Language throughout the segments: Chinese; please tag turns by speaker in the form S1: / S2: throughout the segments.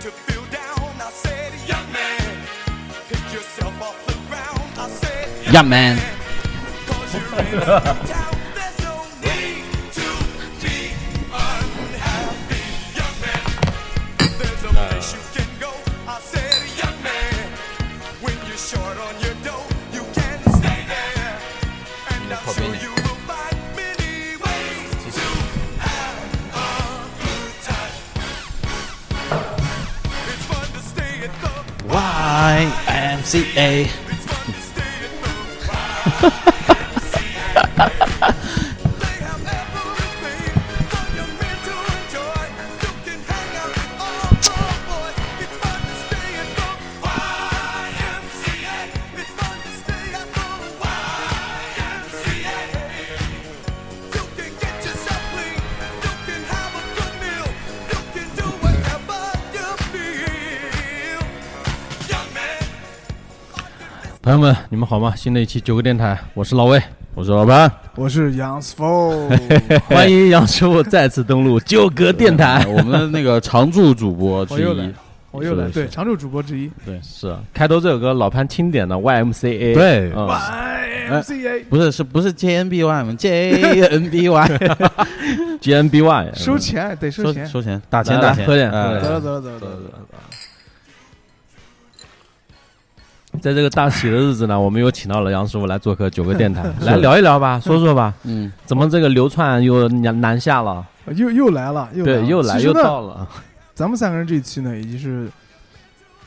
S1: to feel down. I said, young man, pick yourself off the ground. I said,
S2: Young man.
S1: Cause you're in a town, there's no need to be unhappy. Young man, there's a place you can go. I said, young man, when you're short on your dough, you can stay there. And I'm
S2: 跑
S1: sure
S2: 遍
S1: you will find many ways to have a good time. It's fun to stay at the
S2: YMCA，
S1: it's fun to stay at the They have everything for your men to enjoy. You can hang out with all the boys. It's fun to stay at the YMCA. It's fun to stay at the YMCA. You can get yourself clean. You can have a good meal. You can do whatever you feel. Young man.
S3: 朋友们，你们好吗？新的一期九个电台，我是老魏，我是老 潘，
S4: 我是杨 s f
S3: 欢迎杨师傅再次登陆九格电台。
S2: 我们的那个常驻主播
S4: 我
S2: 之
S4: 又来
S2: 一，，
S4: 我又来，
S3: 是的
S4: 对，常驻主播之一
S2: 对，
S3: 是啊开头这首歌，老潘钦点的 YMCA，
S2: 对
S3: 嗯
S4: ，YMCA
S2: 啊不是是不是 JNBY，我们 JNBY，
S3: ，GNBY，
S4: 收钱得收
S2: 收
S4: 钱，嗯
S2: 收钱，打
S3: 来来喝点喝
S2: 哎
S3: 点
S4: 走了走了走了走了，
S3: 嗯在这个大喜的日子呢，我们又请到了杨师傅来做客九个 电台，来聊一聊吧，说说 吧，
S2: 嗯，
S3: 怎么这个流窜又南南下了？
S4: 又又来了，又
S3: 对，又来
S4: 其实
S3: 又
S4: 呢
S3: 到了，
S4: 咱们三个人这一期呢，已经是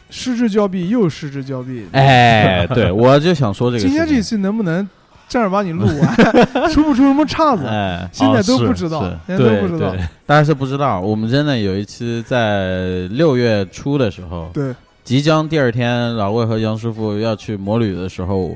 S4: 失之交臂又失之交臂。
S2: 哎， 对，我就想说这个事
S4: 今
S2: 情，
S4: 天这一期能不能正儿八经录 完，出不出什么岔子？啊
S2: 哎，
S4: 现在都
S2: 哦是
S4: 不知道
S2: 是，
S4: 现在
S3: 对
S4: 都不知道
S3: 对。，
S2: 大家是不知道，我们真的有一期在六月初的时候，
S4: 对，
S2: 即将第二天老魏和杨师傅要去摩旅的时候，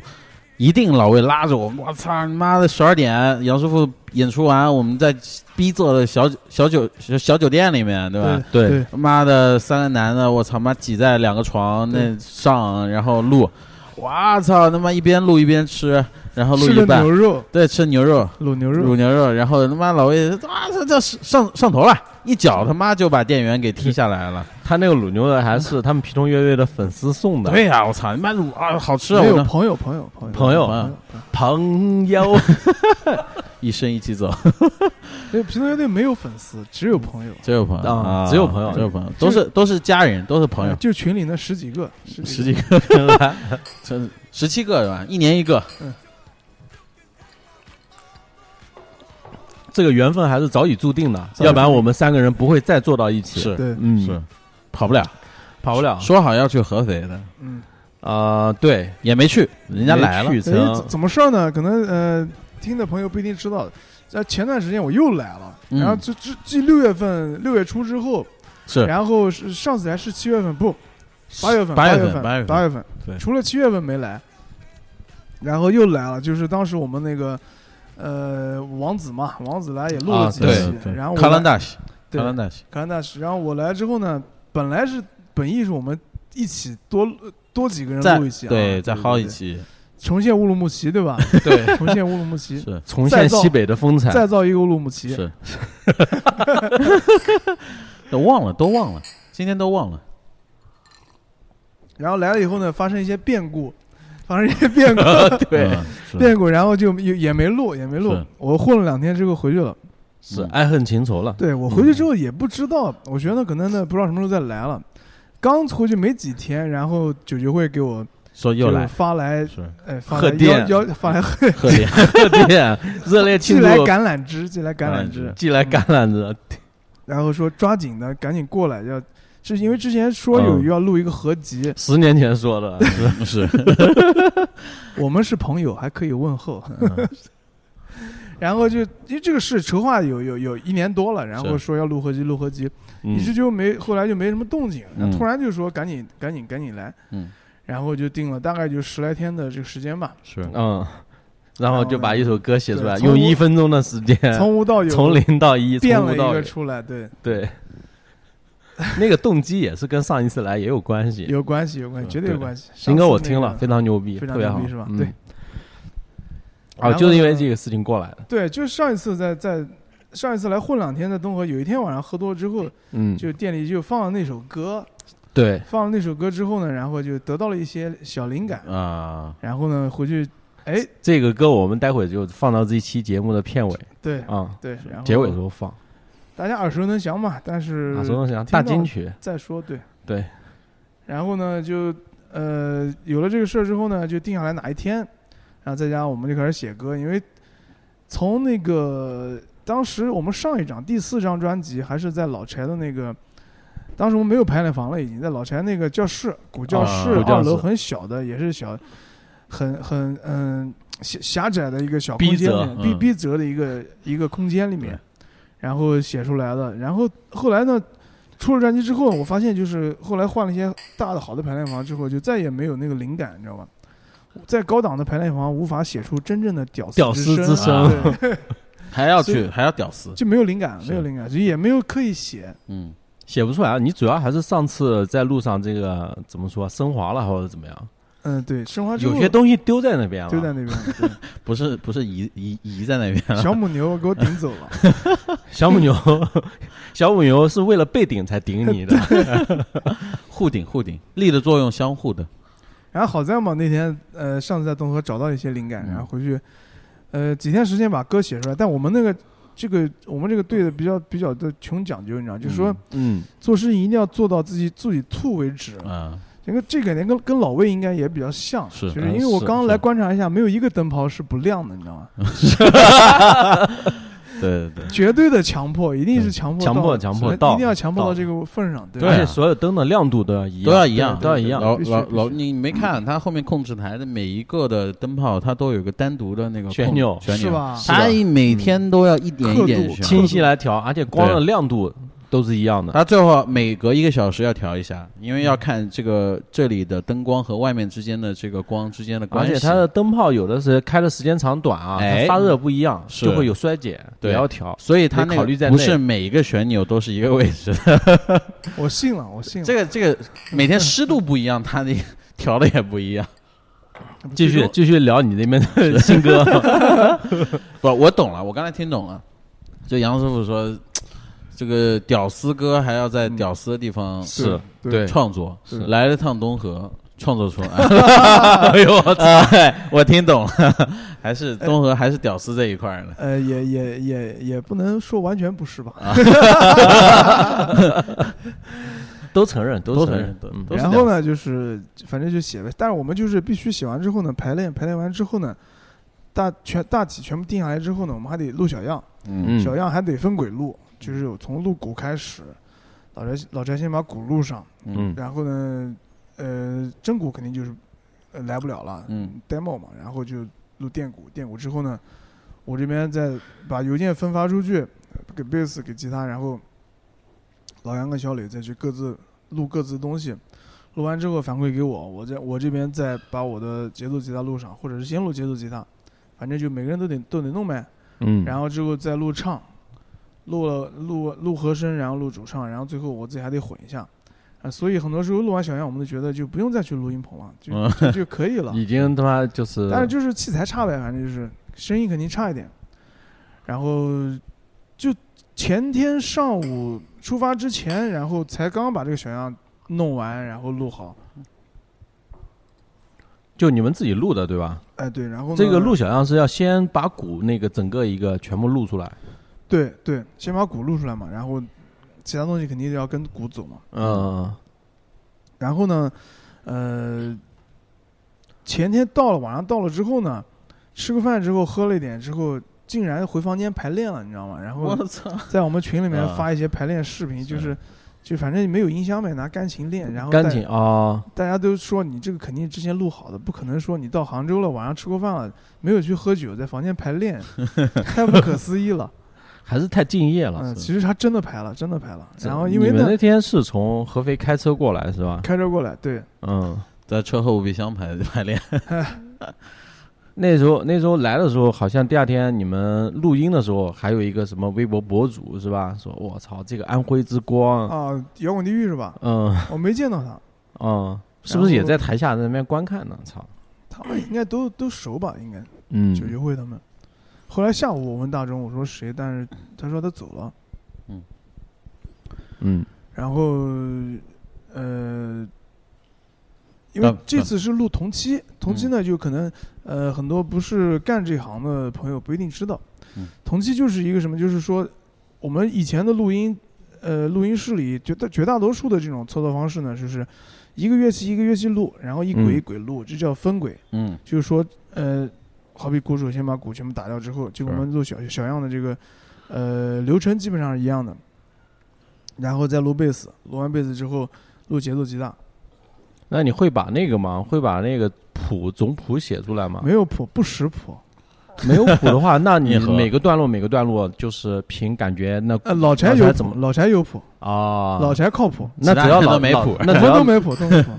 S2: 一定老魏拉着我，我操你妈的十二点，杨师傅演出完，我们在逼坐的小小酒小小酒店里面，对吧？
S3: 对
S4: 对，
S2: 妈的，三个男的，我操妈挤在两个床那上，然后录，我操他妈一边录一边吃，然后录
S4: 吃
S2: 一
S4: 了
S2: 半
S4: 牛，肉，
S2: 对，吃牛肉，
S4: 卤牛
S2: 卤
S4: 肉，
S2: 牛肉，然后他妈老魏啊，这这上上头了，一脚他妈就把店员给踢下来了。
S3: 他那个卤牛肉还是他们皮虫乐队的粉丝送的，
S2: 对呀、我操，你妈卤啊，好吃啊！
S4: 没
S2: 我
S4: 有
S2: 的
S4: 朋友，朋友，朋友，
S3: 朋友
S2: 嗯
S4: 朋友。朋友
S3: 朋友，
S2: 一生一起走，
S4: 那皮特乐队没有粉丝，只有朋友，
S2: 只有朋友，
S3: 啊
S2: 只有朋友，只有朋友，都是都是家人，都是朋友，
S4: 就群里那十几个，
S2: 十
S4: 十
S2: 几
S4: 几个。
S2: 个，这十七个是吧？一年一个，
S3: 这个缘分还是早已注定的，
S4: 早已
S3: 要不然我们三个人不会再坐到一起。，
S2: 是
S4: 对，
S3: 嗯，
S2: 是，跑不了。
S3: 跑不了。
S2: 说好要去合肥的，
S4: 嗯，
S3: 啊，对，
S2: 也没去，人家
S3: 没
S2: 来了
S3: 去，
S4: 哎
S3: 成
S4: 怎怎么事儿呢？可能呃，听的朋友不一定知道。在前段时间我又来了，
S2: 嗯
S4: 然后这这继六月份六月初之后，
S2: 是
S4: 然后是上次还是七月份，不，八月份，
S2: 八
S4: 月
S2: 份，八
S4: 月
S2: 月
S4: 份，八，月份，
S2: 对
S4: 除了七月份没来，然后又来了，就是当时我们那个呃王子嘛，王子来也录
S3: 啊
S4: 了几
S2: 对
S4: 期，
S3: 对
S4: 然后我
S2: 卡兰
S4: 来
S2: 大西，
S4: 对
S2: 卡兰大西，
S4: 卡兰大师，然后我来之后呢，本来是本意是我们一起多多几个人
S2: 再
S4: 录一期啊，
S2: 对再薅一
S4: 对
S2: 期，
S4: 重现乌鲁木齐，对吧？
S2: 对，
S4: 重现乌鲁木齐，
S2: 是
S3: 重现西北的风采。
S4: 再造一个乌鲁木齐。
S2: 是，都忘了，都忘了，今天都忘了。
S4: 然后来了以后呢，发生一些变故，发生一些变故，
S3: 对，
S2: 嗯是
S4: 变故，然后就也也没录，也没录
S2: 是。
S4: 我混了两天之后回去了。
S3: 是嗯爱恨情仇了。
S4: 对我回
S2: 嗯
S4: 去之后也不知道，我觉得可能呢不知道什么时候再来了。刚回去没几天，然后九九会给我
S2: 说
S4: 给
S2: 又
S4: 我
S2: 来，
S4: 发来，
S2: 是
S4: 哎，发
S3: 贺
S4: 来
S3: 电
S4: 邀邀发 来贺
S2: 贺 电，
S3: 对，热烈
S4: 寄
S3: 庆
S4: 来
S3: 祝，嗯
S4: 橄榄枝，寄来橄
S2: 橄
S4: 榄
S2: 榄枝
S4: 枝，
S3: 寄来橄榄枝。
S4: 然后说抓紧的赶紧过来，要是因为之前说有
S3: 嗯
S4: 要录一个合集，
S3: 十年前说的，
S2: 是
S4: 我们是朋友，还可以问候。
S3: 嗯
S4: 然后就因为这个事筹划有有有一年多了，然后
S2: 是
S4: 说要录合集，录合集，
S3: 嗯
S4: 一直就没，后来就没什么动静，然
S2: 嗯
S4: 后突然就说赶紧赶紧赶紧来，
S2: 嗯
S4: 然后就定了大概就十来天的这个时间吧，
S2: 是，
S3: 嗯，然后就把一首歌写出来，
S4: 对从
S3: 用一分钟的时间，
S4: 从无到有，
S3: 哎从零到一，
S4: 变
S3: 从
S4: 了
S3: 无
S4: 一
S3: 到
S4: 个
S3: 有。
S4: 出来，对，
S3: 对，那个动机也是跟上一次来也有关系。
S4: 有关系有关系，绝对有关系。
S3: 行哥，
S4: 上次
S3: 我听
S4: 那
S3: 了，
S4: 个
S3: 非常牛逼，
S4: 非常
S3: 特别
S4: 牛
S3: 好，
S4: 逼是吧
S3: 嗯
S4: 对。
S3: 哦，
S4: 然后
S3: 就是因为
S4: 呢
S3: 这个事情过来的。
S4: 对，就是上一次在在上一次来混两天的东河，有一天晚上喝多之后，
S3: 嗯，
S4: 就店里就放了那首歌，
S3: 对，
S4: 放了那首歌之后呢，然后就得到了一些小灵感，
S2: 啊，
S4: 然后呢回去，哎，
S3: 这个歌我们待会儿就放到这一期节目的片尾
S4: 对
S3: 啊，
S4: 对，然后
S3: 结尾的时候放。
S4: 大家耳熟能详嘛，但是
S3: 啊，什么想
S4: 听
S3: 大
S4: 到
S3: 金曲，
S4: 再说对
S3: 对，
S4: 然后呢就呃有了这个事儿之后呢，就定下来哪一天，然后再加上我们就开始写歌，因为从那个当时我们上一张第四张专辑还是在老柴的那个。当时我们没有排练房了，已经在老柴那个教室，古教室、
S2: 啊古
S3: 教
S4: 二
S3: 室
S4: 楼很小的，也是小，很很嗯狭狭窄的一个小
S3: 逼
S4: 空间
S3: 仄
S4: 里面，逼
S2: 嗯
S4: 逼仄的一个一个空间里面
S2: 对，
S4: 然后写出来的。然后后来呢，出了专辑之后，我发现就是后来换了一些大的好的排练房之后，就再也没有那个灵感，你知道吧？在高档的排练房无法写出真正的屌丝
S3: 屌丝之
S4: 声，啊
S2: 声
S4: 对
S2: 还要
S4: 所
S2: 去
S4: 以
S2: 还要屌丝，
S4: 就没有灵感，
S2: 是
S4: 没有灵感，就也没有刻意写。
S2: 嗯，
S3: 写不出来。你主要还是上次在路上这个怎么说升华了，或者怎么样？
S4: 嗯，对，升华之后
S3: 有些东西丢在那边了，
S4: 丢在那边了，
S2: 不是不是移移移在那边
S4: 对
S2: 了，
S4: 小母牛给我顶走 了。
S3: 小母牛， 小母牛是为了被顶才顶你的。
S2: 互顶互顶，力的作用相互的，
S4: 然后好在嘛，那天呃，上次在东河找到一些灵感，
S2: 嗯
S4: 然后回去，呃，几天时间把歌写出来。但我们那个这个我们这个队的比较比较的穷讲究，你知道，就是说
S3: 嗯，
S4: 做事情一定要做到自己自己吐为止。
S2: 啊，
S4: 这个这个点跟跟老魏应该也比较像，
S2: 是
S4: 就是
S2: 嗯
S4: 因为我
S2: 是
S4: 刚刚
S2: 是
S4: 来观察一下，没有一个灯泡是不亮的，你知道吗？
S2: 对对对，
S4: 绝对的强迫，一定是
S2: 对
S4: 强迫到，
S3: 强迫强迫
S4: 一
S3: 到
S4: 定要强迫
S3: 到
S4: 到这个份上，对吧
S2: 对啊
S3: 而且所有灯的亮度都要一样，
S2: 都要一样，
S3: 都要一样。
S2: 老
S4: 必须
S2: 老
S4: 必须
S2: 老，你没看它后面控制台的每一个的灯泡，它都有个单独的那个控
S3: 旋钮
S2: 旋钮
S4: 是吧
S3: 是的
S2: 它每天都要一点一点
S4: 刻度
S2: 选
S3: 清。晰来调，而且光的亮度都是一样的。
S2: 它最后每隔一个小时要调一下，因为要看这个这里的灯光和外面之间的这个光之间的
S3: 而
S2: 关系。
S3: 且它的灯泡有的是开的时间长短啊，
S2: 哎
S3: 它发热不一样，
S2: 是
S3: 就会有衰减，
S2: 对
S3: 也要调。
S2: 所以它那
S3: 得
S2: 个
S3: 考虑在内
S2: 不是每一个旋钮都是一个位置的。
S4: 我信了，我信了。
S2: 这个这个每天湿度不一样，它那个调的也不一样。
S4: 个
S3: 继续继续聊你那边的新歌，
S2: 不，我懂了，我刚才听懂了。就杨师傅说，这个屌丝哥还要在屌丝的地方
S3: 是
S4: 对
S2: 创作，
S4: 是
S2: 来了趟东河，创作 出来。哎呦，我操！我听懂 了，还是东河还是屌丝这一块儿呢？
S4: 呃，也也也也不能说完全不是吧。
S3: 都承认，
S2: 都
S3: 承
S2: 承
S3: 认
S2: 认都
S3: 嗯
S2: 都是
S4: 然后呢，就是反正就写呗，但是我们就是必须写完之后呢，排练排练完之后呢，大全大体全部定下来之后呢，我们还得录小样，
S2: 嗯
S4: 小样还得分轨录，就是有从录鼓开始，老翟老翟先把鼓录上，
S3: 嗯
S4: 然后呢，呃，真鼓肯定就是呃来不了了，
S2: 嗯
S4: demo 嘛，然后就录电鼓，电鼓之后呢，我这边再把邮件分发出去，给贝斯给吉他，然后老杨跟小磊再去各自录各自的东西，录完之后反馈给我，我这我这边再把我的节奏吉他录上，或者是先录节奏吉他，反正就每个人都得都得弄呗，
S3: 嗯，
S4: 然后之后再录唱，录了录录和声，然后录主唱，然后最后我自己还得混一下。啊，所以很多时候录完小样，我们就觉得就不用再去录音棚了，就
S2: 嗯
S4: 就就可以了。
S3: 已经他妈就是，
S4: 但是就是器材差呗，反正就是声音肯定差一点。然后就前天上午出发之前，然后才刚把这个小样弄完，然后录好。
S3: 就你们自己录的对吧？
S4: 哎，对，然后呢
S3: 这个录小样是要先把鼓那个整个一个全部录出来，
S4: 对对，先把鼓录出来嘛，然后其他东西肯定要跟鼓走嘛。
S3: 嗯，
S4: 然后呢，呃，前天到了，晚上到了之后呢，吃个饭之后喝了一点之后，竟然回房间排练了，你知道吗？然后
S2: 我操！
S4: 在我们群里面
S2: 啊
S4: 发一些排练视频，就是是就反正没有音箱呗，拿钢琴练，然后
S3: 嗯干
S4: 大
S3: 净啊，
S4: 大家都说你这个肯定之前录好的，不可能说你到杭州了，晚上吃过饭了，没有去喝酒，在房间 排练，太不可思议了。
S3: 还是太敬业了。
S4: 嗯，
S3: 是
S4: 其实他真的排了，真的排了。然后因
S3: 你
S4: 为
S3: 们
S4: 呢
S3: 那，天是从合肥开车过来是吧？
S4: 开车过来，对，
S3: 嗯，
S2: 在车后备箱排排练，
S3: 那时候那时候来的时候，好像第二天你们录音的时候，还有一个什么微博博主是吧？说我操，这个安徽之光，
S4: 啊，摇滚地狱是吧？
S3: 嗯
S4: 我没见到他，
S3: 嗯，是不是也在台下在那边观看呢？操，
S4: 他们应该都都熟吧？应该
S3: 嗯
S4: 九九会他们。后来下午我问大钟，我说谁，但是他说他走了。
S3: 嗯
S4: 然后，呃，因为
S2: 嗯
S4: 这次是录同期，同期呢就可能呃很多不是干这行的朋友不一定知道
S2: 嗯，
S4: 同期就是一个什么，就是说我们以前的录音，呃，录音室里绝大绝大多数的这种操作方式呢，就是一个乐器一个乐器录，然后一轨
S3: 嗯
S4: 一轨录，这叫分轨，
S2: 嗯
S4: 就是说呃，好比鼓手先把鼓全部打掉之后，就我们录小小样的这个呃流程基本上是一样的，然后再录贝斯，录完贝斯之后录节奏吉他，
S3: 啊那你会把那个吗？会把那个谱总谱写出来吗？
S4: 没有谱不识谱，
S3: 没有谱的话，那你
S2: 硬核
S3: 每个段落每个段落就是凭感觉那
S4: 呃，老
S3: 老
S4: 柴
S3: 柴
S4: 有
S3: 怎么
S4: 谱，老柴有谱，
S3: 啊，
S4: 老柴靠谱，
S3: 那
S2: 其他
S3: 只要
S2: 人都
S3: 老
S2: 没
S3: 老
S2: 谱
S3: 那
S4: 什
S3: 只
S4: 么
S3: 要
S4: 都没谱，都没 谱，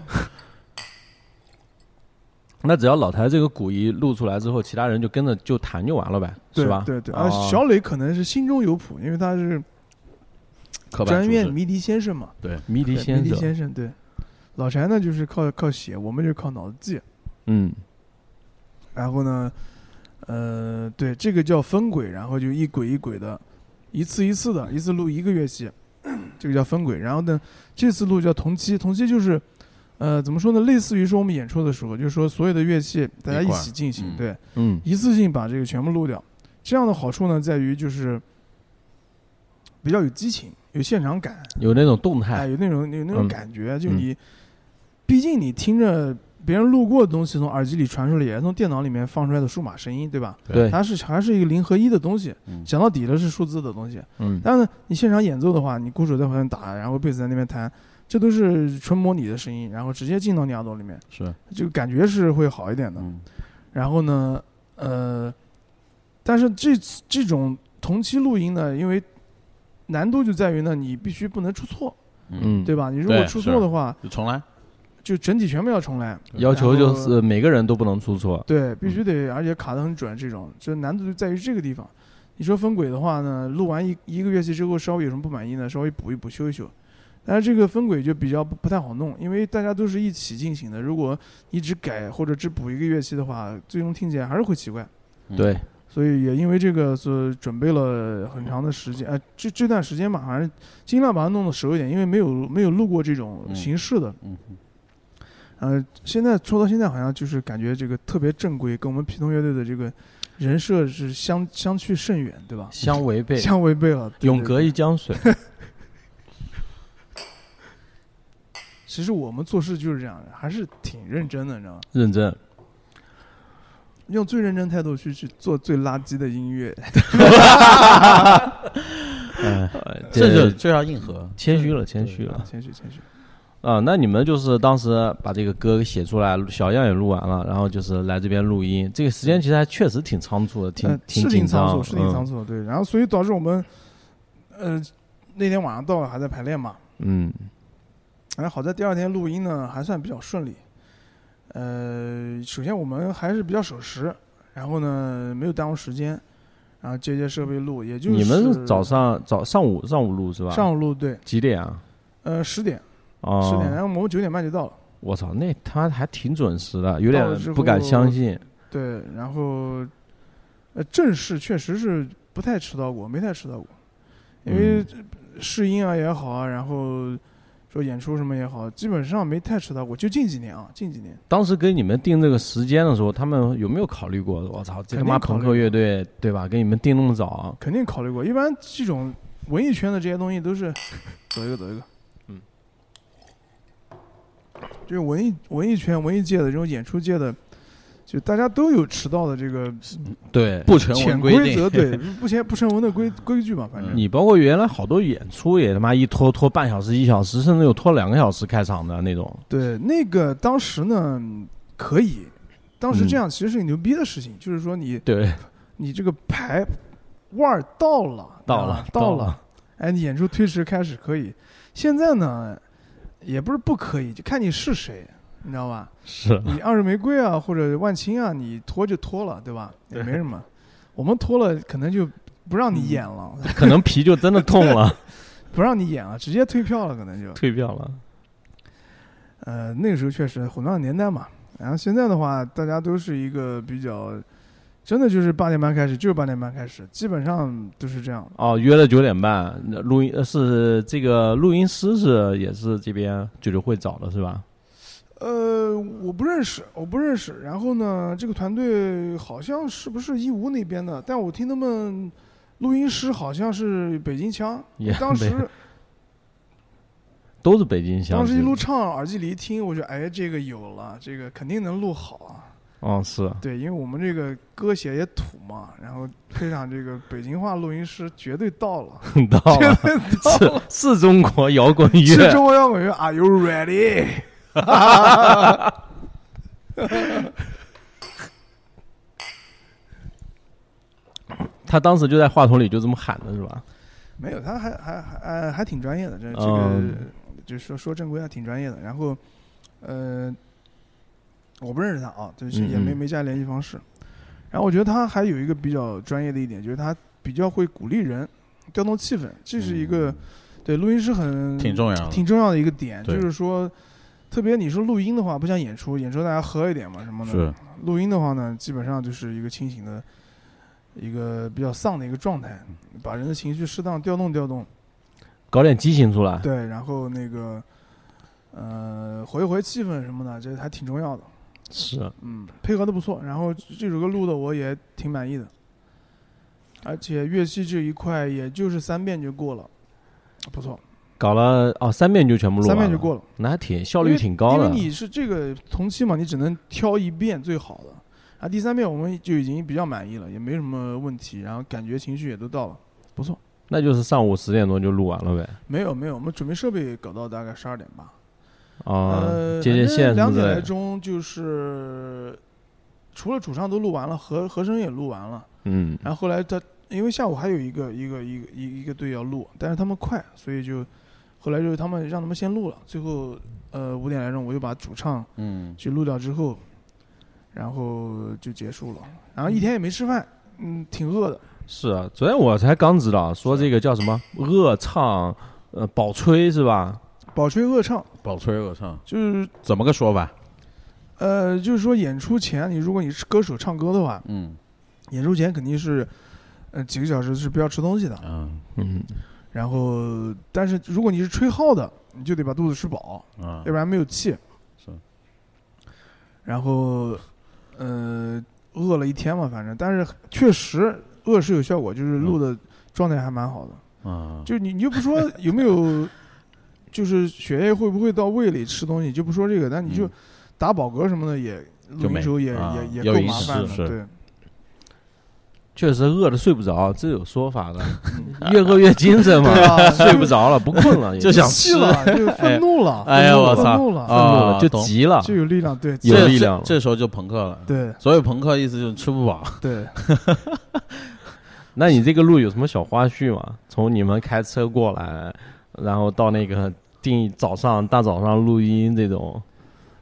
S3: 那只要老台这个鼓一录出来之后，其他人就跟着就弹就完了呗，
S4: 对
S3: 是吧？
S4: 对对，啊，
S3: 啊，
S4: 小磊可能是心中有谱，因为他是
S3: 可
S4: 专业
S3: 院
S4: 迷笛先生嘛，
S2: 对，
S3: 迷笛
S4: 对迷
S3: 先
S4: 笛
S3: 生，
S4: 先生对，老柴呢就是靠靠写，我们就靠脑子记，
S3: 嗯
S4: 然后呢，呃，对，这个叫分轨，然后就一轨一轨的，一次一次的，一次录一个乐器， 这个叫分轨。然后呢，这次录叫同期，同期就是，呃，怎么说呢？类似于说我们演出的时候，就是说所有的乐器大家
S2: 一
S4: 一
S2: 块儿
S4: 起进行，
S2: 嗯
S4: 对，
S3: 嗯
S4: 一次性把这个全部录掉。这样的好处呢，在于就是比较有激情，有现场感，
S3: 有那种动
S4: 哎，
S3: 态，
S4: 有那种有那种
S3: 嗯
S4: 感觉，啊就
S3: 嗯
S4: 你，毕竟你听着别人路过的东西从耳机里传出来，也是从电脑里面放出来的数码声音，对吧？
S3: 对，
S4: 它是还是一个零和一的东西，
S2: 嗯
S4: 讲到底了是数字的东西。
S3: 嗯
S4: 但是呢，你现场演奏的话，你鼓手在旁边打，然后贝斯在那边弹，这都是纯模拟的声音，然后直接进到你耳朵里面，
S2: 是，
S4: 这个感觉是会好一点的。
S2: 嗯
S4: 然后呢，呃，但是这次这种同期录音呢，因为难度就在于呢，你必须不能出错。
S3: 嗯，
S4: 对吧？你如果
S2: 对
S4: 出
S2: 是
S4: 错的话，
S2: 就重来，
S4: 就整体全部要重来。
S3: 要求
S4: 然
S3: 就
S4: 后
S3: 是每个人都不能出错，
S4: 对，必
S2: 嗯
S4: 须得，而且卡得很准，这种这难度就在于这个地方。你说分轨的话呢，录完一一个乐器之后，稍微有什么不满意呢，稍微补一补，修一修。但是这个分轨就比较不不太好弄，因为大家都是一起进行的。如果你只改或者只补一个乐器的话，最终听起来还是会奇怪。
S2: 嗯
S3: 对，
S4: 所以也因为这个，所以准备了很长的时间，呃，这这段时间吧，反正尽量把它弄得熟一点，因为没有没有录过这种
S2: 嗯
S4: 形式的，
S2: 嗯
S4: 呃，现在说到现在，好像就是感觉这个特别正规，跟我们皮童乐队的这个人设是相相去甚远，对吧？
S3: 相违背，
S4: 相违背了。对
S3: 永
S4: 对
S3: 隔一江 水，
S4: 其实我们做事就是这样的，还是挺认真的，你知道吗？
S3: 认真。
S4: 用最认真态度去去做最垃圾的音乐，
S3: 哎，
S2: 这就这要硬核，
S3: 谦虚了，谦虚了。
S4: 谦虚谦虚。
S3: 啊，那你们就是当时把这个歌写出来，小样也录完了，然后就是来这边录音，这个时间其实还确实挺仓促的，挺、
S4: 呃是挺
S3: 紧
S4: 仓
S3: 张，嗯
S4: 促，是挺仓
S3: 促。
S4: 促的，对。然后所以导致我们，呃，那天晚上到了还在排练嘛，
S3: 嗯
S4: 然后好在第二天录音呢还算比较顺利。呃，首先我们还是比较守时，然后呢没有耽误时间，然后接接设备录，也就是
S3: 你们是早上早上午上午录是吧？
S4: 上午录对，
S3: 几点啊？
S4: 呃十点
S3: 哦，
S4: 十点，然后我们九点半就到了，
S3: 我操，那他还挺准时的，有点
S4: 到了之后
S3: 不敢相信。
S4: 对，然后呃正式确实是不太迟到过，没太迟到过，因为试音啊也好啊，然后说演出什么也好，基本上没太迟到过，就近几年啊，近几年。
S3: 当时给你们定这个时间的时候，他们有没有考虑过？我操，这他妈
S4: 肯定考
S3: 朋
S4: 虑
S3: 克乐队对吧？给你们定那么早，
S4: 肯定考虑过。一般这种文艺圈的这些东西都是 走一个走一个，
S3: 嗯，
S4: 就是文艺文艺圈文艺界的这种演出界的，就大家都有迟到的这个
S3: 对，
S2: 不成
S4: 潜
S2: 文规
S4: 规则，
S2: 定，
S4: 对 不成不成文的规规矩嘛，反正
S2: 嗯
S3: 你包括原来好多演出也他妈一拖拖半小时、一小时，甚至有拖两个小时开场的那种。
S4: 对那个当时呢可以。当时
S3: 嗯
S4: 这样其实是个牛逼的事情，就是说你
S3: 对，
S4: 你这个牌腕儿到了，
S3: 到
S4: 你
S3: 了
S4: 知道啊吗到了，，哎，你演出推迟开始可以，现在呢，也不是不可以，就看你是谁，你知道吧？
S3: 是
S4: 你二手玫瑰啊，或者万青啊，你拖就拖了，对吧？也没什么，我们拖了可能就不让你演了，
S3: 可能皮就真的痛了，
S4: 不让你演了，直接退票了，可能就。
S3: 退票了。
S4: 呃，那个时候确实混乱的年代嘛，然后现在的话，大家都是一个比较真的就是八点半开始，就是八点半开始，基本上都是这样。
S3: 哦，约了九点半，那录音呃是这个录音师是也是这边九六会找的是吧？
S4: 呃，我不认识，我不认识。然后呢，这个团队好像是不是义乌那边的？但我听他们录音师好像是北京腔。
S3: 也
S4: 当时
S3: 没都是北京乡。
S4: 当时一路唱，耳机里一听，我觉得哎，这个有了，这个肯定能录好啊。
S3: 哦是，
S4: 对，因为我们这个歌写也土嘛，然后配上这个北京话录音师，绝对到了，
S3: 到
S2: 哦
S4: 绝
S3: 了
S4: 对 到了。
S3: 是是中国摇滚乐，
S4: 是中国摇滚乐，Are you ready？
S3: 他当时就在话筒里就这么喊的是吧？
S4: 没有，他还还还呃还挺专业的，这这个
S3: 嗯
S4: 就是说说正规啊还挺专业的。然后，呃，我不认识他啊，就是
S3: 嗯
S4: 也没
S3: 嗯
S4: 没加联系方式。然后我觉得他还有一个比较专业的一点，就是他比较会鼓励人，调动气氛，这是一个对录音师 很
S2: 嗯挺重要的。
S4: 挺重要的一个点，
S2: 对
S4: 就是说，特别你说录音的话，不像演出，演出大家喝一点嘛什么的。
S2: 是
S4: 录音的话呢，基本上就是一个清醒的，一个比较丧的一个状态，
S3: 嗯
S4: 把人的情绪适当调动调动。
S3: 搞点激情出来。
S4: 对，然后那个，呃，活跃活跃气氛什么的，这还挺重要的。
S3: 是，
S4: 嗯，配合的不错，然后这首歌录的我也挺满意的，而且乐器这一块也就是三遍就过了，不错，
S3: 搞了哦三遍就全部录完
S4: 三
S3: 了，
S4: 遍就过了。
S3: 那还挺效率挺高的
S4: 因为。你是这个同期嘛，你只能挑一遍最好的。啊，第三遍我们就已经比较满意了，也没什么问题，然后感觉情绪也都到了，不错。
S3: 那就是上午十点钟就录完了呗。
S4: 没有没有，我们准备设备搞到大概十二点吧。
S3: 啊、
S4: 呃，
S3: 接接线什
S4: 两
S3: 么之
S4: 点
S3: 类
S4: 来
S3: 的。
S4: 钟就是除了主唱都录完了，和和声也录完了，
S3: 嗯，
S4: 然后后来他因为下午还有一个一个一个一一个队要录，但是他们快，所以就后来就是他们让他们先录了，最后呃五点来钟我就把主唱
S2: 嗯，
S4: 去录掉之后，然后就结束了。然后一天也没吃饭，嗯，挺饿的。
S3: 是啊，昨天我才刚知道，说这个叫什么恶唱，呃，宝吹是吧？
S4: 饱吹饿唱
S2: 宝吹我唱
S4: 就是
S2: 怎么个说法？
S4: 呃，就是说演出前你如果你是歌手唱歌的话，
S2: 嗯
S4: 演出前肯定是呃几个小时是不要吃东西的。
S2: 啊
S3: 嗯，
S4: 然后，但是如果你是吹号的，你就得把肚子吃饱，
S2: 啊
S4: 要不然没有气。
S2: 是。
S4: 然后，呃，饿了一天嘛，反正，但是确实饿是有效果，就是录的状态还蛮好的。
S2: 啊，
S4: 就你你就不说有没有，就是血液会不会到胃里吃东西，就不说这个，但你就
S2: 嗯
S4: 打饱嗝什么的也，
S2: 就
S4: 录
S2: 没
S4: 音时候也
S2: 啊
S4: 也也
S2: 有
S4: 够
S2: 仪
S4: 麻烦
S2: 式
S4: 的，
S2: 是
S4: 对，
S3: 确实饿的睡不着，这有说法 的， 越饿越精神嘛，
S4: 对啊
S3: 睡不着了，不困 了，也
S2: 就想
S4: 气了， 就愤怒了，
S2: 哎呀
S4: 愤怒
S2: 我
S4: 了
S2: 操
S4: 愤怒了，
S3: 愤怒了，
S2: 啊
S3: 就
S2: 懂
S3: 急了，
S4: 就有力量，对，
S3: 有
S2: 这
S3: 力量了
S2: 这这时候就朋克了。
S4: 对
S2: 所以朋克意思就是吃不饱，
S4: 对，
S3: 那你这个路有什么小花絮吗？从你们开车过来，然后到那个定早上大早上录音这种，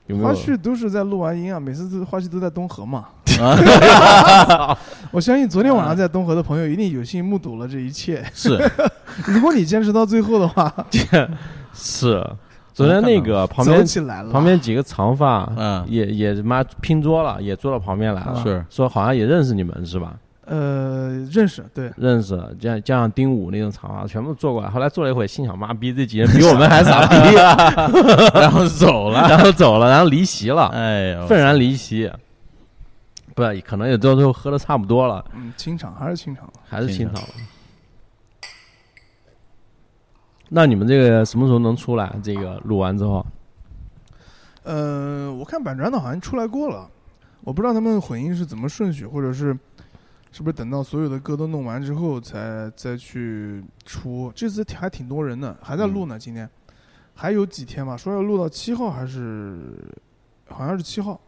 S3: 有没有
S4: 花絮都是在录完音啊，每次都花絮都在东河 嘛。我相信昨天晚上在东河的朋友一定有幸目睹了这一切。
S2: 是
S4: 如果你坚持到最后的话，
S3: 是？昨天那个旁
S4: 走
S3: 边
S4: 起来了。
S3: 旁边几个长发，
S2: 嗯
S3: 也也妈拼桌了，也坐到旁边来了，
S2: 是
S3: 说好像也认识你们是吧？
S4: 呃认识，对，
S3: 认识，加加上丁武那种长发，全部坐过来。后来坐了一会儿，心想妈逼，这几人比我们还傻逼，
S2: 然后走了。
S3: 然后走了，然后离席了。
S2: 哎呦，
S3: 愤然离席。不，可能也到最后喝的差不多了，
S4: 嗯，清场还是清场。
S3: 还是清
S2: 清
S3: 场了。那你们这个什么时候能出来？这个录完之后，
S4: 呃，我看板砖的好像出来过了，我不知道他们混音是怎么顺序，或者是是不是等到所有的歌都弄完之后才再去出。这次还挺多人的，还在录呢，今天还有几天吧，说要录到七号还是好像是七号。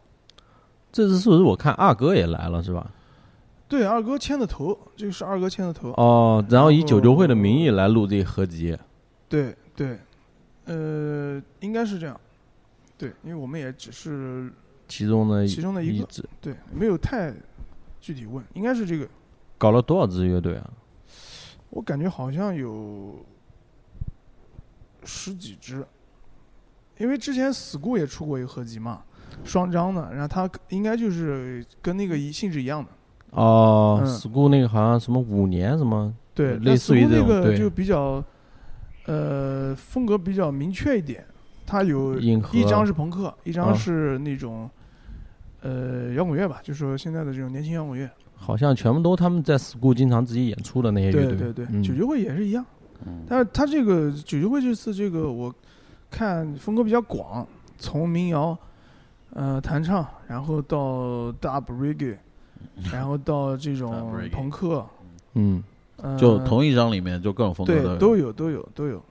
S3: 这次是不是我看二哥也来了是吧？
S4: 对，二哥牵的头，这个是二哥牵的头。
S3: 哦，然后以九九会的名义来录这合集，
S4: 对对，呃，应该是这样。对，因为我们也只是
S3: 其中的
S4: 其中的一个
S3: 支
S4: 对，没有太具体问，应该是这个。
S3: 搞了多少支乐队啊？
S4: 我感觉好像有十几支，因为之前 school 也出过一个合集嘛，双张的，然后它应该就是跟那个一性质一样的，
S3: 哦、
S4: 嗯
S3: s c h o o l 那个好像什么五年什么，
S4: 对，
S3: 类似于
S4: 但似
S3: 这
S4: 乎
S3: 种
S4: 那个
S3: 对
S4: 就比较，呃，风格比较明确一点。它有
S3: 硬核
S4: 一张是朋克，一
S3: 啊
S4: 张是那种，呃，摇滚乐吧，就说现在的这种年轻摇滚乐。
S3: 好像全部都他们在 school 经常自己演出的那些乐
S4: 对
S3: 队。
S4: 对对，
S3: 嗯
S4: 九九会也是一样，
S2: 嗯
S4: 但是他这个九九会这次这个我看风格比较广，从民谣，呃，弹唱，然后到 dub reggae，然后到这种
S2: Dub reggae
S4: 朋克，
S3: 嗯，
S4: 呃，
S2: 就同一张里面就各种风格
S4: 对，都
S2: 有，
S4: 有都有都有，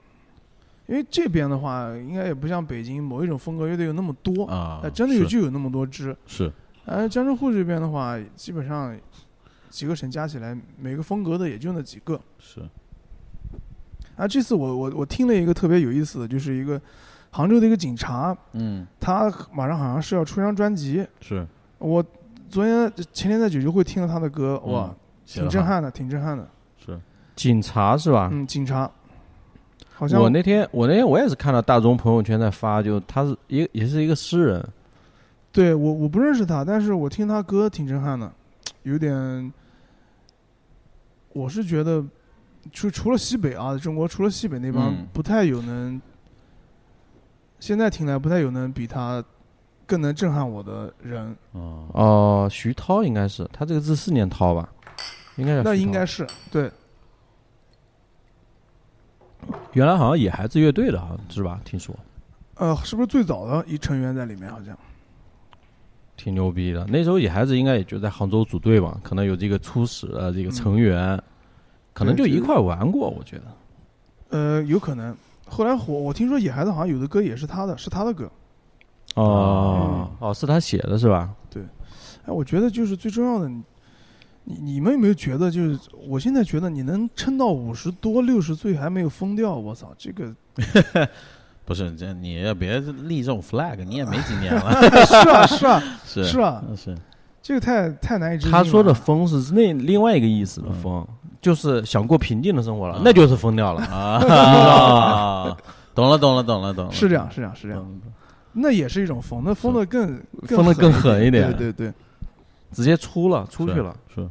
S4: 因为这边的话，应该也不像北京某一种风格乐队有那么多，
S2: 啊
S4: 呃，真的有
S2: 是
S4: 就有那么多支。
S2: 是
S4: 而江浙沪这边的话，基本上几个省加起来，每个风格的也就那几个。
S2: 是
S4: 啊，这次我我我听了一个特别有意思的，就是一个杭州的一个警察，
S2: 嗯
S4: 他马上好像是要出一张专辑。
S2: 是，
S4: 我昨天前天在九九会听了他的歌，
S2: 嗯
S4: 哇，
S2: 写
S4: 挺
S2: 得
S4: 震
S2: 好，啊
S4: 撼的，挺震撼的。
S2: 是
S3: 警察是吧？
S4: 嗯，警察，好像
S3: 我那天我那天我也是看到大众朋友圈在发，就他是也也是一个诗人，
S4: 对我我不认识他，但是我听他歌挺震撼的，有点，我是觉得除除了西北啊，中国除了西北那帮、
S2: 嗯
S4: 不太有能，现在听来不太有能比他更能震撼我的人，
S2: 哦，
S3: 哦、徐涛应该是他这个字是念涛吧？应该是
S4: 那
S3: 徐涛
S4: 应该是对，
S3: 原来好像野孩子乐队的，好像是吧？听说
S4: 呃，是不是最早的一成员在里面？好像
S3: 挺牛逼的。那时候野孩子应该也就在杭州组队吧，可能有这个初始的这个成员，可能就
S4: 嗯对
S3: 一
S4: 这个
S3: 块玩过，我觉得。
S4: 呃，有可能。后来火，我听说野孩子好像有的歌也是他的，是他的歌。
S3: 哦、哦，是他写的是吧？
S4: 哎，我觉得就是最重要的，你你你们有没有觉得，就是我现在觉得你能撑到五十多、六十岁还没有疯掉，我操，这个
S2: 不是这你也别立这种 flag，你也没几年了，
S4: 是啊是啊
S2: 是
S4: 是啊，
S2: 嗯是
S4: 这个太太难以置信了。
S3: 他说的疯是那另外一个意思的疯，就是想过平静的生活了，那就是疯掉了。
S2: 啊，懂了懂了懂了懂了，
S4: 是这样，是这样，是这样，
S2: 嗯，
S4: 那也是一种疯，那疯的更
S3: 疯得更
S4: 狠
S3: 狠一点
S4: 对对对，
S3: 直接出了，出
S2: 是
S3: 去了。
S2: 是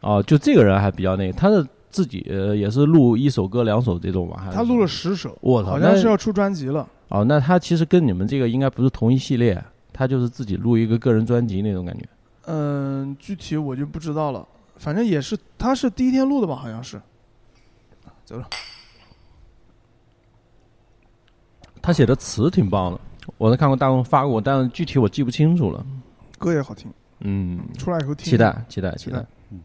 S3: 哦，就这个人还比较那个，他是自己呃也是录一首歌、两首这种吧？还是
S4: 他录了，十首，
S3: 我操，
S4: 好像
S3: 那
S4: 是要出专辑了。
S3: 哦，那他其实跟你们这个应该不是同一系列，他就是自己录一个个人专辑那种感觉。
S4: 嗯，具体我就不知道了，反正也是，他是第一天录的吧，好像是。走了，
S3: 他写的词挺棒的，我都看过大众发过，但具体我记不清楚了。
S4: 歌也好听，
S3: 嗯，
S4: 出来以后听。
S3: 期待，期待，期
S4: 期
S3: 待
S4: 待。
S2: 嗯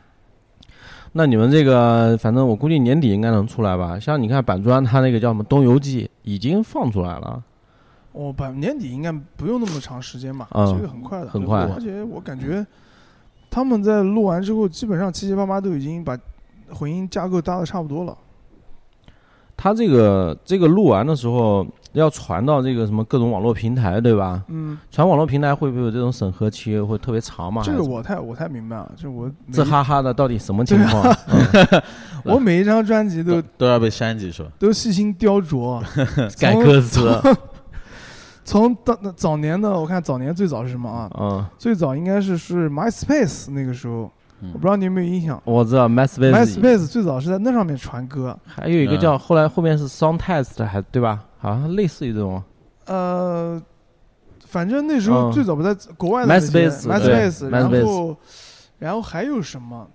S3: 那你们这个，反正我估计年底应该能出来吧？像你看板砖，他那个叫什么《东游记》已经放出来了，
S4: 我把年底应该不用那么长时间吧，
S3: 嗯
S4: 这个很快的，
S3: 很快
S4: 而且我感觉他们在录完之后，基本上七七八八都已经把混音架构搭的差不多了。
S3: 他这个这个录完的时候要传到这个什么各种网络平台，对吧？
S4: 嗯，
S3: 传网络平台会不会有这种审核期会特别长嘛？
S4: 这
S3: 还
S4: 个
S3: 是
S4: 我太我太明白了，这我每
S3: 这哈哈的到底什么情况？
S4: 啊我每一张专辑都
S2: 都都要被删几首，
S4: 都细心雕琢，
S3: 改歌 词，
S4: 从当早年的我看早年最早是什么啊？
S3: 嗯，
S4: 最早应该是是 MySpace 那个时候，
S2: 嗯
S4: 我不知道你有没有印象
S3: 我知道 MySpace，
S4: ，MySpace 最早是在那上面传歌，
S3: 还有一
S4: 嗯
S3: 个叫后来后面是 SoundTest，还对吧？好像类似于这种
S4: 呃，反正那时候
S3: 嗯
S4: 最早不在国外的那些
S3: MySpace，对
S4: MySpace，然
S3: MySpace
S4: 后然后还有什么？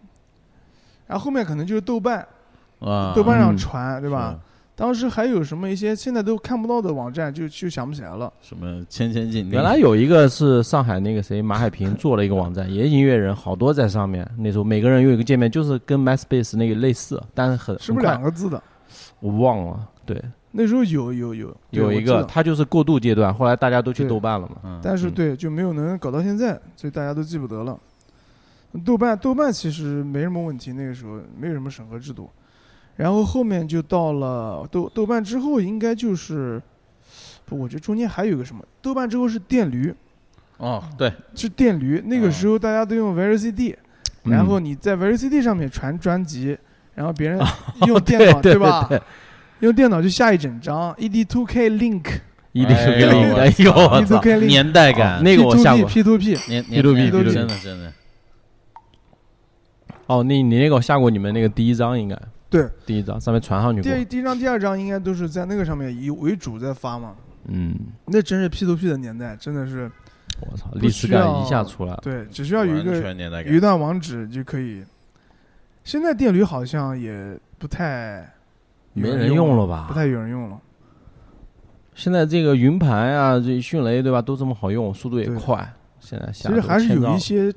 S4: 然后后面可能就是豆瓣，
S2: 啊，
S4: 豆瓣
S3: 嗯
S4: 上传，对
S2: 是
S4: 吧？？当时还有什么一些现在都看不到的网站，就就想不起来了。
S2: 什么千千静
S3: 原来有一个是上海那个谁马海平做了一个网站，也音乐人好多在上面。那时候每个人有一个界面，就是跟 MySpace 那个类似，但是很
S4: 是不
S3: 很
S4: 是
S3: 快
S4: 两个字的？
S3: 我忘了。对，
S4: 那时候有有有对
S3: 有一个
S4: 我记得
S3: 它就是过渡阶段，后来大家都去
S4: 对
S3: 豆瓣了嘛。
S2: 嗯
S4: 但是
S3: 嗯
S4: 对就没有能搞到现在，所以大家都记不得了。豆瓣豆瓣其实没什么问题，那个时候没有什么审核制度，然后后面就到了豆豆瓣之后，应该就是不，我觉得中间还有一个什么，豆瓣之后是电驴，
S2: 哦，对，
S4: 是电驴，那个时候大家都用 VerCD，、
S3: 啊嗯啊
S4: 然后你在 VerCD 上面传专辑，然后别人用电脑、
S3: 哦对对
S4: 吧？
S3: 对
S4: 用电脑就下一整张 E ED2K Link，
S3: 一定是
S2: 哎
S3: 个
S2: 呦
S3: 零
S2: 我
S3: 哎呦我
S4: 你
S3: 操
S4: 都
S3: 哦
S4: 可！以
S2: 年代感，
S3: 那个我下过
S4: P2P，
S2: 年
S3: P2P
S2: 年代感
S4: P2P
S2: 真的真的
S3: 哦，那你那个下过你们那个第一章应该
S4: 对，
S3: 第一章上面传上去过，
S4: 第第一张、第二张应该都是在那个上面以为主在发嘛。
S3: 嗯，
S4: 那真是 P to P 的年代，真的是
S3: 我操，
S4: 不
S3: 历史
S4: 需要
S3: 感一下出来了，
S4: 对，只需要有一
S2: 完
S4: 个
S2: 全年代
S4: 有
S2: 感
S4: 一。段网址就可以。现在电驴好像也不太
S3: 没人用
S4: 了，
S3: 了吧
S4: 不？太有人用了。
S3: 现在这个云盘啊，这迅雷对吧，都这么好用，速度也
S4: 对
S3: 快。现在下
S4: 其实
S3: 都
S4: 还是
S3: 千
S4: 有
S3: 兆
S4: 一些，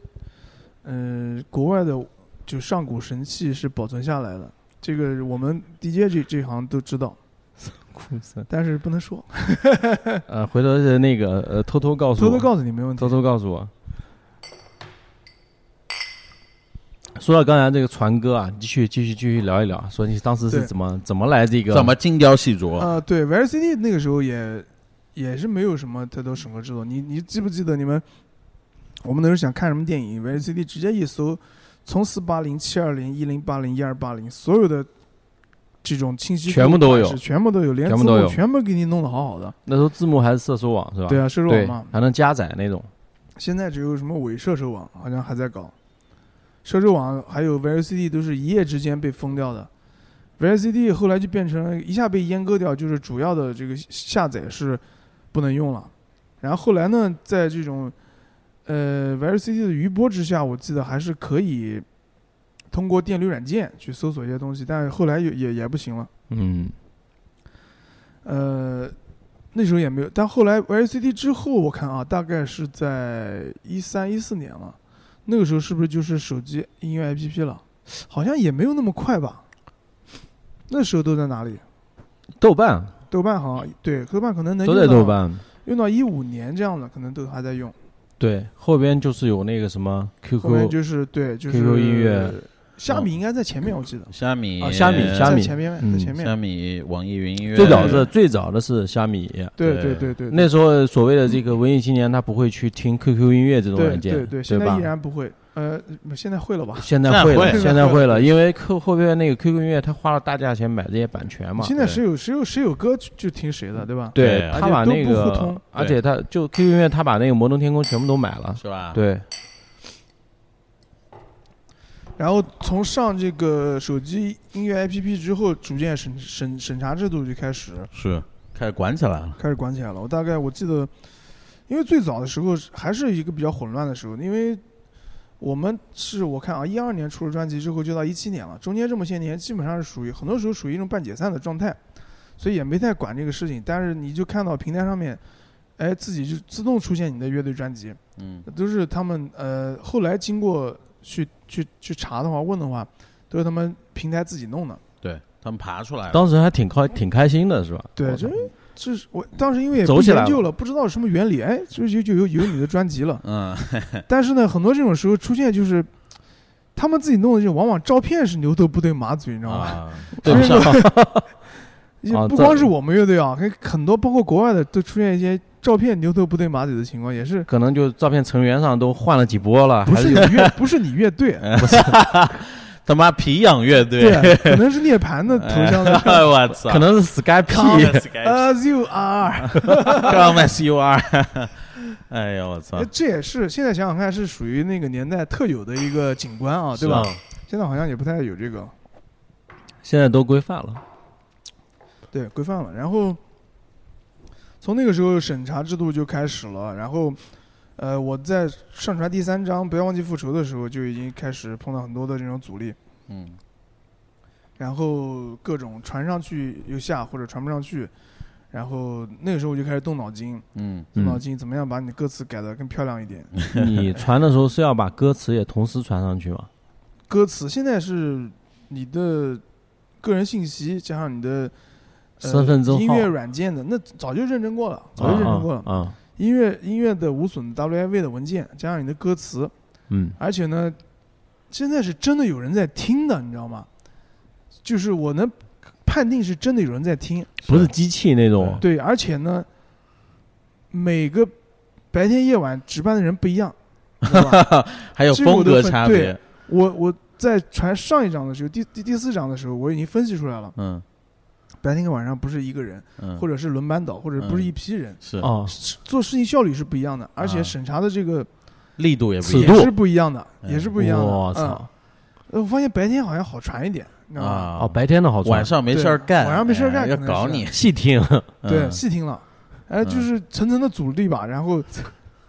S4: 呃，国外的就上古神器是保存下来的，这个我们 DJ 这这行都知道，
S3: 库存
S4: 但是不能说，
S3: 呃，回头是那个呃，偷偷告诉
S4: 偷
S3: 我，
S4: 偷告诉你没问题
S3: 偷。偷告诉我。说到刚才这个传歌啊，继续继续继续聊一聊，说你当时是
S4: 对
S3: 怎么怎么来这个
S2: 怎么精雕细琢？
S4: 啊、对，VCD 那个时候也也是没有什么太多审核制度。你你记不记得你们我们那时候想看什么电影，VCD 直接一搜，从四八零、七二零、一零八零、一二八零，所有的这种清晰度
S3: 全部都
S4: 款
S3: 有
S4: 式全部都有，连
S3: 全部
S4: 字
S3: 都
S4: 幕
S3: 有
S4: 全部给你弄得好好的。
S3: 那时候字幕还是射手网是吧？
S4: 对啊，射手
S3: 对
S4: 网嘛，
S3: 还能加载那种。
S4: 现在只有什么伪射手网好像还在搞，射手网还有 VCD 都是一夜之间被封掉的。VCD 后来就变成了一下被阉割掉，就是主要的这个下载是不能用了。然后后来呢，在这种呃 VCD 的余波之下，我记得还是可以通过电驴软件去搜索一些东西，但是后来也也也不行了。
S3: 嗯，
S4: 呃，那时候也没有，但后来 VCD 之后，我看啊，大概是在一三一四年了，那个时候是不是就是手机音乐 APP 了？好像也没有那么快吧。那时候都在哪里？
S3: 豆瓣
S4: 豆瓣好像对，豆瓣可能能
S3: 都
S4: 用
S3: 在
S4: 到
S3: 豆瓣。
S4: 用到一五年这样的，可能都还在用。
S3: 对，后边就是有那个什么
S4: 后面
S3: QQ，
S4: 就是对，就是
S3: QQ 音乐，
S4: 虾米应该在前面，我记得
S2: 虾米呃
S3: 啊虾米虾
S4: 在
S3: 米
S4: 前面，
S3: 嗯
S4: 在前面
S2: 虾。米网易云音乐
S3: 最早是最早的是虾米，
S4: 对
S2: 对
S4: 对对对，
S3: 那时候所谓的这个文艺青年，他不会去听 QQ 音乐这种
S4: 对
S3: 软件，
S4: 对对，现在
S3: 吧
S4: 依？然不会。呃，现在会了吧？
S3: 现在
S2: 现
S3: 会了，
S2: 在会
S3: 现在会了，因为客后边那个 QQ 音乐，他花了大价钱买这些版权嘛。
S4: 现在谁有谁有谁有歌就就听谁的，对吧？
S2: 对
S3: 对
S2: 而
S4: 且
S3: 他把
S4: 都
S3: 那
S4: 不互
S3: 个
S4: 通，
S3: 而且他就 QQ 音乐，他把那个《摩登天空》全部都买了。
S2: 是吧？，
S3: 对，
S4: 然后从上这个手机音乐 APP 之后，逐渐审审审查制度就开始
S2: 是开始管起来了。
S4: 开始管起来了。我大概我记得，因为最早的时候是还是一个比较混乱的时候，因为我们是我看啊，一二年出了专辑之后就到一七年了，中间这么些年基本上是属于很多时候属于一种半解散的状态，所以也没太管这个事情。但是你就看到平台上面，哎，自己就自动出现你的乐队专辑，
S2: 嗯，
S4: 都是他们呃后来经过去去去查的话问的话，都是他们平台自己弄的。
S2: 对他们爬出来了。。
S3: 当时还挺开挺开心的，是吧？
S4: 对
S3: 我操
S4: 就这是我当时因为也
S3: 嗯走
S4: 不
S3: 起来
S4: 研究
S3: 了
S4: 了，不知道什么原理，哎，就就就有有你的专 辑了
S2: 嗯，
S4: 但是呢，很多这种时候出现就是。他们自己弄的这种，往往照片是牛头不对马嘴，你知道吗？
S2: 啊，对不上，
S4: 也
S3: 啊这
S4: 不光是我们乐队啊，很很多包括国外的都出现一些照片牛头不对马嘴的情况，也是
S3: 可能就照片成员上都换了几波了，
S4: 不
S3: 还
S4: 是
S3: 是
S4: 你
S3: 有
S4: 乐不是你乐队，
S2: 他妈皮痒乐队，
S4: 对，啊可能是涅槃的头像的
S2: 我操，
S3: 可能是
S1: Oh,
S3: Skype，
S4: As You Are，
S2: Come as you are，哎呀，我操
S4: 哎，这也是现在想想看，是属于那个年代特有的一个景观啊，对吧？
S2: 是啊？
S4: 现在好像也不太有这个，
S3: 现在都规范了。
S4: 对，规范了。然后从那个时候审查制度就开始了。然后，呃，我在上传第三章《不要忘记复仇》的时候，就已经开始碰到很多的这种阻力，
S2: 嗯，
S4: 然后各种传上去又下，或者传不上去。然后那个时候我就开始动脑筋，
S2: 嗯，
S4: 动脑
S3: 嗯
S4: 筋怎么样把你的歌词改得更漂亮一点。
S3: 你传的时候是要把歌词也同时传上去吗？
S4: 歌词，现在是你的个人信息加上你的、呃
S3: 身份证号
S4: 音乐软件的，那早就认证过了，早就认证过了。
S3: 啊啊啊，
S4: 音乐音乐的无损 WIV 的文件加上你的歌词，
S3: 嗯，
S4: 而且呢，现在是真的有人在听的，你知道吗？就是我能判定是真的有人在听，
S3: 不是机器那种，
S4: 对，而且呢，每个白天夜晚值班的人不一样，你知道吧？
S2: 还有风格差别，
S4: 我我在传上一章的时候，第第第四章的时候，我已经分析出来了，
S2: 嗯
S4: 白天跟晚上不是一个人，
S2: 嗯，
S4: 或者是轮班倒，或者不是一批人，
S2: 是
S3: 哦，
S4: 是做事情效率是不一样的，而
S2: 啊
S4: 且审查的这个
S2: 力度也不一
S3: 尺
S2: 样
S3: 度
S4: 也是不一样的，
S2: 嗯
S4: 也是不一样的。
S3: 我
S4: 嗯
S3: 操！
S4: 呃，我发现白天好像好传一点，你知道吗？
S2: 啊
S3: 哦，白天的好处，
S2: 晚上没事儿干，
S4: 晚上没事儿干
S2: 哎要
S4: 可能
S2: 搞
S4: 是
S2: 你，
S3: 细听，
S4: 对，
S2: 嗯
S4: 细听了，哎，就
S2: 嗯
S4: 是层层的阻力吧，然后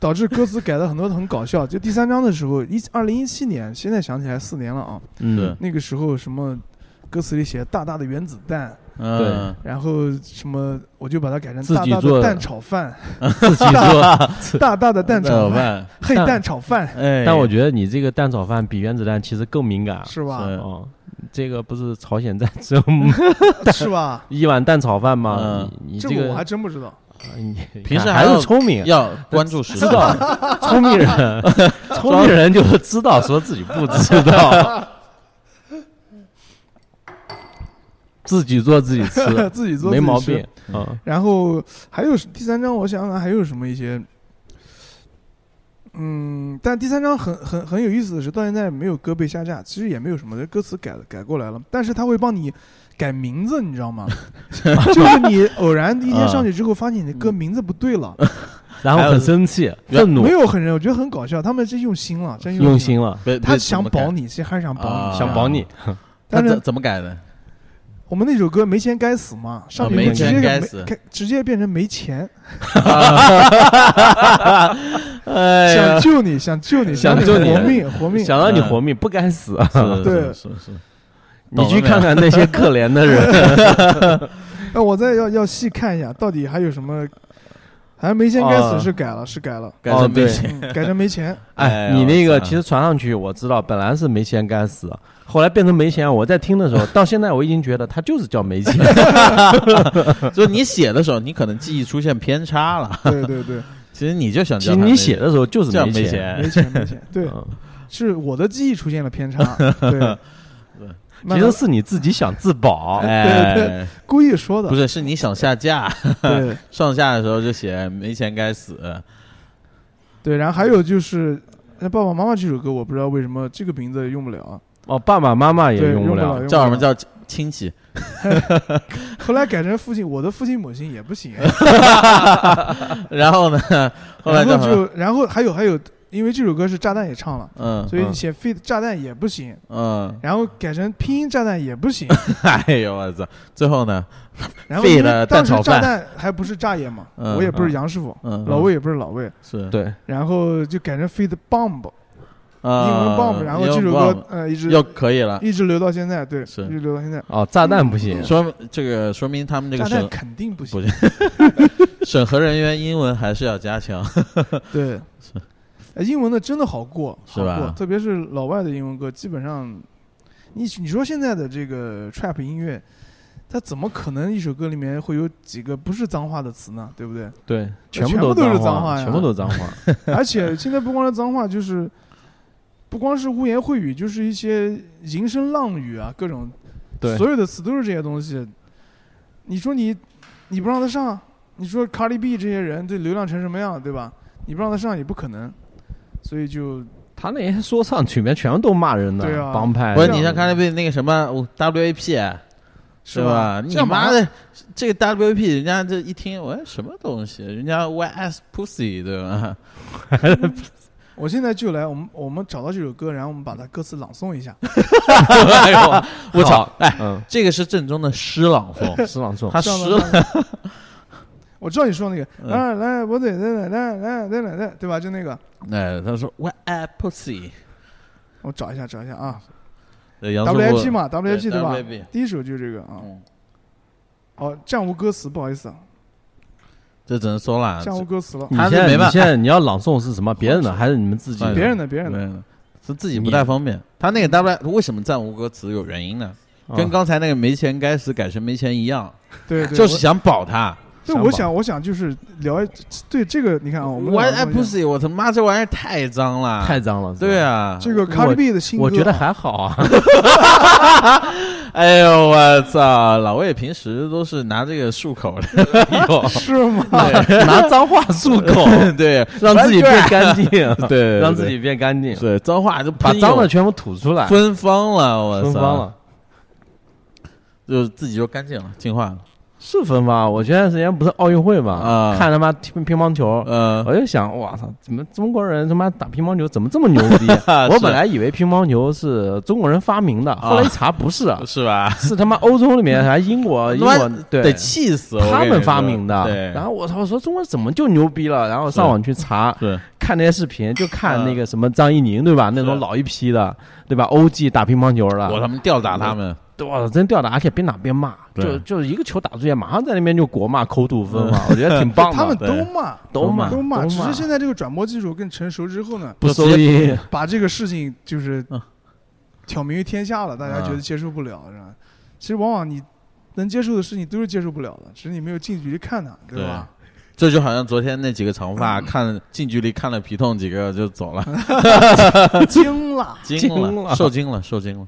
S4: 导致歌词改的很多很搞笑。就第三章的时候，一二零一七年，现在想起来四年了啊，
S3: 嗯，
S4: 那个时候什么歌词里写大大的原子弹，
S2: 嗯，
S4: 然后什么我就把它改成
S3: 自
S4: 大
S3: 己
S4: 大
S3: 做
S4: 的
S3: 的
S4: 蛋炒饭，
S3: 自己 做。
S4: 大大的蛋炒
S2: 炒
S4: 饭，
S2: 饭，
S4: 嘿
S3: 蛋
S4: 蛋炒饭
S2: 哎，
S3: 但我觉得你这个蛋炒饭比原子弹其实更敏感，
S4: 是吧？
S2: 是
S3: 哦，这个不是朝鲜战争吗？
S4: 啊是吧？
S3: 一碗蛋炒饭吗
S2: 嗯？
S3: 你你
S4: 这
S3: 这
S4: 个我还
S3: 个啊
S4: 真 不知道。
S3: 你你
S2: 平时
S3: 看
S2: 还
S3: 还
S2: 要
S3: 是聪
S4: 哦
S3: 明，
S2: 要关注时
S3: 知
S2: 尚，
S3: 道聪明 人，聪明人就知道说自己不知道， 自己做自己吃，
S4: 自己做
S3: 没
S4: 自己
S3: 毛
S4: 吃
S3: 病啊。
S4: 然后还有第三章，我想想还有什么一些，嗯，但第三章很很很有意思的是，到现在没有歌被下架，其实也没有什么歌词改改过来了，但是他会帮你改名字，你知道吗？ 就是你偶然一天
S3: 啊
S4: 上去之后，发现你
S3: 嗯
S4: 的歌名字不 对了，
S3: 然后很生气、
S2: 原
S3: 愤怒
S4: 没，有很人，我觉得很搞笑，他们是用心了，真
S3: 用
S4: 心
S3: 心
S4: 了。
S3: 了，
S2: 别
S4: 他想保，你，其实还是想保
S2: 啊
S4: 你，
S3: 想保你。
S2: 别怎
S4: 但
S2: 么改那
S4: 是
S2: 怎怎么改 的？
S4: 我们那首歌《没钱该死》嘛，上去
S3: 啊没
S4: 直
S3: 钱
S4: 接
S2: 该
S4: 没
S2: 死
S4: 开直接变成没钱，
S3: 哎
S4: 想
S3: 呀，
S4: 救你，想救你，
S3: 想救你
S4: 活命，活命。嗯
S3: 想让你活命，不该死。啊
S2: 是
S4: 对
S2: 是是是，
S3: 你去看看那些可怜的人，
S4: 那哎我再要要细看一下，到底还有什么？还没钱该
S3: 啊
S4: 死是改了，是改了，
S2: 改成没
S3: 对
S2: 钱，
S4: 嗯改成没 钱。
S2: 哎
S3: 哎，
S2: 呀
S3: 你那个
S2: 我操
S3: 其实传上去，我知道本来是没钱该死，后来变成没钱。我在听的时候，到现在我已经觉得他就是叫没钱。
S2: 就你写的时候，你可能记忆出现偏差了。
S4: 对对对，
S2: 其实你就想
S3: 其
S2: 叫
S3: 实
S2: 他
S3: 你
S2: 那
S3: 写的时候就是
S2: 叫没
S3: 钱。
S4: 没
S2: 钱，
S4: 钱没钱，对，
S3: 嗯
S4: 是我的记忆出现了 偏差。对，
S3: 其
S4: 慢慢
S3: 实是你自己想自保。
S4: 对对
S2: 哎，
S4: 故意说的
S2: 不。是，是你想下架，
S4: 对
S2: 上架的时候就写没钱该死，
S4: 对，然后还有就是。那爸爸妈妈这首歌，我不知道为什么这个名字用不了，
S3: 哦，爸爸妈妈也
S4: 对，用
S3: 不
S4: 了
S3: 了。，
S2: 叫什
S4: 用
S2: 么
S4: 不了？
S2: 叫亲戚？
S4: 后来改成父亲，我的父亲母亲也不行。
S2: 然后呢， 后来
S4: 然
S2: 叫
S4: 后
S2: 什么？
S4: 就，然后还有还有，因为这首歌是炸弹也唱了，
S2: 嗯，
S4: 所以
S2: 嗯
S4: 写废炸弹也不行，
S2: 嗯，
S4: 然后改成拼音炸弹也不行，
S2: 哎呦我操！最后呢，
S4: 然后因
S2: 废
S4: 为
S2: 了
S4: 当
S2: 蛋
S4: 时
S2: 炒
S4: 炸
S2: 饭
S4: 弹还不是炸爷嘛，
S2: 嗯
S4: 我也不是杨师傅，
S2: 嗯，
S4: 老魏也不是老魏，
S2: 是
S3: 对，
S4: 然后就改成 f e e bomb，英
S2: 啊，
S4: 文 bomb，然
S2: 英
S4: 后这
S2: 文
S4: 首
S2: bomb
S4: 歌呃一直
S2: 又可以了，
S4: 一直留到现在，对，一
S2: 是
S4: 直留到现在。
S3: 哦，炸弹不行。
S4: 嗯
S2: 说明这个说明他们这个
S4: 炸弹
S2: 审
S4: 肯定不
S2: 不
S4: 行，
S2: 审核人员英文还是要加强。
S4: 对，呃英文的真的好过，
S2: 是
S4: 好
S2: 吧
S4: 过，特别是老外的英文歌，基本上，你你说现在的这个 trap 音乐，它怎么可能一首歌里面会有几个不是脏话的词呢？对 不对？
S3: 对，
S4: 嗯全部
S3: 部
S4: 都是
S3: 是
S4: 脏话呀
S3: 全部都是脏话。
S4: 而且现在不光是脏话，就是不光是污言秽语，就是一些淫声浪语啊，各种
S3: 对
S4: 所有的词都是这些东西。你说你你不让他上，你说 Cardi B 这些人对流量成什么样，对吧？你不让他上也不可能，所以就
S3: 他那些说唱曲里面全部都骂人的，
S4: 对啊
S3: 帮派。
S2: 不是
S4: 这样
S2: 你像刚才被那个什么 WAP
S4: 是
S2: 啊吧？
S4: 这
S2: 你
S4: 样
S2: 妈
S4: 麻
S2: 的，这个 WAP 人家这一听，我什么东西？人家 YS Pussy 对吧？
S4: 我现在就来，我们我们找到这首歌，然后我们把它歌词朗诵一下。
S3: 哎呦，
S2: 我操！哎，
S3: 嗯，
S2: 这个是正宗的诗朗 诵，
S3: 石朗诵，
S2: 他诗
S4: 上
S2: 了，
S4: 了。我知道你说那个，
S2: 嗯
S4: 来来，我得来来来来来来来，对吧？就那个，
S2: 哎，他说 YS Pussy，
S4: 我找一下找一下啊
S2: 呃杨师傅
S4: ，WIP 嘛，WIP
S2: 对
S4: 吧
S2: WIP？
S4: 第一首就是这个啊。
S2: 嗯
S4: 哦，暂无歌词，不好意思啊，
S2: 这只能搜了，
S4: 暂无歌词了
S3: 你。
S2: 他
S3: 现
S2: 是
S3: 在
S2: 没
S3: 你
S2: 办
S3: 现在你要朗诵是什么？别人的还是你们自己
S2: 哎
S3: 的？
S4: 别人的，别人的，
S2: 对是自己不太方便。他那个 W 为什么暂无歌词有原因呢？
S3: 啊
S2: 跟刚才那个没钱该死改成没钱一样，
S4: 对对，
S2: 就是想保他。
S4: 我对，
S3: 想
S4: 我
S3: 法
S4: 想我想就是聊一，对这个，你看啊，我们
S2: 玩
S4: 聊
S2: I
S4: 一下
S2: pussy，我哎他妈这玩意儿太脏了，
S3: 太脏了。
S2: 对
S3: 啊，
S2: 啊，
S4: 这个 Cardi B 的新歌啊，
S3: 我觉得还好 啊。
S2: 哎呦我操，老魏平时都是拿这个漱口的，
S4: 是吗？
S3: 哎 拿脏话漱 口，
S2: 对，
S3: 让自己变干净，
S2: 对，对
S3: 让自己变干净
S2: 对，对脏话就
S3: 把
S2: 喷
S3: 脏的
S2: 涌
S3: 全部吐出来，
S2: 芬芳了，我操，
S3: 芬芳，了。
S2: 就自己就干净了，净化了，
S3: 是分发。我前段时间不是奥运会嘛，
S2: 啊
S3: 看他妈乒乒乓球，
S2: 呃，
S3: 我就想，我操，怎么中国人他妈打乒乓球怎么这么 牛 逼？哎
S2: 啊
S3: 我本来以为乒乓球是中国人发明的，后来一查不是，啊
S2: 是吧？
S3: 是他妈欧洲里面还英国英
S2: 他
S3: 国
S2: 妈
S3: 对
S2: 得气死我
S3: 他
S2: 跟你
S3: 们
S2: 说
S3: 发明的。
S2: 对，
S3: 然后我操，我说中国怎么就牛逼了？然后上网去查，
S2: 是
S3: 看那些视频，就看
S2: 嗯
S3: 那个什么张怡宁对吧？那种老一批的对吧？OG 打乒乓球的，
S2: 我他妈吊打他
S3: 嗯
S2: 们，
S3: 哇，真吊打，而且边打边骂，
S2: 对
S3: 就就是一个球打出去，马上在那边就国骂、口吐芬芳，我觉得挺棒的。
S4: 他们
S2: 对
S4: 都骂，
S3: 都骂，
S4: 都骂，
S3: 都
S4: 只是现在这个转播技术更成熟之后呢，
S3: 不收音，
S4: 把这个事情就是
S2: 嗯
S4: 挑明于天下了，大家觉得
S3: 啊
S2: 嗯
S4: 接受不了，是吧？其实往往你能接受的事情都是接受不了的，只是你没有近距离看它，对吧？
S2: 这就好像昨天那几个长发看近距离看了皮痛几个就走 了，
S4: 呃 惊了！
S2: 惊
S3: 惊
S2: 了，
S3: 了
S2: 受惊了，受惊了。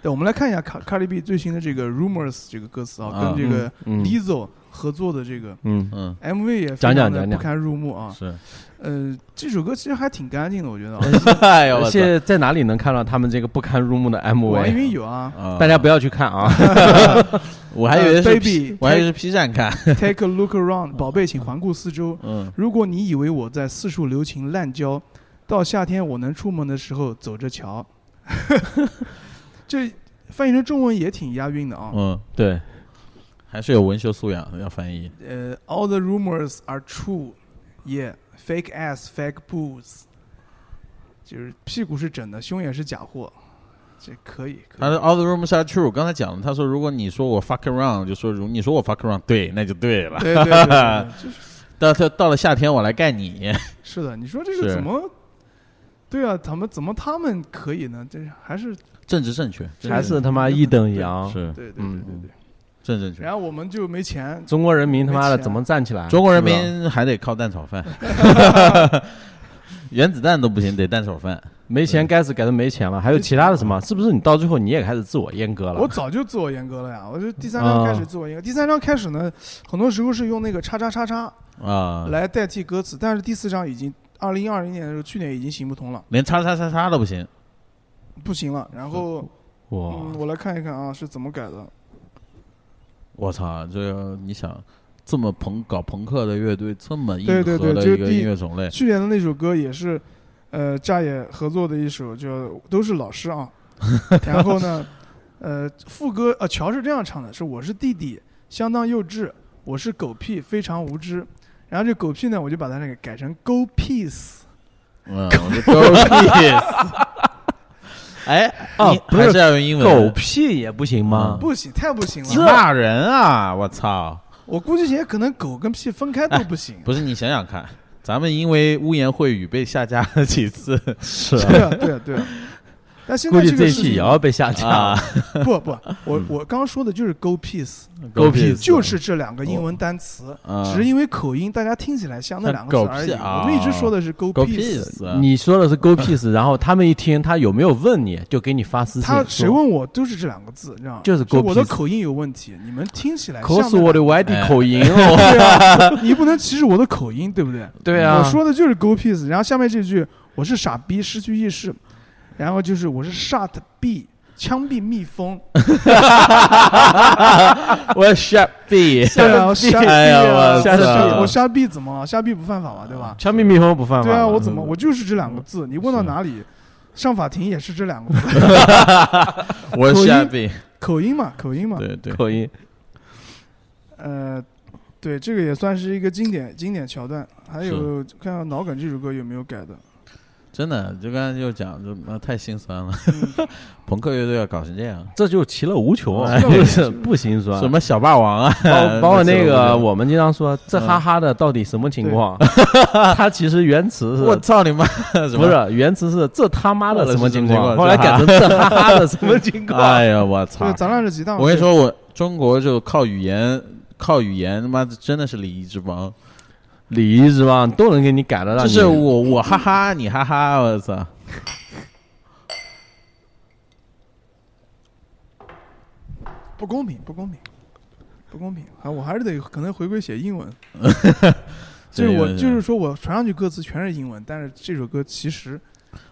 S4: 对，我们来看一下卡卡利比最新的这个 Rumors 这个歌词啊，
S2: 啊
S4: 跟这个
S3: 嗯
S4: Lizzo 合作的这个
S3: 嗯，
S2: 嗯，
S4: MV 也
S3: 讲
S4: 非
S3: 讲
S4: 常的
S3: 讲
S4: 不
S3: 讲
S4: 堪入目啊。
S2: 是，
S4: 呃，这首歌其实还挺干净的，我觉得啊。
S2: 哎呦，
S3: 而
S2: 我
S3: 且在哪里能看到他们这个不堪入目的
S4: 网易
S3: MV？
S4: 云 有啊
S2: 操啊
S3: 大家不要去看啊！
S2: 我还以为
S4: 呃
S2: 是
S4: Baby，
S2: 我还以为是 P 站看，
S4: ，Take a look around，宝贝，请环顾四周。
S2: 嗯，
S4: 如果你以为我在四处留情滥交，到夏天我能出门的时候走着瞧， 这翻译成中文也挺押韵的啊。
S2: 嗯，
S3: 对，
S2: 还是有文学素养的要翻译。
S4: 呃，All the rumors are true, yeah, fake ass, fake boobs，就是屁股是真的，胸也是假货，这可以。可
S2: 他
S3: 啊
S4: 以
S2: 说
S3: 哦
S2: all the rumors are true，刚才讲了，他说如果你说我 fuck around，就说如你说我 fuck around，对，那就对了。
S4: 对对对对对，就是
S2: 到到到了夏天，我来盖你。
S4: 是的，你说这
S2: 是
S4: 个怎么？对啊，他们怎么他们可以呢？这还是
S3: 嗯
S2: 政治正确，
S3: 还是他妈一等洋。
S2: 是
S4: 对对对
S3: 嗯
S4: 对对。
S2: 政治正确。
S4: 然后我们就没钱，
S3: 中国人民他妈
S4: 没
S3: 的
S4: 钱
S3: 怎么站起来？
S2: 中国人
S3: 是吧
S2: 民还得靠蛋炒饭， 原子弹都不行，得蛋炒饭。
S3: 没钱，该死，改成没钱了。还有其他的什么？是不是你到最后你也开始自我阉割了？嗯
S4: 我早就自我阉割了 呀，我就第三章开始自我阉割。第三章开始呢，很多时候是用那个叉叉叉叉
S2: 啊，
S3: 嗯
S4: 来代替歌词，但是第四章已经二零二零年的时候，去年已经行不通了，
S2: 连叉叉叉叉都不行。
S4: 不行了。然后，嗯，
S3: 哇，
S4: 我来看一看啊，是怎么改的。
S2: 我操，这个你想，这么朋搞朋克的乐队，这么硬
S4: 对对
S2: 核
S4: 对
S2: 的
S4: 就
S2: 一个
S4: 第
S2: 音乐种类，
S4: 去年的那首歌也是，呃，炸野合作的一首，叫都是老 师啊。然后呢，呃，副歌呃，乔是这样唱的：是我是弟弟，相当幼稚；我是狗屁，非常无知。然后这狗屁呢，我就把它那个改成 Go Peace。
S2: 嗯，我就狗屁。哎，
S3: 啊
S2: 你
S3: 不是
S2: 还是要用英文
S3: 狗屁也不行吗？
S4: 不行，太不行
S2: 你
S4: 了。
S2: 骂人啊！我操，
S4: 我估计现在可能狗跟屁分开
S3: 哎
S4: 都不行。
S2: 不是你想想看，咱们因为污言秽语被下架了几次
S3: 是啊，
S4: 对啊，对啊，对啊。但现在
S3: 估计
S4: 这
S3: 这
S4: 个
S3: 一
S4: 事
S3: 期也
S4: 情
S3: 要被下架
S2: 啊
S3: 了。，
S4: 不不，我我刚说的就是 go peace，
S2: 狗
S3: 屁
S2: 屁
S3: 哦
S4: 就是这两个英文单词，
S2: 啊
S4: 只是因为口音大家听起来像那两个
S2: 像狗
S4: 字而
S2: 屁
S4: 已。
S2: 啊
S4: 我们一直说的是 go
S2: 狗
S4: peace。
S2: 你
S3: 你说的是 go peace，然后他们一听，他有没有问你，就给你发私信
S4: 他
S3: 说。
S4: 谁问我都是这两个字，你知道吗？
S3: 就是
S4: 我
S3: go
S4: 的
S3: peace
S4: 口音有问题，你们听起来像
S3: 口死
S4: 那
S3: 我的
S4: 两个
S3: 外
S2: 哎
S3: 地口音哦！
S4: 对啊，你不能歧视我的口音，对不 对？
S3: 对啊，
S4: 我说的就是 go peace。然后下面这句，我是傻逼，失去意识，然后就是我是 shut b，枪毙蜜蜂。
S2: 我 shut B，
S4: 对啊，我瞎逼
S2: 哎呀
S4: 啊！
S2: 我
S4: 瞎逼
S2: 操
S4: 我瞎逼怎么了？瞎逼不犯法嘛，对吧？
S3: 枪毙蜜蜂不
S2: 嗯
S3: 嗯犯法
S4: 对
S3: 吗。
S4: 啊，我怎么我就是这两个字？你问到哪里，上法庭也是这两 个字，
S2: 我 shut B，
S4: 口音嘛，口音嘛。
S2: 对对，
S3: 口音？
S4: 呃，对，这个也算是一个经典经典桥段。还有看看脑梗这首歌有没有改的？
S2: 真的，就刚才就讲，就妈太心酸了， 朋克乐队要搞成这样，
S3: 这就其乐无穷，
S2: 哎
S3: 就是不心酸。
S2: 什么小霸王啊，
S3: 包包括那个，
S2: 我
S3: 我们经常说这哈哈的到底什么情况？ 他其实原词是
S2: 我操你妈，什么
S3: 不？是原词是这他妈的什么情
S2: 这
S3: 况？
S2: 哈
S3: 后来改成这哈哈的什么情况？
S2: 哎呀，我操
S4: 对，！咱俩这几档，
S2: 我跟你，说，我中国就靠语言，靠语言，他妈的真的是礼仪之邦，
S3: 礼仪是吧？都能给你改得到。
S2: 就是我我哈哈，你哈哈，我操！
S4: 不公平，不公平，不公平。还我还是得可能回归写英文。就是我，就是说我传上去歌词全是英文，但是这首歌其实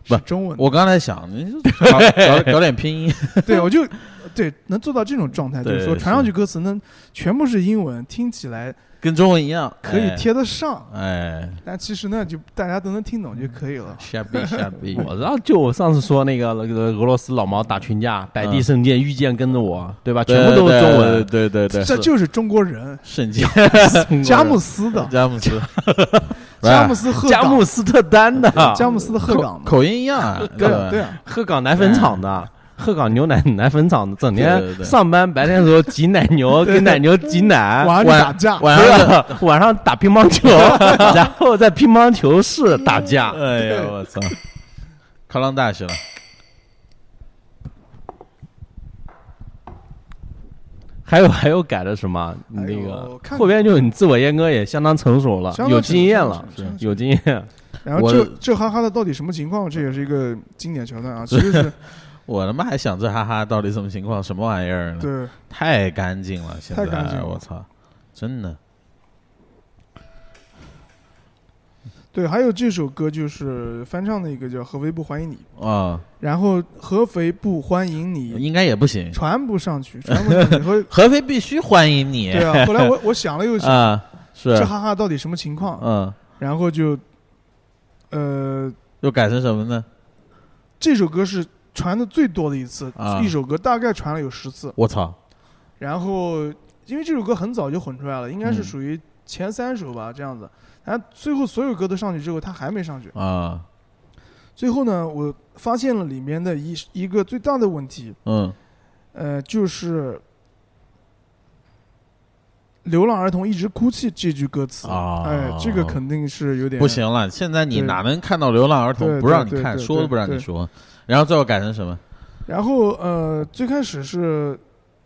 S2: 不
S4: 是中文的。
S2: 我刚才想，你就搞搞搞点拼音，
S4: 对，我就对能做到这种状态，就是
S2: 对
S4: 说传上
S2: 是
S4: 去歌词能全部是英文，听起来
S2: 跟中文一样，
S4: 可以
S2: 哎。
S4: 贴得上，
S2: 哎，
S4: 但其实呢，就大家都能听懂就可以了。
S2: 瞎逼瞎逼，
S3: 我知道，就我上次说那个那个俄罗斯老毛打群架，逮地圣剑，御剑跟着我，对吧？ 全部都是中文。
S2: 对对对，
S4: 这就是中国人，
S2: 圣经
S4: 佳木 斯的，
S2: 詹姆斯，
S4: 佳木斯鹤
S3: 佳
S4: 岗
S3: 木，斯特丹的，
S4: 佳木斯的鹤岗
S2: 口
S4: 的，
S2: 口音一样啊，
S4: 对
S2: 吧
S4: 啊对啊，
S3: 鹤岗奶粉厂的，鹤岗牛奶奶粉厂的，整
S2: 对对对
S3: 天上班，白天的时候挤奶牛，给奶牛挤奶，
S4: 晚上就
S2: 晚
S4: 打架，
S2: 晚
S3: 不
S2: 上
S3: 是 晚上打乒乓球，然后在乒乓球室打架。
S2: 哎呀，我操！考上大学了，
S3: 还有还有改的什么？你那
S4: 哎呦
S3: 个
S4: 我看
S3: 后边就你自我阉割也相当成熟了，
S4: 相当
S3: 有
S4: 成
S3: 经验
S4: 熟
S3: 了
S4: 是是，是
S3: 有经验。
S4: 然后
S2: 我
S4: 这这哈哈的到底什么情况？这也是一个经典桥段啊，其 实是
S2: 我他妈还想这哈哈到底什么情况，什么玩意儿呢？
S4: 对
S2: 太干净了，现在
S4: 太干净了
S2: 我操，真的，
S4: 对，还有这首歌就是翻唱的一个叫《合肥不欢迎你》，
S2: 啊，
S4: 然后合肥不欢迎你
S2: 应该也不行。
S4: 传不上去，传不上去，和
S2: 合肥必须欢迎 你，
S4: 对啊，后来我我想了又想，
S2: 啊，是
S4: 这，哈哈到底什么情况？
S2: 嗯，
S4: 然后就，呃，
S2: 又改成什么呢？
S4: 这首歌是传的最多的一次
S2: 啊，
S4: 一首歌大概传了有十次。
S2: 我操，
S4: 然后因为这首歌很早就混出来了，应该
S2: 嗯
S4: 是属于前三首吧，这样子。然后最后所有歌都上去之后，他还没上去。
S2: 啊，
S4: 最后呢，我发现了里面的一一个最大的问题，
S2: 嗯，
S4: 呃，就是“流浪儿童一直哭泣”这句歌词。
S2: 啊
S4: 哎，这个肯定是有点
S2: 不。行了，现在你
S4: 对
S2: 哪能看到流浪儿童
S4: 啊对
S2: 不让你
S4: 对
S2: 看，
S4: 对
S2: 说都不让你
S4: 对
S2: 说，然后最后改成什么？
S4: 然后呃，最开始是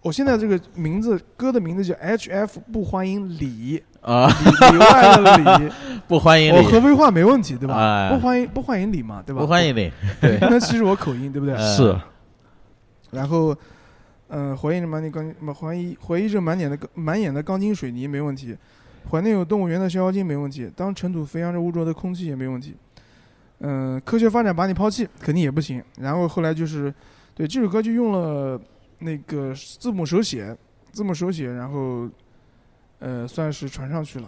S4: 我现在这个名字歌的名字叫 H F 不欢迎李，
S2: 啊，
S4: 里里外的李。
S2: 不欢迎
S4: 我
S2: 你，
S4: 合肥话没问题，对吧？
S2: 哎
S4: 不欢迎不欢迎你嘛，对吧？
S2: 不 欢迎你，
S4: 对，那其实我口音，对不对？
S2: 哎
S3: 是
S4: 然后，呃，回忆着满脸钢，不怀疑回忆着满脸的钢满眼的钢筋水泥没问题，怀念有动物园的逍遥津没问题，当尘土飞扬着污浊的空气也没问题。嗯、科学发展把你抛弃肯定也不行。然后后来就是，对这首歌就用了那个字母手写，字母手写，然后，呃，算是传上去了，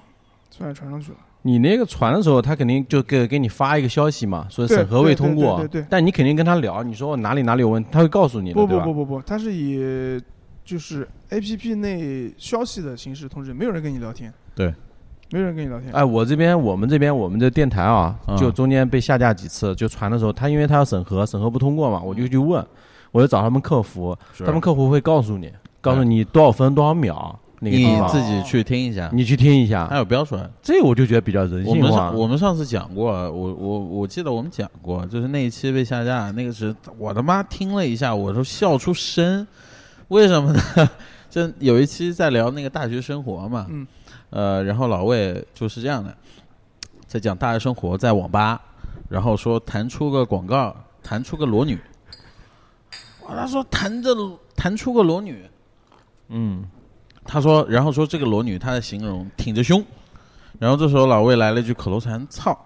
S4: 算是传上去了。
S3: 你那个传的时候，他肯定就给给你发一个消息嘛，说
S4: 对
S3: 审核未通过。
S4: 对对对对对
S3: 但你肯定跟他聊，你说我哪里哪里有问题，他会告诉你的，
S4: 不不
S3: 对吧
S4: 不不不，它是以就是 A P P 内消息的形式通知，没有人跟你聊天。
S2: 对，啊
S4: 没有人跟你聊天。
S3: 哎，我这边我们这边我们这电台啊
S2: 嗯，
S3: 就中间被下架几次，就传的时候，他因为他要审核，审核不通过嘛，
S4: 嗯
S3: 我就去问，我就找他们客服，
S2: 是
S3: 他们客服会告诉你，告诉你多少分多少秒那个地
S2: 你
S3: 方，
S2: 自己去听一下，
S3: 你去听一下
S4: 哎
S2: 还，有标出来。
S3: 这我就觉得比较人
S2: 我
S3: 性
S2: 们
S3: 化
S2: 上。我们上次讲过，我我我记得我们讲过，就是那一期被下架，那个是我他妈听了一下，我都笑出声。为什么呢？ 就有一期在聊那个大学生活嘛，
S4: 嗯，
S2: 呃，然后老魏就是这样的，在讲大学生活，在网吧，然后说弹出个广告，弹出个裸女，哇，他说弹着弹出个裸女，
S3: 嗯，
S2: 他说，然后说这个裸女她的形容挺着胸，然后这时候老魏来了一句口头禅“操”，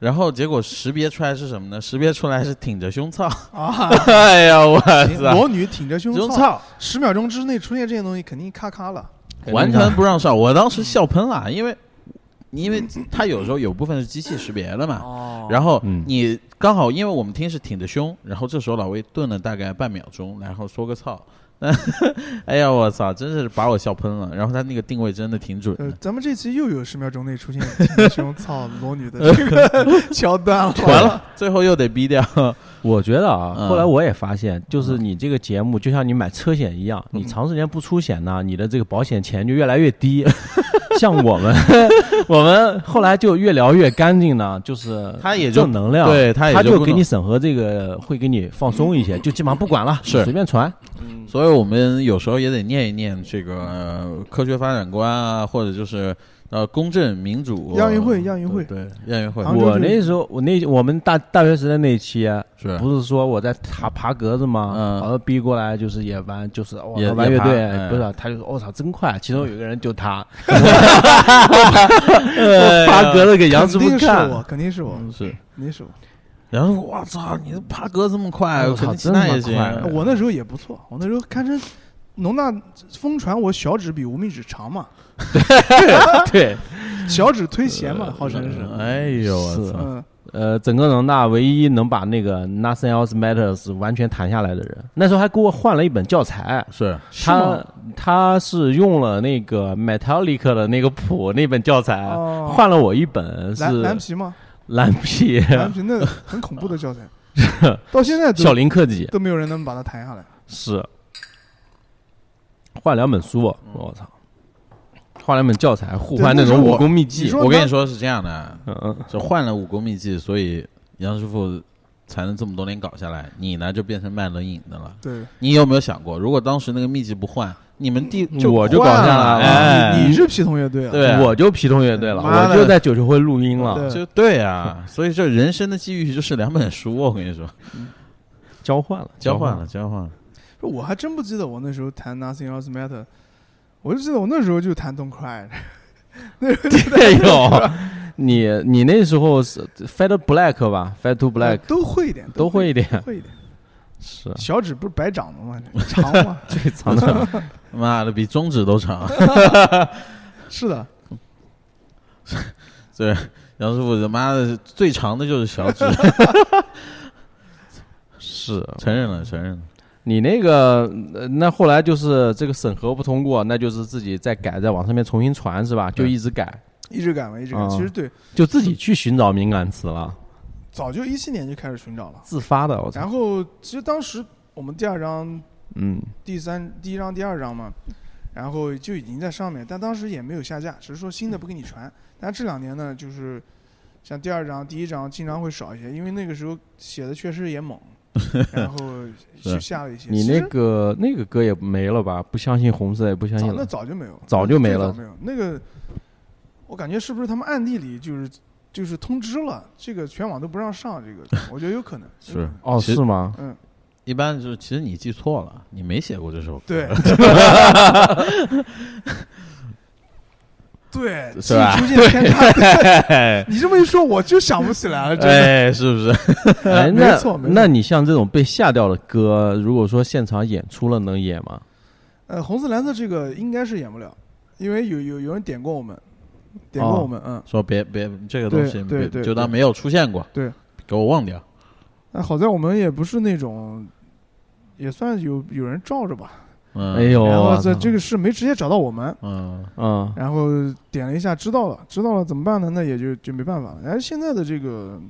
S2: 然后结果识别出来是什么呢？识别出来是挺着胸操，
S4: 啊，
S2: 哎呀我操，
S4: 裸女挺着胸
S2: 胸
S4: 操，
S2: 操，
S4: 十秒钟之内出现这些东西，肯定咔咔了。
S2: 完全不让上，我当时笑喷了，因为因为他有时候有部分是机器识别的嘛，
S4: 哦
S2: 然后
S3: 嗯
S2: 你刚好因为我们听是挺着胸，然后这时候老魏顿了大概半秒钟，然后说个操。 哎呀，我操，真是把我笑喷了。然后他那个定位真的挺准的
S4: 呃，，咱们这期又有十秒钟内出现挺着 胸操裸女的这个桥段 了。
S2: 完了，最后又得逼掉。
S3: 我觉得啊，
S2: 嗯
S3: 后来我也发现，就是你这个节目就像你买车险
S2: 嗯
S3: 一样，你长时间不出险呢，你的这个保险钱就越来越低。 像我们， 我们后来就越聊越干净呢，就是
S2: 他也就
S3: 正能量，
S2: 对他也
S3: 他
S2: 就
S3: 就
S2: 不
S3: 给
S2: 能
S3: 你审核这个会给你放松一些，就基本上不管了，
S2: 是
S3: 随便传。
S2: 所以我们有时候也得念一念这个、呃科学发展观啊，或者就是呃公正民主。
S4: 亚运会亚运会啊
S2: 对对亚运会
S4: 杭州
S3: 我
S4: 就
S3: 那时候，我那我们大大学时代那一期啊，
S2: 是
S3: 不是说我在爬爬格子吗？
S2: 嗯
S3: 然后逼过来就是也嗯玩，就是我
S2: 也
S3: 玩
S2: 也
S3: 乐
S2: 爬
S3: 队，
S2: 哎
S3: 不是，啊他就说我操真快，其中有一个人就 他，我爬格子给杨
S4: 肯
S3: 师傅
S4: 定是
S3: 看，
S4: 我，肯定是我，
S2: 嗯是
S4: 肯定是我。
S2: 然后说我操，你爬格这么快，
S3: 我
S2: 肯
S3: 操
S2: 定那也行
S3: 这。么快
S4: 我那时候也不错，我那时候堪称农大疯传我小指比无名指长嘛，
S3: 对，
S4: 小指推鞋嘛，号称是。
S2: 哎呦我
S3: 是
S2: 操！
S4: 嗯，
S3: 呃，整个农大唯一能把那个 Nothing Else Matters 完全弹下来的人，那时候还给我换了一本教材。
S2: 是
S3: 他他是用了那个 Metallica 的那个谱那本教材，
S4: 哦
S3: 换了我一本哎是
S4: 蓝蓝 皮嘛，
S3: 蓝皮
S4: 蓝皮那很恐怖的 教材，到现在
S3: 小
S4: 都
S3: 林克己
S4: 都没有人能把它弹下来。
S3: 是换两本书，啊我操，换两本教材，互换嗯那
S4: 对那时
S3: 种
S4: 候
S3: 武
S4: 我
S3: 功秘
S4: 你
S3: 籍
S4: 说，
S2: 我跟你说是这样的，
S3: 嗯嗯，
S2: 是换了武功秘籍，所以杨师傅才能这么多年搞下来。你呢，就变成卖冷饮的了。
S4: 对，
S2: 你有没有想过，如果当时那个秘籍不换，你们第
S3: 我就搞
S4: 换
S3: 下来
S4: 啊
S3: 了，
S2: 哎
S4: 你你是皮童乐队啊？
S2: 对啊
S3: 我就皮童乐队了，
S2: 妈的
S3: 我就在九球会录音了，
S4: 对
S2: 就对啊，所以这人生的际遇就是两本书， 我跟你说，
S3: 交换了，
S2: 交换
S3: 了
S2: 了，，交换了。
S4: 我还真不记得我那时候弹 Nothing Else Matter，我就记得我那时候就弹 Don't Cry，
S3: 对哟，你你那时候是 Fat Black 吧，Fat to Black
S4: 都会一点，
S3: 都会一
S4: 一
S3: 点，嗯
S4: 会一点。
S3: 是
S4: 小指不是白长的吗？长吗？
S3: 最长的，
S2: 妈的，比中指都长。
S4: 是的，
S2: 对，杨师傅他妈的最长的就是小 指，
S3: 是
S2: 承认了，承认了。
S3: 你那个呃那后来就是这个审核不通过，那就是自己再改，再往上面重新传是吧？就
S2: 对
S3: 一直改，
S4: 一直改嘛，一直改。
S3: 啊
S4: 其实对，
S3: 就自己去寻找敏感词了，
S4: 早就一七年就开始寻找了。
S3: 自发的，我操，
S4: 嗯然后其实当时我们第二张、
S3: 嗯，
S4: 第三、第一张、第二张嘛，然后就已经在上面，但当时也没有下架，只是说新的不给你传。但这两年呢，就是像第二张、第一张经常会少一些，因为那个时候写的确实 也猛，然后就是下了一些。
S3: 你
S4: 其
S3: 那
S4: 实
S3: 个那个歌也没了吧？不相信红色，也不相信
S4: 早那
S3: 了，
S4: 早就没有，
S3: 早就没
S4: 最
S3: 了
S4: 早没有那个，我感觉是不是他们暗地里就是就是通知了，这个全网都不让上，这个我觉得有可能。有可能
S2: 是
S3: 哦，
S2: 其实
S3: 是吗？
S4: 嗯，
S2: 一般就是，其实你记错了，你没写过这首歌，
S4: 对，对，
S2: 是吧
S4: 出现偏差。对 你这么一说，我就想不起来了，真的。
S2: 哎，是不 是？
S3: 哎，
S4: 没
S3: 那
S4: 错没错
S3: 那你像这种被下掉的歌，如果说现场演出了，能演吗？
S4: 呃，红色蓝色这个应该是演不了，因为有有有人点过我们，点过
S3: 哦
S4: 我们，嗯。
S2: 说别别这个东西，
S4: 对对
S2: 别
S4: 对
S2: 就当
S4: 对
S2: 没有出现过，
S4: 对，
S2: 给我忘掉。
S4: 那好在我们也不是那种，也算有有人罩着吧，
S2: 嗯，
S3: 哎，呦，
S4: 然后
S3: 我
S4: 在
S3: 操
S4: 啊这个是没直接找到我们，
S2: 嗯，
S3: 嗯，
S4: 然后点了一下，知道了，知道了怎么办呢？那也就就没办法了。然后现在的这个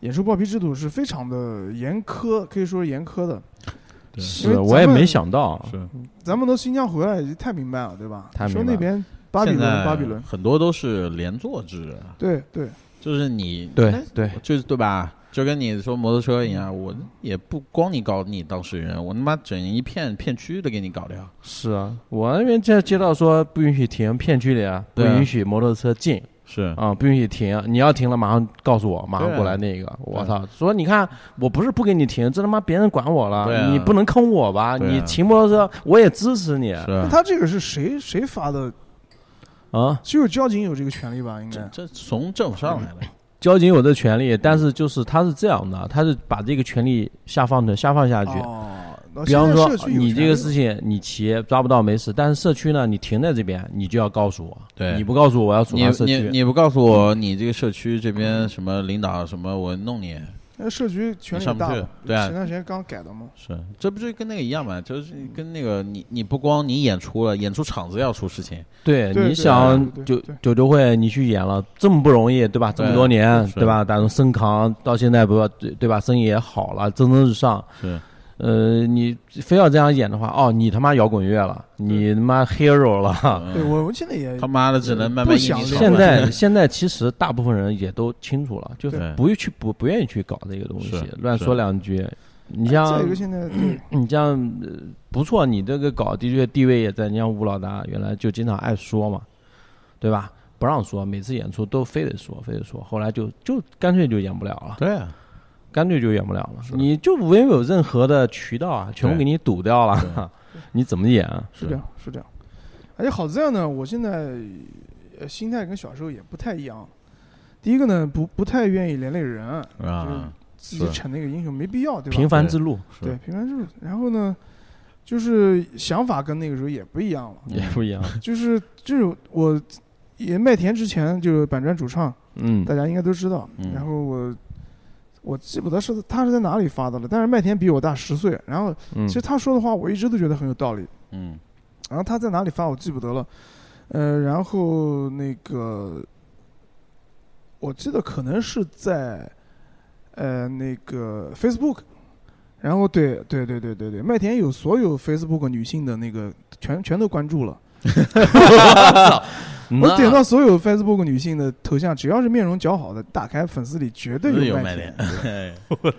S4: 演出报批制度是非常的严苛，可以说是严苛的。
S2: 对
S4: 因
S3: 是
S4: 为咱
S3: 我也
S4: 们
S3: 没想到，啊
S2: 是。
S4: 咱们从新疆回来也太明白了，对吧？
S3: 太
S4: 你说
S3: 明白
S4: 那边巴比
S2: 现在
S4: 伦，巴比伦，
S2: 很多都是连坐制，
S3: 啊
S4: 对对，
S2: 就是你
S3: 对对，
S2: 就是对吧？就跟你说摩托车一样，我也不光你搞你当事人，我他妈整一片片区都给你搞掉。
S3: 是啊，我那边接接到说不允许停片区里啊，不
S2: 对啊
S3: 允许摩托车进
S2: 是
S3: 啊、不允许停，你要停了马上告诉我，马上
S2: 对啊
S3: 过来那个，我操，说你看我不是不给你停，这他妈别人管我了，
S2: 对啊
S3: 你不能坑我吧？
S2: 对啊
S3: 你骑摩托车我也支持你啊、
S4: 那
S2: 是，
S4: 他这个是谁谁发的？只有交警有这个权利吧？应
S2: 这
S4: 该
S2: 这从政府上来的，
S3: 交警有这权利，但是就是他是这样的，他是把这个权利下放的下放下去。
S4: 哦，那
S3: 比
S4: 现
S3: 方
S4: 在
S3: 说
S4: 社区，有
S3: 你
S4: 权
S3: 这个
S4: 利
S3: 事情你骑抓不到没事，但是社区呢，你停在这边，你就要告诉我，
S2: 对
S3: 你不告诉我，我要主
S2: 你
S3: 张社
S2: 你
S3: 区。
S2: 你不告诉我你这个社区这边什么领导什么，我弄你。
S4: 那社区嗯
S2: 你
S4: 权力
S2: 上不
S4: 大
S2: 去
S4: 嘛
S2: 对啊
S4: 前段时间刚改的嘛。
S2: 是，这不就跟那个一样嘛？就是跟那个你你不光你演出了，演出场子要出事情，
S3: 对，
S4: 对
S3: 你
S4: 对
S3: 想
S4: 对对
S3: 九
S4: 对
S3: 九九会你去演了，这么不容易，对吧？这么
S2: 对
S3: 多年，
S2: 是
S3: 对吧？打从深扛到现在，不对对吧？生意也好了，蒸蒸日上。
S2: 是
S3: 呃，你非要这样演的话，哦，你他妈摇滚乐了，你他妈 hero 了。
S4: 对我，我现在也
S2: 他妈的只能慢慢
S4: 嗯不
S2: 印
S4: 想
S2: 你
S4: 聊
S2: 手
S3: 现
S2: 了
S3: 在现在其实大部分人也都清楚了，就
S2: 对
S3: 不去不不愿意去搞这个东西
S2: 是，
S3: 乱
S2: 是
S3: 说两句。你
S4: 哎再
S3: 像
S4: 一个现在对
S3: 你这样呃不错，你这个搞的确地位也在。你像吴老大原来就经常爱说嘛，对吧？不让说，每次演出都非得说，非得说。后来就就干脆就演不了了，
S2: 对啊，
S3: 干脆就演不了了。你就没有任何的渠道啊，全部
S2: 对
S3: 给你堵掉了， 你怎么演啊？
S4: 是这样，是这样。而且好在呢，我现在呃心态跟小时候也不太一样。第一个呢，不不太愿意连累人，
S2: 啊，
S4: 一直逞那个英雄没必要，对吧？
S3: 平凡之路
S2: 是
S4: 对平凡之路。然后呢，就是想法跟那个时候也不一样 了，
S3: 也不一样。
S4: 就是就是我也麦田之前就是板砖主唱，
S3: 嗯
S4: 大家应该都知道。
S2: 嗯
S4: 然后我我记不得是他是在哪里发的了，但是麦田比我大十岁。然后
S3: 嗯
S4: 其实他说的话我一直都觉得很有道理。
S2: 嗯
S4: 然后他在哪里发我记不得了，呃，然后那个我记得可能是在呃那个 Facebook，然后对对对对对对，麦田有所有 Facebook 女性的那个全全都关注了，我点到所有 Facebook 女性的头像，只要是面容姣好的，打开粉丝里绝对
S2: 是有
S4: 有
S2: 麦
S4: 麦田
S2: 田。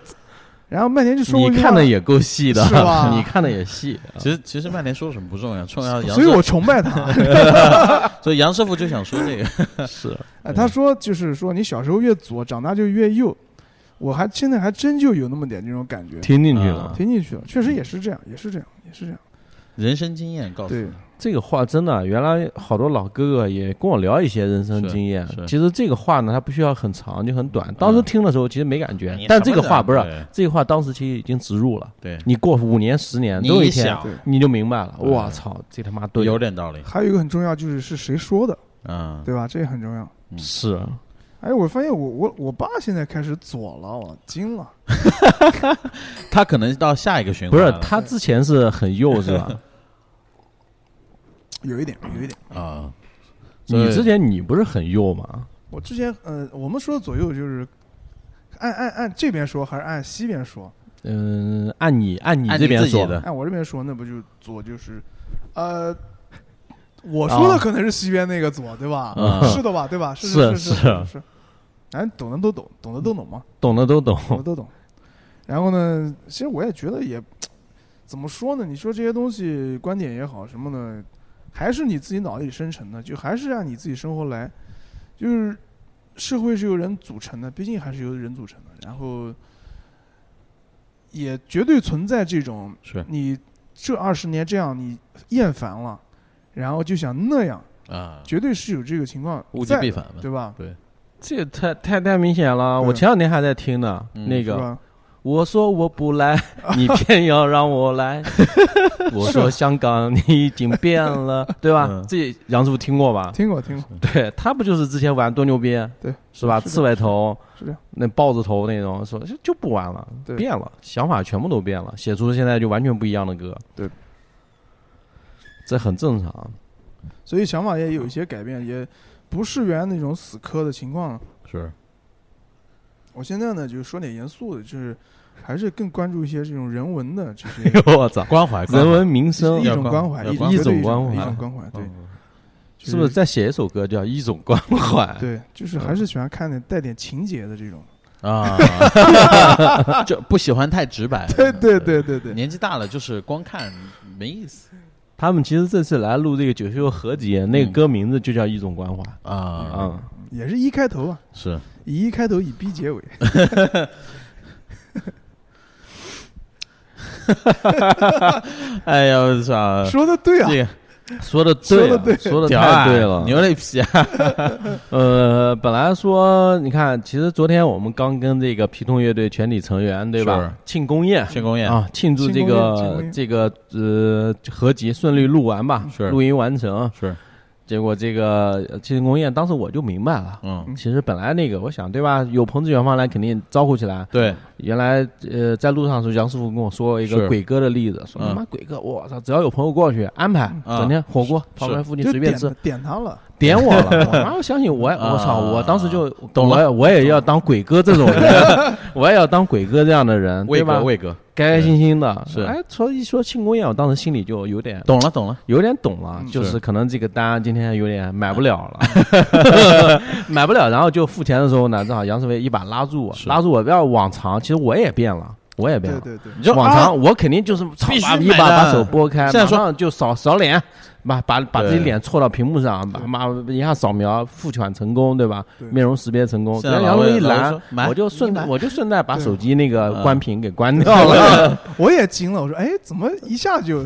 S4: 然后麦田就说过
S3: 你
S4: 一句
S3: 看
S4: 话
S3: 的也够细的，
S4: 是吧
S3: 你看的也细。啊
S2: 其实其实曼联说什么不重要，重要杨
S4: 所以我崇拜他。
S2: 所以杨师傅就想说这个，
S3: 是，
S4: 哎，他说就是说你小时候越左，长大就越右。我还现在还真就有那么点这种感觉，
S3: 听进去
S2: 啊
S3: 了。
S4: 听进去了，确实也是这样，也是这样，也是这样。
S2: 人生经验告诉
S4: 对
S2: 你，
S3: 这个话真的，原来好多老哥哥也跟我聊一些人生经验
S2: 是是。
S3: 其实这个话呢，它不需要很长，就很短。当时听的时候其实没感觉
S2: 你，
S3: 但
S2: 什
S3: 这
S2: 么
S3: 个
S2: 人
S3: 话不是，
S2: 对
S3: 这个话当时其实已经植入了。
S2: 对，
S3: 你过五年、十年，
S2: 你
S3: 总有
S2: 一
S3: 天
S2: 想
S4: 对
S3: 你就明白了。
S2: 对
S3: 我操，这他妈对，
S2: 有点道理，
S4: 还有一个很重要就是是谁说的，
S2: 嗯，
S4: 对吧？这也很重要。
S3: 是
S4: 哎，我发现我我我爸现在开始左了，我惊了。
S2: 他可能到下一个循
S3: 不
S2: 环
S3: 是
S2: 了
S3: 他之前是很幼是吧？
S4: 有一点，有一点。
S2: 啊？所以
S3: 你之前你不是很幼吗？
S4: 我之前呃，我们说左右就是按按按这边说还是按西边说？
S3: 嗯，按你按你
S2: 按
S3: 这
S2: 你
S3: 边
S2: 自己
S3: 说
S2: 的
S4: 哎按我这边说，那不就左就是，呃，我说的
S3: 哦
S4: 可能是西边那个左，对吧？
S2: 嗯
S4: 是的吧？对吧？是
S3: 是
S4: 是
S3: 是
S4: 是。咱懂的都懂，懂的都懂嘛。
S3: 懂的都懂。
S4: 我都懂。然后呢，其实我也觉得也怎么说呢？你说这些东西观点也好什么的，还是你自己脑子里生成的，就还是按你自己生活来。就是社会是由人组成的，毕竟还是由人组成的。然后也绝对存在这种
S2: 是
S4: 你这二十年这样你厌烦了，然后就想那样，
S2: 啊，
S4: 绝对是有这个情况
S2: 物极
S4: 在
S2: 必
S4: 的，
S2: 反嘛，
S4: 对吧？
S3: 这个太太太明显了，
S4: 对
S3: 我前两天还在听呢。
S2: 嗯
S3: 那
S4: 是啊
S3: 个，
S4: 吧？
S3: 我说我不 来，你偏要让我来。我说香港，你已经变 了，对吧
S2: 嗯？
S3: 这杨师傅听过吧？
S4: 听过听过，
S3: 对他不就是之前玩多牛逼，
S4: 对，
S3: 是吧？
S4: 是的
S3: 刺猬头
S4: 是这样，嗯
S3: 那豹子头那种，说就就不玩了，
S4: 对
S3: 变了，想法全部都变了，写出现在就完全不一样的歌。
S4: 对，
S3: 这很正常。
S4: 所以想法也有一些改变，也不是原来那种死磕的情况了。
S2: 是
S4: 我现在呢，就是说点严肃的，就是还是更关注一些这种人文的这些
S3: 我操，
S2: 关怀
S3: 人文民生
S4: 一
S2: 要
S4: 种关怀，
S2: 要
S4: 一
S2: 关
S4: 绝
S3: 怀
S4: 对
S3: 一种关怀
S4: 一种关怀，啊对，嗯就是
S3: 不是？再写一首歌叫《一种关怀》？
S4: 对，就是还是喜欢看点带点情节的这种。
S2: 啊，就不喜欢太直白，
S4: 对对对对对，
S2: 年纪大了就是光看没意思
S3: 他们其实这次来录这个九秀合集，那
S2: 嗯
S3: 个歌名字就叫《一种关怀》
S2: 啊，
S3: 啊。
S4: 嗯也是一开头啊，
S2: 是
S4: 以一开头，以 B 结尾。
S2: 哎呀，我操，
S4: 说的对啊，
S2: 这个
S3: 说的对
S4: 说
S3: 啊，
S4: 得对
S3: 说的
S2: 屌
S3: 太
S2: 啊
S3: 对了。
S2: 牛了一批啊，
S3: 呃，本来说你看，其实昨天我们刚跟这个皮痛乐队全体成员对
S2: 是
S3: 吧庆功宴
S2: 庆功宴
S3: 啊，庆祝这
S4: 庆功
S3: 个
S4: 宴
S3: 这个呃合集顺利录完吧
S2: 是，
S3: 录音完成。
S2: 是
S3: 结果这个呃庆功宴，当时我就明白了。
S2: 嗯，
S3: 其实本来那个，我想对吧？有朋自远方来，肯定招呼起来。
S2: 对，
S3: 原来呃，在路上的时候，杨师傅跟我说一个
S2: 是
S3: 鬼哥的例子，说
S2: 嗯
S3: 他妈鬼哥，我操，只要有朋友过去，安排
S2: 啊
S3: 整天火锅，旁边附近
S4: 就
S3: 随便
S4: 点
S3: 吃
S4: 了，点他了，
S3: 点我了， 我妈我相信我也，
S2: 啊
S3: 我操，我当时就
S2: 懂了
S3: 我也我也要当鬼哥这种人， 我也要当鬼哥这样的人，
S2: 魏
S3: 对吧
S2: 哥？魏哥，
S3: 开开心心的，
S2: 是
S3: 哎，说一说庆功宴，我当时心里就有点
S2: 懂了懂了，
S3: 有点懂了，
S4: 嗯
S3: 就是是可能这个单今天有点买不了了， 买不了，然后就付钱的时候呢，正好杨思维一把拉住我，
S2: 是
S3: 拉住我不要往常，其实我也变了，我也变
S4: 对
S3: 了。
S4: 对对，
S2: 你就
S3: 往
S2: 啊
S3: 常我肯定就是操
S2: 必须
S3: 把
S2: 买
S3: 一把把
S2: 单
S3: 手拨开，
S2: 现在
S3: 马
S2: 说
S3: 上就扫扫脸，把把把自己
S2: 对
S3: 脸凑到屏幕上，把
S4: 对
S3: 妈一下扫描复选成功，对吧？
S4: 对
S3: 面容识别成功，
S2: 现在
S3: 然
S2: 老
S3: 后
S2: 魏
S3: 一
S2: 老
S3: 拦
S2: 魏说买，
S3: 我就顺
S2: 你买
S3: 我就顺带把
S4: 对
S3: 手机那个
S2: 嗯
S3: 关屏给 关掉了。
S4: 我也惊了，我说哎，怎么一下就，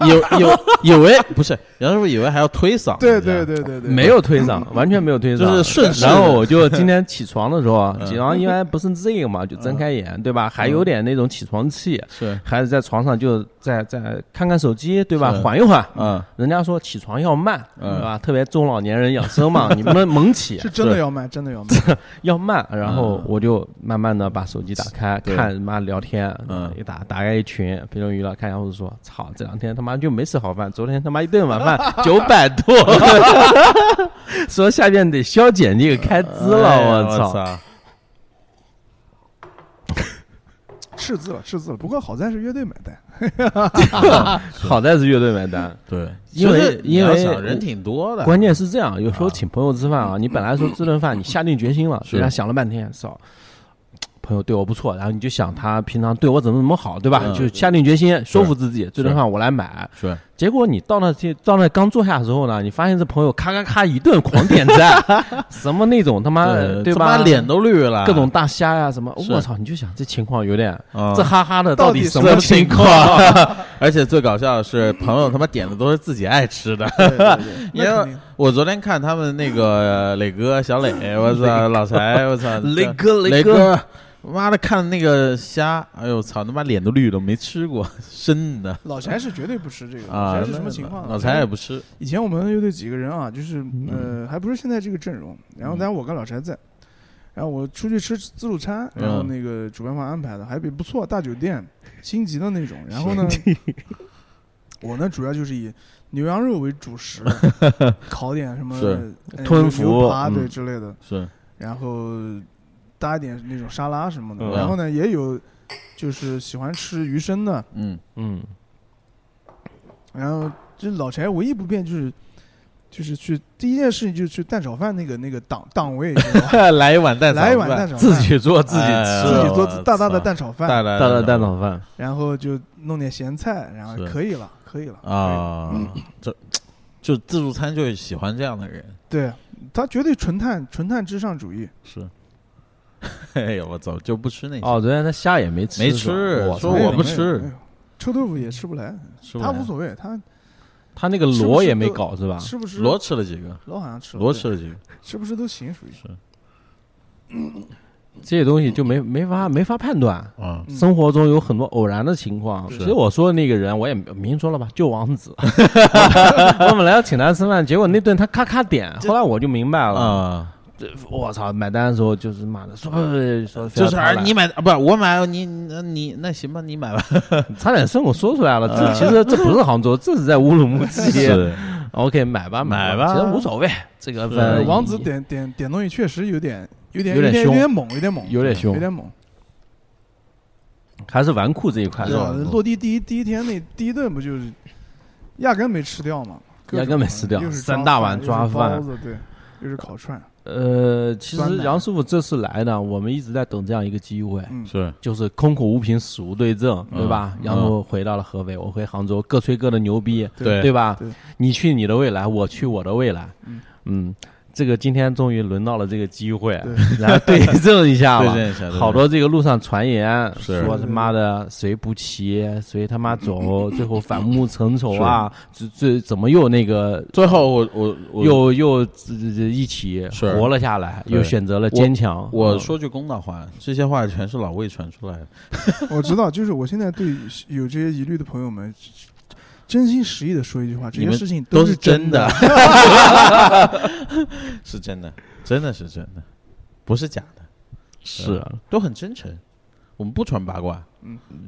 S2: 有有以为不是杨师傅以为还要推搡
S4: 对对对对对，
S3: 没有推搡，完全没有推搡，
S2: 就是顺势的嗯
S3: 然后我就今天起床的时候啊，起床因为不是这个嘛，就睁开眼，对吧？还有点那种起床气，
S2: 是
S3: 孩子在床上就在在看看手机，对吧？
S2: 是
S3: 缓一缓。
S2: 嗯
S3: 人家说起床要慢，
S2: 嗯
S3: 对吧？特别中老年人养 生嘛，你们猛起
S4: 是真的要卖，真的要卖，
S3: 要慢。然后
S2: 嗯
S3: 我就慢慢的把手机打开，
S2: 对
S3: 看妈聊天，
S2: 嗯
S3: 一打打开一群评论娱乐，看然后说，操，这两天他妈就没吃好饭，昨天他妈一顿 晚饭九百多，说下面得削减这个开支
S2: 哎呀
S3: 了，
S2: 我
S3: 操！
S4: 赤字了，赤字了。不过好在是乐队买单，
S3: 好在是乐队买单。
S2: 对，
S3: 因为
S2: 其实你
S3: 因
S2: 要
S3: 为
S2: 想人挺多的，
S3: 关键是这样，有时候请朋友吃饭啊，你本来说这顿饭你下定决心了，
S2: 是
S3: 人家想了半天，操，朋友对我不错，然后你就想他平常对我怎么怎么好，对吧？
S2: 嗯
S3: 就下定决心说服自己，这顿饭我来买。
S2: 是
S3: 结果你到那去到那刚坐下的时候呢，你发现这朋友咔咔咔一顿狂点赞，什么那种他妈啊对
S2: 他妈
S3: 吧？
S2: 脸都绿了，
S3: 各种大虾呀、什么，
S2: 是
S3: 我操！你就想这情况有点。
S2: 啊
S3: 这哈哈的
S4: 到
S3: 底
S4: 底
S3: 什
S4: 什
S3: 么
S4: 么
S3: 情
S2: 情
S3: 况？
S2: 而且最搞笑的是，朋友他妈点的都是自己爱吃的。
S4: 对对对
S2: 因
S4: 那肯
S2: 为
S4: 定
S2: 我昨天看他们那个磊哥、小磊，我操，老柴，我操，
S3: 雷哥，
S2: 磊
S3: 雷哥，，
S2: 妈的，看那个虾，哎呦，操，他妈脸都绿了，没吃过 生的
S4: 老柴是绝对不吃这个，老
S2: 啊
S4: 柴是，什么情况？
S2: 老柴也不吃，
S4: 以前我们乐队几个人啊，就是
S3: 嗯
S4: 呃，还不是现在这个阵容。然后，但是我跟老柴在，然后我出去吃自助餐，
S2: 嗯
S4: 然后那个主办方安排的还比不错，大酒店，星级的那种。然后呢，我呢主要就是以牛羊肉为主 食，烤点什么
S2: 是
S4: 呃
S3: 吞服
S4: 牛扒对
S3: 嗯
S4: 之类的，
S2: 是
S4: 然后搭一点那种沙拉什么的。
S3: 嗯
S4: 然后呢，也有就是喜欢吃鱼生的，
S2: 嗯，
S3: 嗯，
S4: 然后就是老柴唯一不变就是，就是去第一件事情就是去蛋炒饭那个那个档档位，你 知道吧
S2: 来一碗蛋炒饭，
S4: 来一碗蛋炒饭，
S3: 自己做自己
S2: 哎
S3: 吃
S4: 自己做
S2: 我
S4: 大大的
S2: 操
S4: 蛋炒
S2: 带
S4: 饭，
S2: 来
S3: 蛋蛋炒饭，
S4: 然后就弄点咸菜，然后
S2: 是
S4: 可以了，可以了。
S2: 啊，
S4: 嗯
S2: 这就自助餐就喜欢这样的人，
S4: 对他绝对纯碳纯碳至上主义，
S2: 是， 哎呦，我操，就不吃那些，
S3: 哦，昨天他虾也没吃，
S2: 没
S3: 是
S2: 吃
S3: 吧哇
S2: 说
S3: 塞
S4: 没有
S2: 我不
S4: 没有
S2: 吃
S4: 没有臭豆腐也吃不来，
S2: 吃不
S4: 他
S2: 来
S4: 无所谓，他
S3: 他那个螺也没搞是吧？
S4: 吃不吃
S2: 罗吃了几个，
S4: 罗好像吃了
S2: 罗
S4: 对
S2: 吃了几个，
S4: 吃不吃都行，属于
S3: 这些东西就
S2: 嗯
S3: 没没法没法判断。
S2: 啊，
S4: 嗯
S3: 生活中有很多偶然的情况，
S2: 是
S3: 其实我说的那个人，我也明说了吧，就 王子。 我本来要请他吃饭，结果那顿他咔咔点，后来我就明白了，
S2: 啊，
S3: 这我操，买单的时候就是妈的，说不不说非
S2: 就
S3: 要
S2: 是
S3: 他
S2: 啊
S3: 来
S2: 你买的啊不是我买，你你你那行吧，你买 吧，
S3: 差点顺口说出
S2: 嗯
S3: 来了，这其实这不是杭州，这是在乌鲁木齐。OK，买吧
S2: 买
S3: 吧，
S2: 吧
S3: 其实无所谓，这个
S2: 是嗯
S3: 反正
S4: 王子点点点东西确实有点有点
S3: 有点
S4: 点
S3: 凶
S4: 有点猛，有点猛，
S3: 有点凶
S4: 有点猛。
S3: 还哎是纨绔这一块
S2: 还
S4: 对
S2: 是
S4: 啊
S2: 吧，
S4: 落地第一第一天那第一顿不就是压根没吃掉嘛？各
S3: 压
S4: 种
S3: 根没吃掉
S4: 又是抓
S3: 三大碗
S4: 饭
S3: 抓饭
S4: 又是包子对，又是烤串，
S3: 呃，其
S4: 酸
S3: 实
S4: 奶
S3: 杨师傅这次来呢，我们一直在等这样一个机会，
S4: 嗯，
S2: 是
S3: 就是空口无凭，死无对证，
S2: 嗯
S3: 对吧？
S2: 嗯
S3: 然后回到了合肥，我回杭州，各吹各的牛逼，
S2: 对
S3: 对吧
S4: 对？
S3: 你去你的未来，我去我的未来
S4: 嗯，
S3: 嗯，这个今天终于轮到了这个机会
S4: 对，
S3: 然后对证一下
S2: 对
S3: 吧。
S2: 症一下，对
S3: 好多这个路上传言
S2: 是
S3: 说他妈的谁不骑谁他 妈走，最后反目成仇啊！这这怎么又那个
S2: 最后我我我
S3: 又又这这这一起
S2: 是
S3: 活了下来，
S2: 对
S3: 又选择了坚强。
S2: 我
S3: 嗯
S2: 说句公道话，这些话全是老魏传出来的，
S4: 我知道，就是我现在对有这些疑虑的朋友们，真心实意的说一句话，这
S2: 你
S4: 些
S2: 们
S4: 事情
S2: 都
S4: 是
S2: 是真
S4: 的
S2: 的，， 是真的，真的是真的，不是假的，
S3: 是
S2: 都很真诚。我们不传八卦，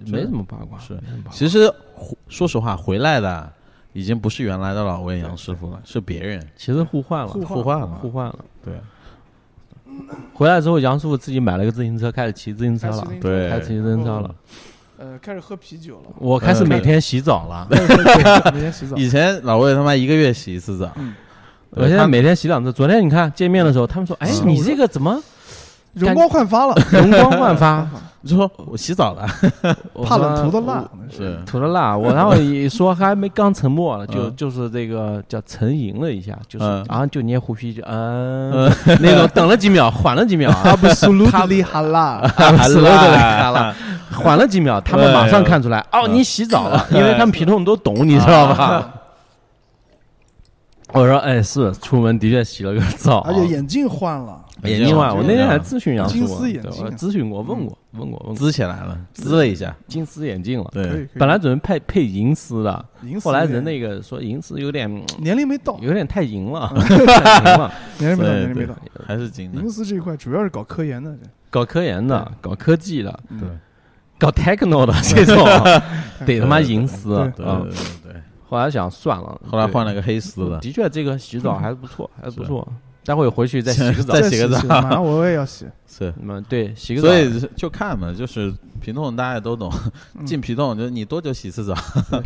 S3: 没什么八卦，
S2: 是
S3: 没什么八卦
S2: 其实回说实话，回来的已经不是原来的老魏杨师傅了，是别人
S3: 其实互换了，
S2: 互换了。
S3: 互换了。
S2: 对
S3: 回来之后，杨师傅自己买了个自行车，开始骑自行车哦
S4: 开始
S3: 了，
S4: 那种
S2: 对
S3: 开始骑自行车了。
S4: 呃，开始喝啤酒了，
S3: 我开始
S2: 嗯
S3: 每天洗澡了，
S4: 开始喝酒每天洗澡，
S2: 以前老魏他妈一个月洗一次澡，
S4: 嗯
S3: 我现在每天洗两次。昨天你看见面的时候，他们说：“哎，
S2: 是
S3: 你这个怎么
S4: 容光焕发了，
S3: 容光焕发，
S2: 你说我洗澡了，
S3: 我
S4: 怕冷
S3: 说
S4: 涂的蜡
S3: 我，
S4: 那是
S2: 是
S3: 涂的蜡。我然后一说还没刚沉默了，就
S2: 嗯
S3: 就是这个叫沉吟了一下，就是
S2: 嗯
S3: 啊就捏胡须就嗯 那种，等了几秒，缓了几秒啊，
S4: absolutely 哈啦，
S3: 死了都来了，缓了几秒，他们马上看出来，哦，你洗澡了，因为他们皮痛都懂，你知道
S2: 啊
S3: 吧？ 我说，哎，是出门的确洗了个澡，啊
S4: 而且眼镜换了，
S3: 眼睛啊，我那天还咨询杨叔，
S4: 金丝眼啊
S3: 对
S4: 镜
S3: 我咨询过，问过，问过，问过，
S2: 滋起来了，滋了一下，
S3: 金丝眼镜了。
S4: 可以
S2: 嗯对，，
S4: 可以
S3: 本来准备配配银丝的，
S4: 银丝
S3: 后来
S4: 有点
S3: 人那个说银丝有点
S4: 年龄没到，
S3: 有点太银了，
S4: 嗯
S3: 太银了。
S4: 年龄没到，
S2: 对
S4: 年龄没到。
S2: 还是金
S3: 嗯
S2: 的
S4: 银，丝这一块主要是搞科研的，这
S3: 搞科研的，搞科技的，
S4: 嗯
S2: 对
S3: 搞 techno 的 这种，啊 得他妈
S2: 对对
S3: 银丝啊
S2: 对！
S3: 啊
S4: 嗯
S2: 对对对，
S3: 后来想算了，
S2: 后来
S3: 对
S2: 换了个黑丝的，
S3: 嗯的确，这个 洗澡还不错，还不错。待会儿回去再洗个澡
S2: 再。洗个澡
S4: 马上我也要洗，
S2: 是，
S3: 嗯，对，洗个澡。
S2: 所以就看嘛，就是皮痛大家也都懂，
S4: 嗯
S2: 进皮痛就是你多久洗一次澡，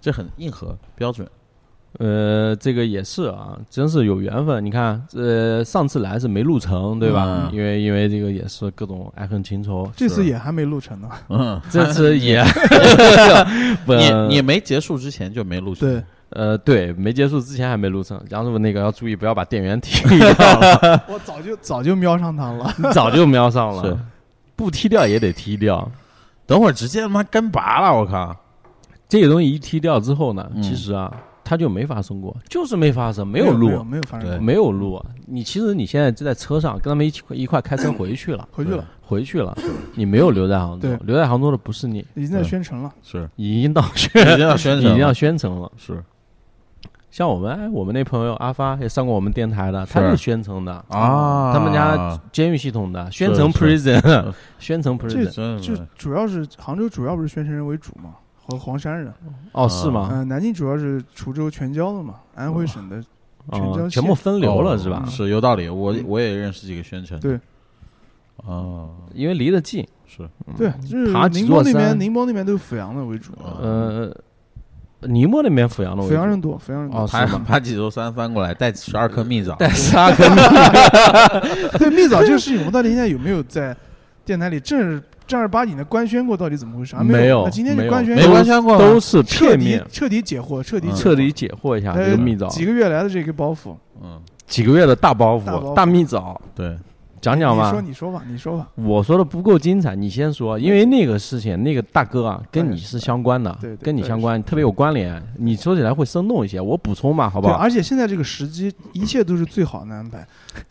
S2: 这很硬核标准，
S3: 呃，这个也是啊，真是有缘分。你看，呃，上次来是没录成，对吧？
S2: 嗯
S3: 因为因为这个也是各种爱恨情仇。
S4: 这次也还没录 成呢。
S2: 嗯，
S3: 这 次也， 不
S2: 你你没结束之前就没录取，
S4: 对，
S3: 呃，对，没结束之前还没录成。杨师傅那个要注意，不要把电源踢 掉了，
S4: 我早就早就瞄上他了。
S3: 早就瞄上
S2: 是
S3: 了，不踢掉也得踢掉。
S2: 等会儿直接他妈干拔了，我靠！
S3: 这个东西一踢掉之后呢，
S2: 嗯
S3: 其实啊，它就没发生过，就是没发 生，没有
S4: 没有
S3: 录，
S4: 没有发生
S2: 对
S4: 过，
S3: 没有录啊。你其实你现在就在车上，跟他们一起一块开车回去了，
S4: 嗯回去了，
S3: 回去了，你没有留在杭州
S4: 对，
S3: 留在杭州的不是你，
S4: 已经在
S2: 对
S4: 宣城了。
S2: 是
S3: 已经到
S2: 一
S3: 宣
S2: 定，要宣
S3: 已
S2: 传，
S3: 经到宣城了。
S2: 是
S3: 像我们，哎，我们那朋友阿发也上过我们电台的，
S2: 是
S3: 他就是宣城的，
S2: 啊，
S3: 哦他们家监狱系统的，宣
S2: 是
S3: 城
S2: 是
S3: prison，宣城 prison，
S2: 真
S4: 就是主要是杭州主要不是宣城人为主嘛，和黄山人。
S3: 哦，是
S4: 嗯、
S3: 吗？
S4: 南京主要是滁州全椒的嘛，安徽省的。啊全
S3: 哦
S4: 江
S3: 全
S4: 县
S3: 部分流了是
S4: 哦
S3: 吧？
S2: 是有道理，我
S4: 嗯
S2: 我也认识几个宣传，
S4: 对，
S2: 哦，
S3: 因为离得近，
S2: 是
S4: 对，就是
S3: 嗯爬几
S4: 宁
S3: 座
S4: 波那边，
S3: 山
S4: 宁波那边都是阜阳的为主，
S3: 呃，宁波那边阜阳的位
S4: 啊阜阳
S3: 置
S4: 人多，阜阳人多。
S3: 哦
S2: 爬
S3: 是吗
S2: 爬几座山翻过来，带十二颗蜜枣，
S3: 带沙坑
S4: 对，蜜枣这个事情，我们到底现在有没有在电台里正儿正儿八经的官宣过？到底怎么回事？啊、
S3: 没有
S4: 有，那今天
S3: 没
S4: 就
S3: 有
S4: 官宣
S2: 没
S4: 一下
S2: 关系过吗
S3: 都是
S4: 彻
S3: 片
S4: 底
S3: 面，
S4: 彻底解惑，彻底
S2: 嗯
S4: 解惑
S3: 彻底解惑一下这
S4: 呃
S3: 个蜜枣，
S4: 几个月来的这个包袱，
S2: 嗯，
S3: 几个月的大包
S4: 大包
S3: 袱，
S4: 袱
S3: 大蜜枣，
S2: 对，
S3: 讲讲
S4: 你说
S3: 吧。
S4: 你说吧，你说吧，
S3: 我说的不够精彩，你先说，因为那个事情，那个大哥啊，跟你是相关的
S4: 对对，对
S3: 跟你相关，特别有关联，你说起来会生动一些。我补充嘛，好不
S4: 对，
S3: 好？
S4: 而且现在这个时机，一切都是最好的安排。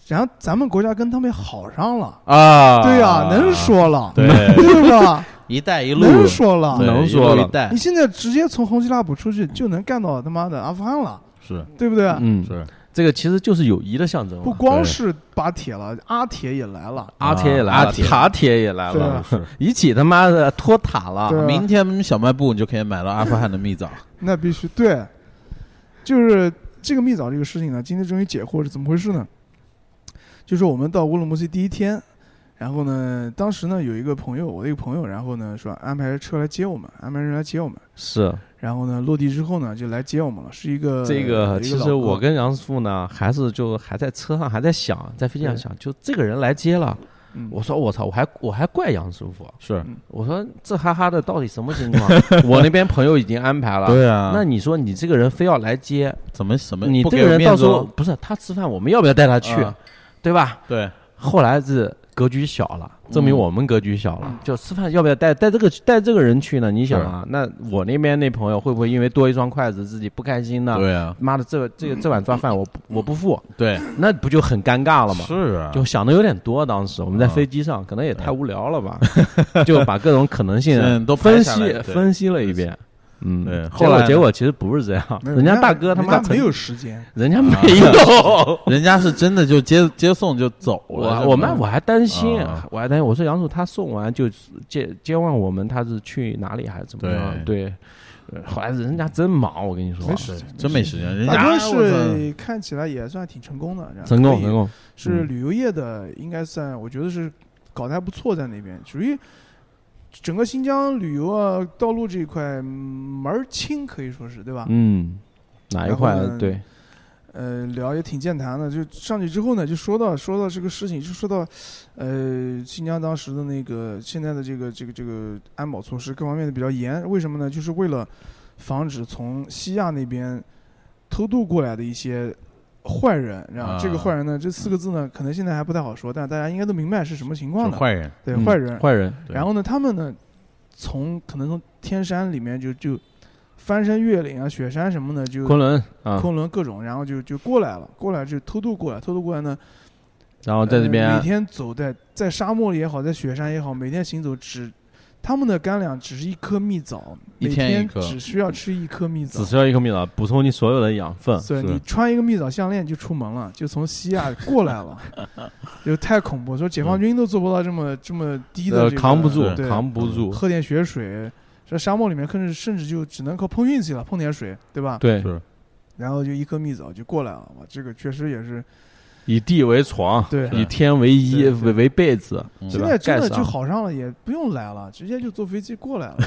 S4: 然后咱们国家跟他们好上了，
S2: 啊
S4: 对呀、能说 了，
S2: 对
S4: 对吧？
S2: 一带一路
S4: 能说了
S2: 对，
S3: 能
S2: 一
S3: 说
S2: 路
S3: 了
S2: 一带
S4: 你现在直接从红旗拉卜出去就能干到他妈的阿富汗了，
S2: 是
S4: 对不对？
S3: 嗯，
S2: 是
S3: 这个其实就是友谊的象征嘛。啊
S4: 不光
S2: 对
S4: 是巴铁了，阿铁也来了，
S3: 阿铁也来
S2: 啊
S3: 了，
S2: 阿铁
S3: 塔铁也来
S4: 对
S3: 了
S4: 啊，
S3: 一起他妈的拖塔了。
S4: 对啊
S2: 明天小卖部你就可以买 到阿富汗的蜜枣，
S4: 那必须对。就是这个蜜枣这个事情呢，今天终于解惑是怎么回事呢？就是我们到乌鲁木齐第一天，然后呢，当时呢有一个朋友，我的一个朋友，然后呢说安排车来接我们，安排人来接我们。
S3: 是，
S4: 然后呢，落地之后呢，就来接我们了，是一个
S3: 这个
S4: 一
S3: 其
S4: 老
S3: 实
S4: 哥
S3: 我跟杨师傅呢，还是就还在车上，还在想，在飞机上想，就这个人来接了，
S4: 嗯
S3: 我说我操，我还我还怪杨师傅，啊
S2: 是
S3: 我说这哈哈的到底什么情 况？我那边朋友已经安排了，
S2: 对啊，
S3: 那你说你这个人非要来接，
S2: 怎么怎么
S3: 你
S2: 不
S3: 这
S2: 给
S3: 个
S2: 我
S3: 人
S2: 面
S3: 到
S2: 子
S3: 时候
S2: 哦？
S3: 不是他吃饭，我们要不要带他去
S2: 啊，
S3: 对吧？
S2: 对，啊
S3: 后来是格局小了，证明
S2: 嗯
S3: 我们格局小了。就吃饭要不要带带这个带这个人去呢？你想啊，那我那边那朋友会不会因为多一双筷子自己不开心呢？
S2: 对啊，
S3: 妈的，这这这碗抓饭我不我不付，
S2: 对，
S3: 那不就很尴尬了吗？
S2: 是啊，
S3: 就想的有点多，当时我们在
S2: 啊
S3: 飞机上，可能也太无聊了吧， 就把各种可能性
S2: 嗯都
S3: 分
S2: 排下来
S3: 析
S2: 对
S3: 分析了一遍。
S2: 对
S3: 嗯，
S2: 后来呢
S3: 结果结果其实不是这样，
S4: 没有
S3: 人家大哥他妈
S4: 人家没有时间，
S3: 人家没 有，
S2: 人家是真的就接接送就走了，
S3: 我我们我还担心
S2: 啊，
S3: 我还担心，我说杨总他送完就接接完我们，他是去哪里还是怎么样？对，呃后来人家真忙，我跟你说
S4: 没，时间，
S2: 真没时间，人
S4: 大
S2: 家
S4: 哥
S2: 我
S4: 是看起来也算挺成功的，
S3: 成功成
S4: 功
S3: 功，
S4: 是
S3: 嗯
S4: 旅游业的，应该算我觉得是搞得还不错，在那边属于整个新疆旅游啊道路这一块嗯门儿清，可以说是对吧？
S3: 嗯，哪一
S4: 然后
S3: 块
S4: 呢
S3: 对
S4: 呃，聊也挺健谈的。就上去之后呢，就说到说到这个事情，就说到，呃，新疆当时的那个现在的这个这个这个安保措施各方面的比较严，为什么呢？就是为了防止从西亚那边偷渡过来的一些坏人。然后这个
S2: 啊
S4: 坏人呢，这四个字呢，可能现在还不太好说，但大家应该都明白是什么情况
S2: 是
S4: 的。
S2: 坏人，
S4: 对
S3: 嗯
S4: 坏人，
S3: 坏人，
S2: 对
S4: 然后呢，他们呢，从可能从天山里面就就翻山越岭啊、雪山什么的，就
S3: 昆仑啊，
S4: 昆仑各种，然后就就过来了，过来就偷渡过来，偷渡过来呢，
S3: 然后哦在这
S4: 呃
S3: 边啊
S4: 每天走在在沙漠里也好，在雪山也好，每天行走只他们的干粮只是一颗蜜枣，
S2: 一
S4: 每
S2: 天一
S4: 天
S2: 颗
S4: 只需要吃一颗蜜枣
S3: 只。需要一颗蜜枣补充你所有的养分，
S4: 所以
S2: 是
S4: 你穿一个蜜枣项链就出门了，就从西亚过来了， 就太恐怖。说解放军都做不到这么这么低的
S3: 呃
S4: 这个，
S3: 扛不住，
S4: 对
S3: 扛不住，
S4: 喝点雪水。这沙漠里面，甚至甚至就只能靠碰运气了，碰点水，对吧？
S3: 对，
S2: 是
S4: 然后就一颗蜜枣就过来了，哇，这个确实也是。
S3: 以地为床，
S4: 对
S3: 以天为衣
S4: 对对
S3: 为为被子，
S2: 嗯
S3: 对
S4: 现
S3: 吧
S4: 在真
S3: 盖啊
S4: 的
S3: 上
S4: 就好上了，也不用来了，直接就坐飞机过来了。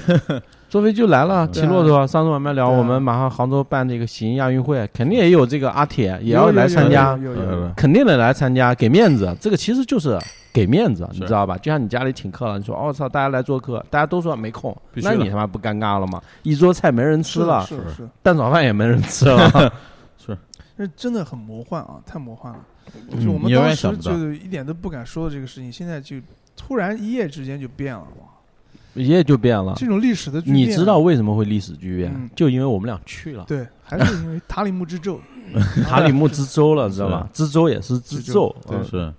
S3: 作为就来了，
S2: 对
S3: 骑骆驼。上次我们聊，
S4: 对啊
S3: 我们马上杭州办这个喜迎亚运会，肯定也有这个阿铁也要
S4: 有有
S3: 来参加，嗯
S4: 有有有有有
S2: 呃
S3: 肯定得来参加，给面子。这个其实就是给面子，
S2: 是
S3: 你知道吧？就像你家里请客了，你说哦操，大家来做客，大家都说没空，
S2: 必须
S3: 那
S2: 的
S3: 你他妈不尴尬了吗？一桌菜没人吃了，
S4: 是是，
S3: 蛋炒饭也没人吃了，
S4: 那真的很魔幻啊，太魔幻了。
S3: 嗯
S4: 就我们
S2: 你永
S4: 当
S2: 远想
S4: 时
S2: 不到
S4: 就一点都不敢说的这个事情，现在就突然一夜之间就变了，哇！
S3: 一夜就变了。
S4: 这种历史的巨
S3: 啊你
S4: 变
S3: 知道为什么会历史巨变
S4: 嗯？
S3: 就因为我们俩去了。
S4: 对，还是因为塔里木之咒，
S3: 塔里木之舟了，知道吧？之舟也是之咒
S4: 之舟，对
S3: 嗯
S2: 是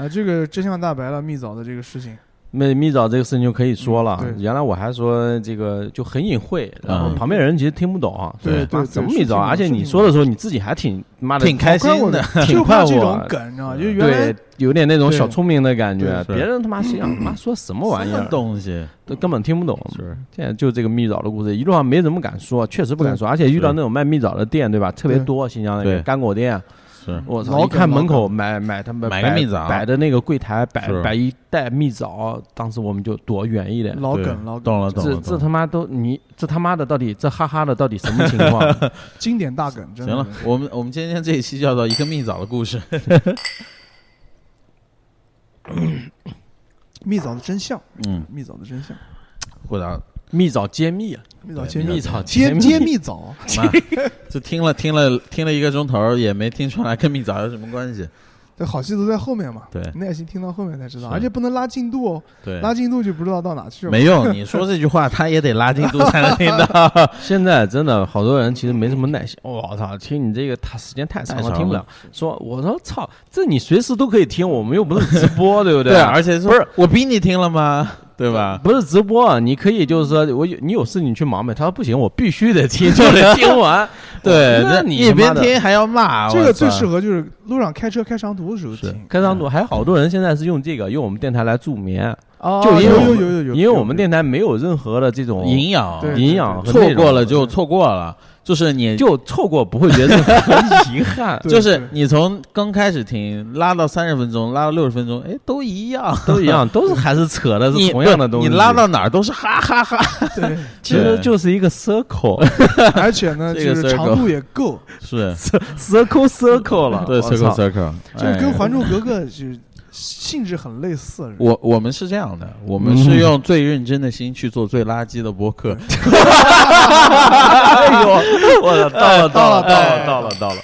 S4: 啊，这个真相大白了，蜜枣的这个事情，
S3: 那蜜枣这个事情就可以说了。
S4: 嗯对
S3: 原来我还说这个就很隐晦，然后
S2: 嗯
S3: 旁边人其实听不懂啊。
S4: 对
S2: 对
S4: 对，
S3: 妈
S4: 对
S3: 什么
S4: 是
S3: 蜜枣？
S4: 这种
S3: 而且
S4: 是
S3: 你
S4: 这
S3: 说
S4: 种
S3: 的时候，你自己还挺妈的
S2: 挺开
S4: 快
S2: 心
S4: 我
S2: 的，
S4: 就
S3: 挺快
S4: 怕这种
S3: 活。
S4: 梗，你知道吗？就
S2: 对
S4: 原来
S3: 对，有点那种
S4: 对
S3: 小聪明的感觉，
S2: 对
S3: 别人他妈心 想，妈说什么玩意
S2: 什
S3: 儿
S2: 么，东西
S3: 都根本听不懂。
S2: 是
S3: 现在就这个蜜枣的故事，一路上没怎么敢说，确实不敢说，而且遇到那种卖蜜枣的店，对吧？特别
S4: 对
S3: 多，新疆那边
S2: 对
S3: 干果店，
S2: 是
S3: 我
S4: 老
S3: 操！一
S4: 梗
S3: 看
S4: 老
S3: 门
S4: 梗
S3: 口买买他们
S2: 买
S3: 摆
S2: 个蜜枣
S3: 摆的那个柜台摆
S2: 是
S3: 摆一袋蜜枣，当时我们就躲远一点。
S4: 老
S2: 对
S4: 梗老梗，
S2: 懂了懂
S3: 这
S2: 了，
S3: 这
S2: 懂
S3: 他
S2: 了
S3: 妈都你这他妈的到底这哈哈的到底什么情况？
S4: 经典大梗，真
S2: 行
S4: 的
S2: 了，我们我们今天这一期叫做一个蜜枣的故事，
S4: 蜜枣的真相，
S2: 嗯，
S4: 蜜枣的真相，
S2: 回答
S3: 蜜枣揭秘，啊
S4: 蜜枣
S2: 对
S4: 揭
S2: 蜜
S4: 秘，
S3: 蜜枣
S4: 揭
S3: 密
S4: 揭，秘枣，
S2: 妈，就听了听了听了一个钟头，也没听出来跟蜜枣有什么关系。
S4: 对，好戏都在后面嘛，
S2: 对
S4: 耐心听到后面才知道，
S2: 是
S4: 而且不能拉进度哦，
S2: 对，
S4: 拉进度就不知道到哪去了。
S2: 没用，你说这句话他也得拉进度才能听 到。
S3: 现在真的好多人其实没什么耐心。我操，听你这个他时间太长
S2: 太
S3: 了，
S2: 长
S3: 听不
S2: 了
S3: 了。说我说操，这你随时都可以听，我们又不是直播，对不对？
S2: 啊而且说
S3: 不是
S2: 我逼你听了吗？对吧？
S3: 不是直播啊，你可以就是说我有你有事情去忙呗。他说不行，我必须得听，就得听完。
S2: 对，
S3: 那
S2: 那
S3: 你
S2: 一
S3: 妈
S2: 边
S3: 的
S2: 听还要
S3: 啊
S2: 骂，
S4: 这
S2: 我
S4: 个
S2: 操
S4: 最适合就是路上开车开长途的时候
S2: 是
S4: 听，
S3: 开长途还好多人现在是用这个用我们电台来助眠，
S4: 啊，
S3: 就因为
S4: 有
S3: 我
S4: 有
S3: 们
S4: 有有有，
S3: 因为我们
S4: 有
S3: 电台没有任何的这种
S2: 营养，
S4: 对
S3: 营养和内
S2: 错
S3: 容
S2: 过了就错过了，就是你
S3: 就错过不会觉得很遗憾，
S4: 对
S2: 就是你从刚开始听拉到三十分钟，拉到六十分钟，哎，都一 样，
S3: 都一样，都是还是扯的
S2: 你
S3: 是同样的
S2: 不
S3: 东西。
S2: 你拉到哪儿都是哈哈哈。
S4: 对，
S3: 其实就是一个 circle
S4: 而且呢，
S2: 这个
S4: 就是
S2: 是
S4: 长
S2: 狗
S4: 度也够，
S2: 是
S3: circle circle 了，
S2: 对
S3: 我操
S2: ，circle circle，
S4: 这个跟《
S2: 哎
S4: 还珠格格》是性质很类似。是吧
S2: 我我们是这样的，我们是用最认真的心去做最垃圾的播客。
S4: 嗯
S3: 哎呦，我的到了到了到了
S4: 哎
S3: 到了到了，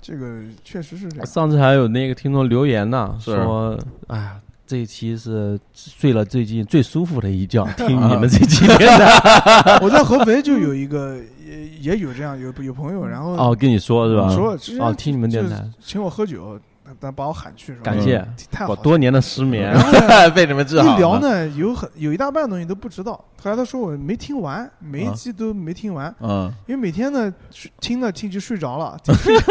S4: 这个确实是这样。
S3: 上次还有那个听众留言呢，
S2: 是
S3: 说哎呀。这一期是睡了最近最舒服的一觉，听你们这期电台
S4: 我在合肥就有一个，也也有这样有有朋友，然后
S3: 哦，跟你说是吧？
S4: 说之前
S3: 哦，听你们电
S4: 就
S3: 台，
S4: 请我喝酒，但把我喊去，是吧嗯
S3: 感谢
S4: 太好
S3: 我
S4: 了
S3: 多年的失 眠
S2: 嗯
S4: 然。后呢
S2: 被你们治好
S4: 一
S2: 了。
S4: 聊呢，有很有一大半东西都不知道。后来他说我没听
S2: 啊
S4: 完，每一期都没听完，
S2: 嗯，
S4: 因为每天呢睡听了听就睡着了。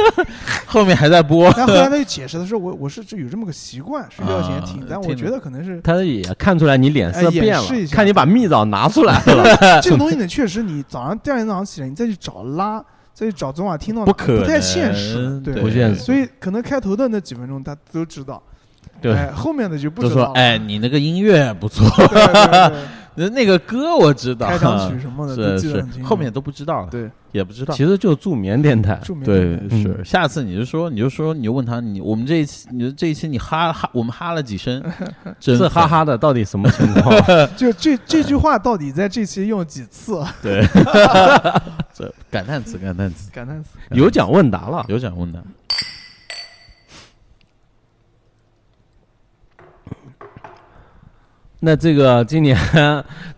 S2: 后面还在播，
S4: 但后来他就解释，他说我我是这有这么个习惯，睡觉前
S2: 啊
S4: 听，但我
S2: 听
S4: 觉得可能是
S3: 他也看出来你脸色
S4: 哎
S3: 变
S4: 演
S3: 了
S4: 示一，下
S3: 看你把蜜枣拿出来了，
S4: 这个东西呢，确实你早上第二天早上起来，你再去找拉，再去找昨晚听到的，
S2: 不可
S4: 不太现实
S2: 能，
S4: 对，
S3: 不现实
S4: 所以可能开头的那几分钟他都知道，
S3: 对，
S4: 哎，后面的就不
S2: 就
S4: 知
S2: 说
S4: 道了。
S2: 哎，你那个音乐不错，
S4: 对，对对
S2: 那那个歌我知道，
S4: 开场曲什么的都
S2: 是
S4: 记得
S2: 是
S4: 很清，楚。
S2: 后面都不知道了，
S4: 对
S2: 也不知道。
S3: 其实就助眠电台，
S4: 著名
S2: 对，
S3: 嗯
S2: 是下次你就说，你就说，你就问他，你我们这一期，你说这一期你哈哈，我们哈了几 声，真
S3: 这哈
S2: 粉，
S3: 哈的到底什么情况？
S4: 就这这句话到底在这期用几次？
S2: 对，这感叹词，感叹词，
S4: 感叹词。
S3: 有奖问答了，
S2: 有奖问答，
S3: 那这个今年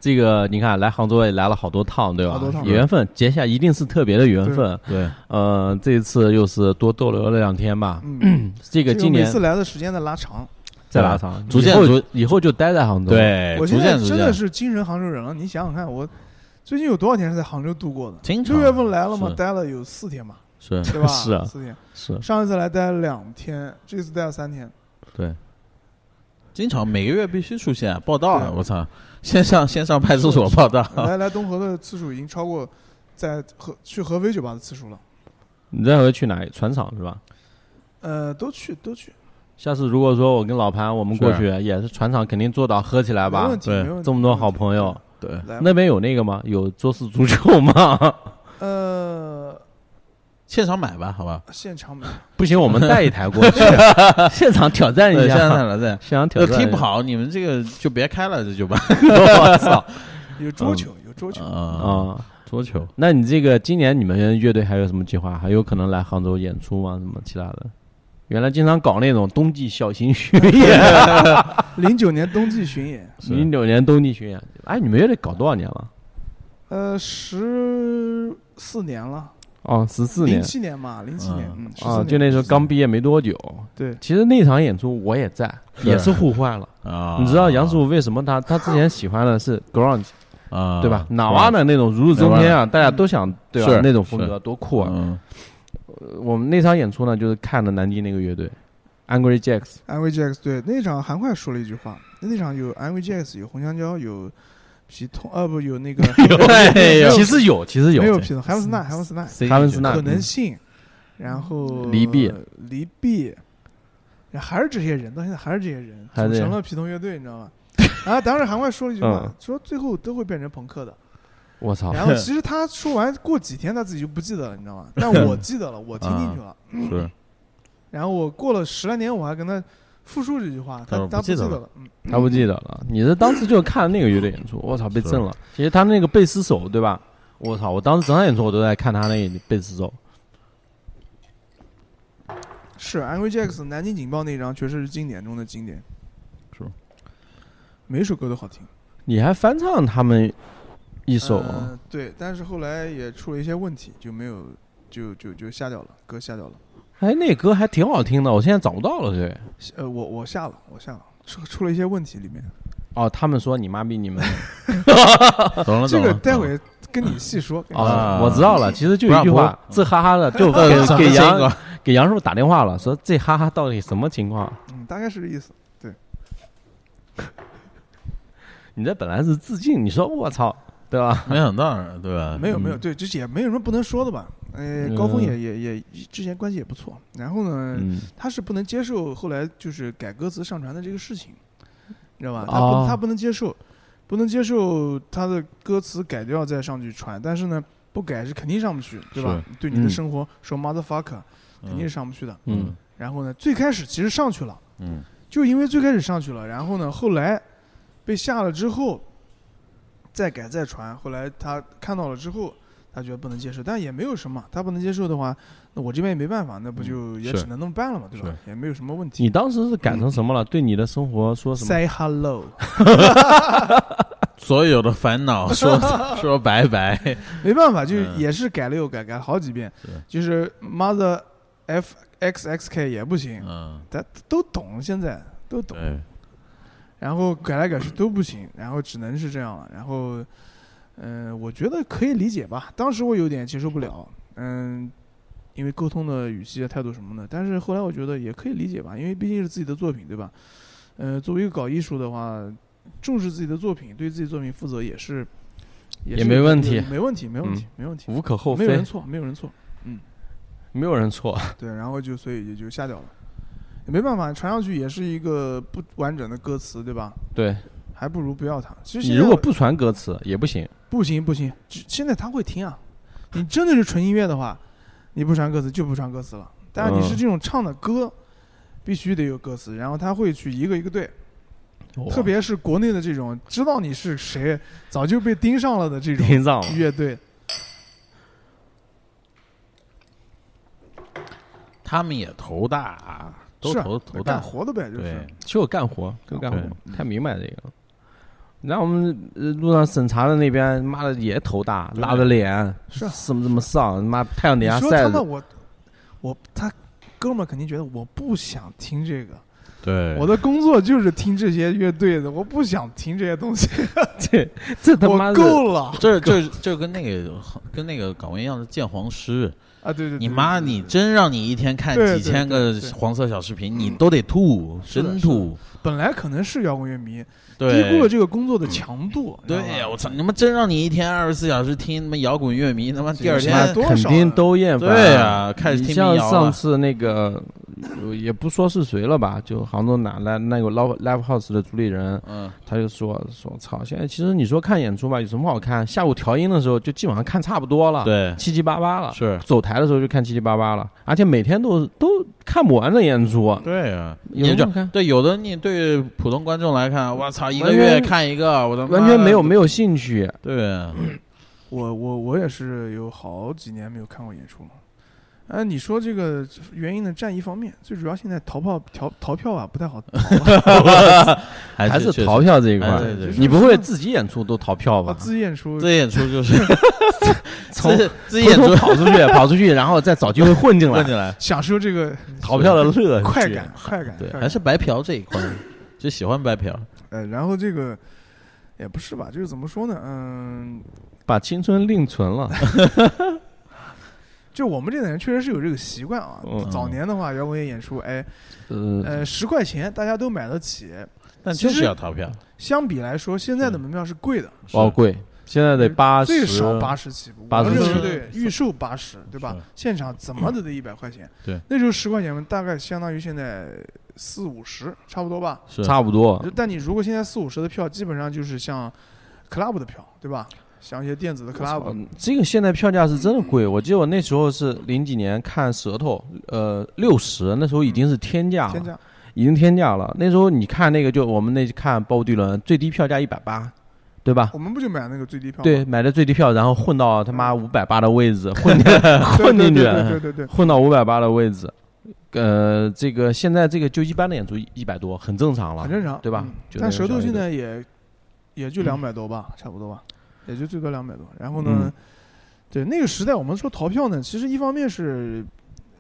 S3: 这个你看来杭州也来了好多趟，对吧？
S4: 好多趟
S3: 缘分结下一定是特别的缘分。
S2: 对，
S3: 呃，这一次又是多逗留了两天吧。
S4: 嗯，
S3: 这
S4: 这
S3: 个今
S4: 每
S3: 年
S4: 次来的时间在拉长，
S3: 再拉长，
S2: 逐渐
S3: 以后
S2: 逐
S3: 以后就待在杭州。，
S2: 对，
S4: 嗯我
S2: 逐
S4: 现在
S2: 渐逐
S4: 真的
S2: 渐，
S4: 是精神杭州人了。你想想看，我最近有多少天是在杭州度过的？
S2: 经常
S4: 六月份来了嘛，
S2: 是
S4: 待了有四 天嘛，
S2: 是，
S4: 对吧？
S3: 是啊
S4: 四天。
S3: 是
S4: 上一次来待了两天，这次待了 三天。
S2: 对，经常每个月必须出现报道啊，
S4: 对
S2: 我操，线上线上派出所报道，
S4: 来来东河的次数已经超过在合去合肥酒吧的次数了。
S3: 你这回去哪里？船厂是吧？
S4: 呃，都去都去，
S3: 下次如果说我跟老潘我们过去，也是船厂肯定做到喝起来
S4: 没
S3: 吧
S4: 问。题，
S2: 对
S4: 没问题。
S3: 这么多好朋友，
S2: 对，
S4: 来吧，
S3: 那边有那个吗？有桌式足球吗？
S4: 呃，
S2: 现场买吧，好吧，
S4: 现场买，
S3: 不行，我们带一台过去， 现场挑战
S2: 对，
S3: 一
S2: 现在在
S3: 下。
S2: 了，在。
S3: 现场挑
S2: 呃，
S3: 战一下。
S2: 踢不好，你们这个就别开了，这酒吧
S3: 我操！
S4: 有
S3: 嗯
S4: 桌球，有桌球。
S2: 啊，
S3: 啊，
S2: 桌球
S3: 那你这个今年你们乐队还有什么计划？还有可能来杭州演出吗？什么其他的？原来经常搞那种冬季小型巡演，
S4: 零九年冬季巡演，
S2: 是
S3: 零九年冬季巡演。哎，你们乐队搞多少年了？
S4: 呃，十四年了，
S3: 哦，十四
S4: 零
S3: 年
S4: 七年嘛，零七年，嗯，
S3: 啊，
S4: 14
S3: 就
S4: 年
S3: 那时候刚毕业没多久。
S4: 对，
S3: 其实那场演出我也在，
S2: 是
S3: 也是互换了。
S2: 啊，
S3: 你知道杨师傅为什么他他之前喜欢的是 grunge
S2: 啊，嗯
S3: 对吧？哪哇的那种如日中天啊，大家都想对吧
S2: 是？
S3: 那种风
S2: 是
S3: 格多酷啊！
S2: 嗯，
S3: 我们那场演出呢，就是看的南京那个乐队 Angry Jacks。
S4: 安徽 Jax 对那场韩快说了一句话，那场有安徽 Jax，有红香蕉，有皮痛，呃不，有那个
S2: 哎呦
S3: 其 实有，其 实有，嗯
S4: 没有皮痛，海文斯奈，海文斯奈，
S3: 哈文斯纳
S4: 可能性，然后
S3: 嗯离避，
S4: 离避，还是这些人，到现在还是这些人，
S3: 还是
S4: 组
S3: 这些
S4: 成了皮痛乐队，你 知道吗？啊，当时韩快说了一句话
S3: 嗯，
S4: 说最后都会变成朋克的。
S3: 我操！
S4: 然后 其实他说完过几天他自己就不记得了，你知道吗？但我记得了，我听进去了。
S2: 是
S4: 然后我过了十来年，我还跟他复述这句话，
S2: 他说
S4: 他他
S2: 不记
S4: 记
S2: 得
S4: 得
S2: 了
S4: 了。嗯，
S3: 他不记得了，你是当时就看那个乐队演出，我操，被震了。其实他那个贝斯手，对吧？我操，我当时整场演出我都在看他那个贝斯手。
S4: 是安徽 Jax 南京警报那张，确实是经典中的经典。
S2: 是，
S4: 每首歌都好听。
S3: 你还翻唱他们一首，
S2: 啊嗯
S4: 呃对，但是后来也出了一些问题，就没有，就就就下掉了，歌下掉了。
S3: 哎，那歌还挺好听的，我现在找不到了。对，
S4: 呃，我我下了，我下了，出出了一些问题里面，
S3: 哦，他们说你妈逼你们
S2: 懂了
S4: 这
S2: 懂
S4: 个
S2: 了，
S4: 待会跟你细说。跟你细说
S3: 哦
S2: 啊，
S3: 我知道了。其实就一句
S2: 不让
S3: 话，
S2: 播
S3: 这哈哈的就
S2: 嗯
S3: 给给
S2: 这
S3: 杨
S2: 个
S3: 给杨师傅打电话了，说这哈哈到底什么情况？
S4: 嗯，大概是这意思。
S3: 你这本来是致敬，你说我操，对吧？
S2: 没想到啊对吧？
S4: 没有没有，
S3: 嗯
S4: 对，就是也没有什么不能说的吧。呃，高峰
S2: 嗯
S4: 也也也之前关系也不错，然后呢，
S3: 嗯，
S4: 他是不能接受后来就是改歌词上传的这个事情，你知道吧？他
S3: 哦
S4: 不他不能接受，不能接受他的歌词改掉再上去传，但是呢，不改是肯定上不去，对吧？对你的
S3: 嗯
S4: 生活说 motherfucker 肯定是
S2: 嗯
S4: 上不去的。
S3: 嗯，
S4: 然后呢，最开始其实上去了。
S2: 嗯
S4: 就因为最开始上去了，然后呢，后来被下了之后，再改再传。后来他看到了之后，他觉得不能接受，但也没有什么，他不能接受的话，那我这边也没办法，那不就也
S2: 是
S4: 只能那么办了嘛，对吧？也没有什么问
S3: 你
S4: 题。
S3: 当时是改成什么了？对你的生活说什么？
S4: Say hello，
S2: 所有的烦 恼说说拜拜，
S4: 没办法，就是
S2: 嗯
S4: 也是改了又改，改了好几遍
S2: 是，
S4: 就是 mother f x x k 也不行，
S2: 嗯，
S4: 他都懂，现在都懂。
S2: 对，
S4: 然后改来改去都不行，然后只能是这样了。然后，嗯、我觉得可以理解吧。当时我有点接受不了，嗯，因为沟通的语气、啊态度什么的。但是后来我觉得也可以理解吧，因为毕竟是自己的作品，对吧？呃，作为一个搞艺术的话，重视自己的作品，对自己作品负责也是，也
S3: 也
S4: 是
S3: 没问题
S4: 也没问题，没问题，没问题，
S3: 无可厚
S4: 没有
S3: 非
S4: 人，错，没有人错。
S3: 没有人 错。
S4: 对，然后就所以也就下掉了，也没办法，传上去也是一个不完整的歌词，对吧？
S3: 对，
S4: 还不如不要它。其实
S3: 你
S4: 现在
S3: 如果不传歌词也不行，
S4: 不行不行，只现在他会听啊。你真的是纯音乐的话，你不传歌词就不传歌词了。但是你是
S3: 嗯
S4: 这种唱的歌，必须得有歌词，然后他会去一个一个对。特别是国内的这种知道你是谁，早就被盯上了 的这种
S3: 听上了。
S4: 乐队，
S2: 他们也头大啊，都
S4: 是啊
S2: 头头
S4: 干
S2: 大，
S4: 活的呗，就是
S2: 对。
S3: 就干活，就干活
S2: 对，
S3: 太明白这个。了。然后我们呃路上审查的那边，妈的也头大，
S2: 对
S3: 拉着脸，
S4: 是啊
S3: 怎么怎么上，妈太阳底
S4: 你
S3: 下
S4: 说
S3: 晒
S4: 他们
S3: 着，
S4: 我，我他哥们儿肯定觉得我不想听这个，
S2: 对，
S4: 我的工作就是听这些乐队的，我不想听这些东西，
S3: 这这 他妈的
S4: 我够了
S2: 这这这跟那个跟那个岗位一样的鉴黄师，
S4: 啊！对对 对，
S2: 你妈，
S4: 对
S2: 你真让你一天看
S4: 对
S2: 几千
S4: 对
S2: 个
S4: 对对
S2: 黄色小视频，你都得吐，
S4: 是的
S2: 真
S4: 是的
S2: 吐。
S4: 本来可能是摇滚乐迷，
S2: 对，
S4: 低估了这个啊工作的强度。你知道吧
S2: 对，我操！你们真让你一天二十四小时听他妈摇滚乐迷，他妈第二
S4: 妈
S2: 天
S4: 多少
S3: 肯定都厌烦。
S2: 对啊开始
S3: 你
S2: 听
S3: 像
S2: 民谣了
S3: 上次那个，呃也不说是谁了吧，就杭州哪来那个 live live house 的主理人，
S2: 嗯，
S3: 他就说说操，现在其实你说看演出吧，有什么好看？下午调音的时候就基本上看差不多了，，
S2: 对，
S3: 七七八八了。
S2: 是，
S3: 走台的时候就看七七八八了，而且每天都都看不完的演出，
S2: 对啊，
S3: 有
S2: 你就
S3: 没有看
S2: 对有的你对普通观众来看，我操，一个
S3: 完全
S2: 月看一个，我的妈
S3: 完全没有
S2: 的
S3: 没有兴趣。
S2: 对，啊
S4: 我我我也是有好几年没有看过演出了。哎，你说这个原因呢，占一方面，最主要现在逃票逃逃票啊不太好逃了
S3: 还是
S2: 确实
S3: 逃票这一块
S2: 哎
S3: 儿，
S2: 对对对
S3: 你不会自己演出都逃 票
S4: 啊，
S3: 吧？
S4: 自己演出
S2: 自己演出就是
S3: 从
S2: 自己自己
S3: 偷
S2: 演出
S3: 偷跑出去，跑出去，然后再找机会混进
S2: 问
S3: 来，
S2: 进来，
S4: 享受这个
S3: 逃票的乐趣
S4: 快感，快感，
S2: 对，
S4: 快感
S2: 还是白嫖这一块儿，就喜欢白嫖，
S4: 呃，然后这个也不是吧，就是怎么说呢，嗯，
S3: 把青春另存 了。
S4: 就我们这代人确实是有这个习惯啊。
S3: 嗯
S4: 早年的话，摇滚乐演出，哎，
S3: 呃，
S4: 呃，十块钱大家都买得起，
S2: 但
S4: 其
S2: 确
S4: 实
S2: 实要逃票，
S4: 相比来说，现在的门票是贵的，
S3: 哦，贵，现在得八十，
S4: 最少八十起步，
S3: 80
S4: 我们这个
S2: 是
S4: 对预售八十，对吧
S2: 是？
S4: 现场怎么都得一百块钱。
S2: 对，
S4: 那时候十块钱大概相当于现在四五十，差不多吧。
S2: 是
S3: 差不多
S4: 就。但你如果现在四五十的票，基本上就是像 club 的票，对吧？像一些电子的 club，
S3: 嗯这个现在票价是真的贵，我记得我那时候是零几年看舌头，呃，六十，那时候已经是天价
S4: 嗯天
S3: 了，
S4: 价
S3: 已经天价了。那时候你看那个，就我们那看鲍勃迪伦，最低票价一百八，对吧？
S4: 我们不就买那个最低票吗？
S3: 对，买的最低票，然后混到他妈五百八的位置，混 进
S4: 对
S3: 混
S4: 对
S3: 进去，
S4: 哦对对对对对，
S3: 混到五百八的位置。呃，这个现在这个就一般的演出一百多，很正常了，
S4: 很正常，
S3: 对吧
S4: 嗯？
S3: 就
S4: 但
S3: 那种
S4: 舌头
S3: 小
S4: 现
S3: 乐队
S4: 在也也就两百多吧，差不多吧，也就最多两百多。然后呢，
S3: 嗯
S4: 对那个时代，我们说逃票呢，其实一方面是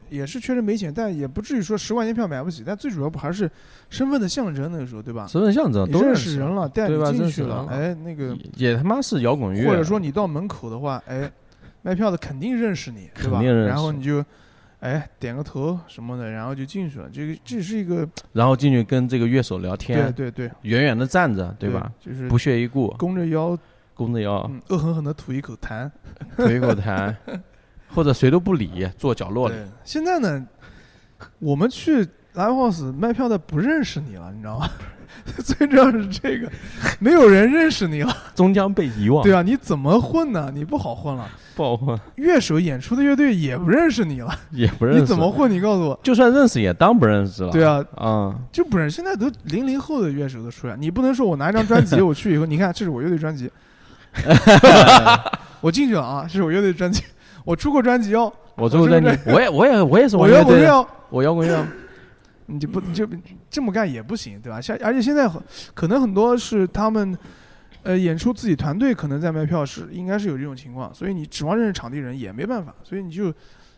S4: 也是确实没钱，但也不至于说十块钱票买不起。但最主要不还是身份的象征，那个时候对吧？
S3: 身份象征
S4: 你
S3: 啊都
S4: 认
S3: 识
S4: 识人，了，带
S3: 对
S4: 你
S3: 吧
S4: 进
S3: 认识
S4: 去了，
S3: 人了
S4: 哎，那个
S3: 也他妈是摇滚乐，
S4: 或者说你到门口的话，哎，卖票的肯定认识你，对吧？
S3: 肯定认识
S4: 然后你就哎点个头什么的，然后就进去了。这个这是一个
S3: 然后进去跟这个乐手聊
S4: 对
S3: 天，
S4: 对对
S3: 远远的站着，对吧？？
S4: 就是
S3: 不屑一顾，
S4: 弓着腰
S3: 弓着腰，
S4: 嗯，恶狠狠的吐一口痰。
S3: 吐一口 痰，或者谁都不理，坐角落里。
S4: 对，现在呢，我们去 live house 卖票的不认识你了，你知道吗？ 最重要是这个，没有人认识你 了，
S3: 终将被遗忘，
S4: 对啊，你怎么混呢？你不好混了。
S3: 爆混
S4: 乐手演出的乐队也不认识你了，
S3: 也不认识，
S4: 你怎么混？你告诉我。
S3: 就算认识也当不认识了？
S4: 对啊，
S3: 嗯，
S4: 就不认识。现在都零零后的乐手都出来，你不能说我拿一张 专辑，我去以后，你看这是我乐队专辑，我进去了啊，这是我乐队专辑，我出过专辑哦，
S3: 我最后在你
S4: 我，
S3: 我也我也我也是
S4: 我
S3: 玩乐
S4: 摇滚
S3: 队
S4: 乐
S3: 的，
S4: 哦，
S3: 我摇滚乐，啊
S4: 你就不你就这么干也不行，对吧？像而且现在很可能很多是他们，呃，演出自己团队可能在卖票是应该是有这种情况，所以你指望认识场地人也没办法，所以你就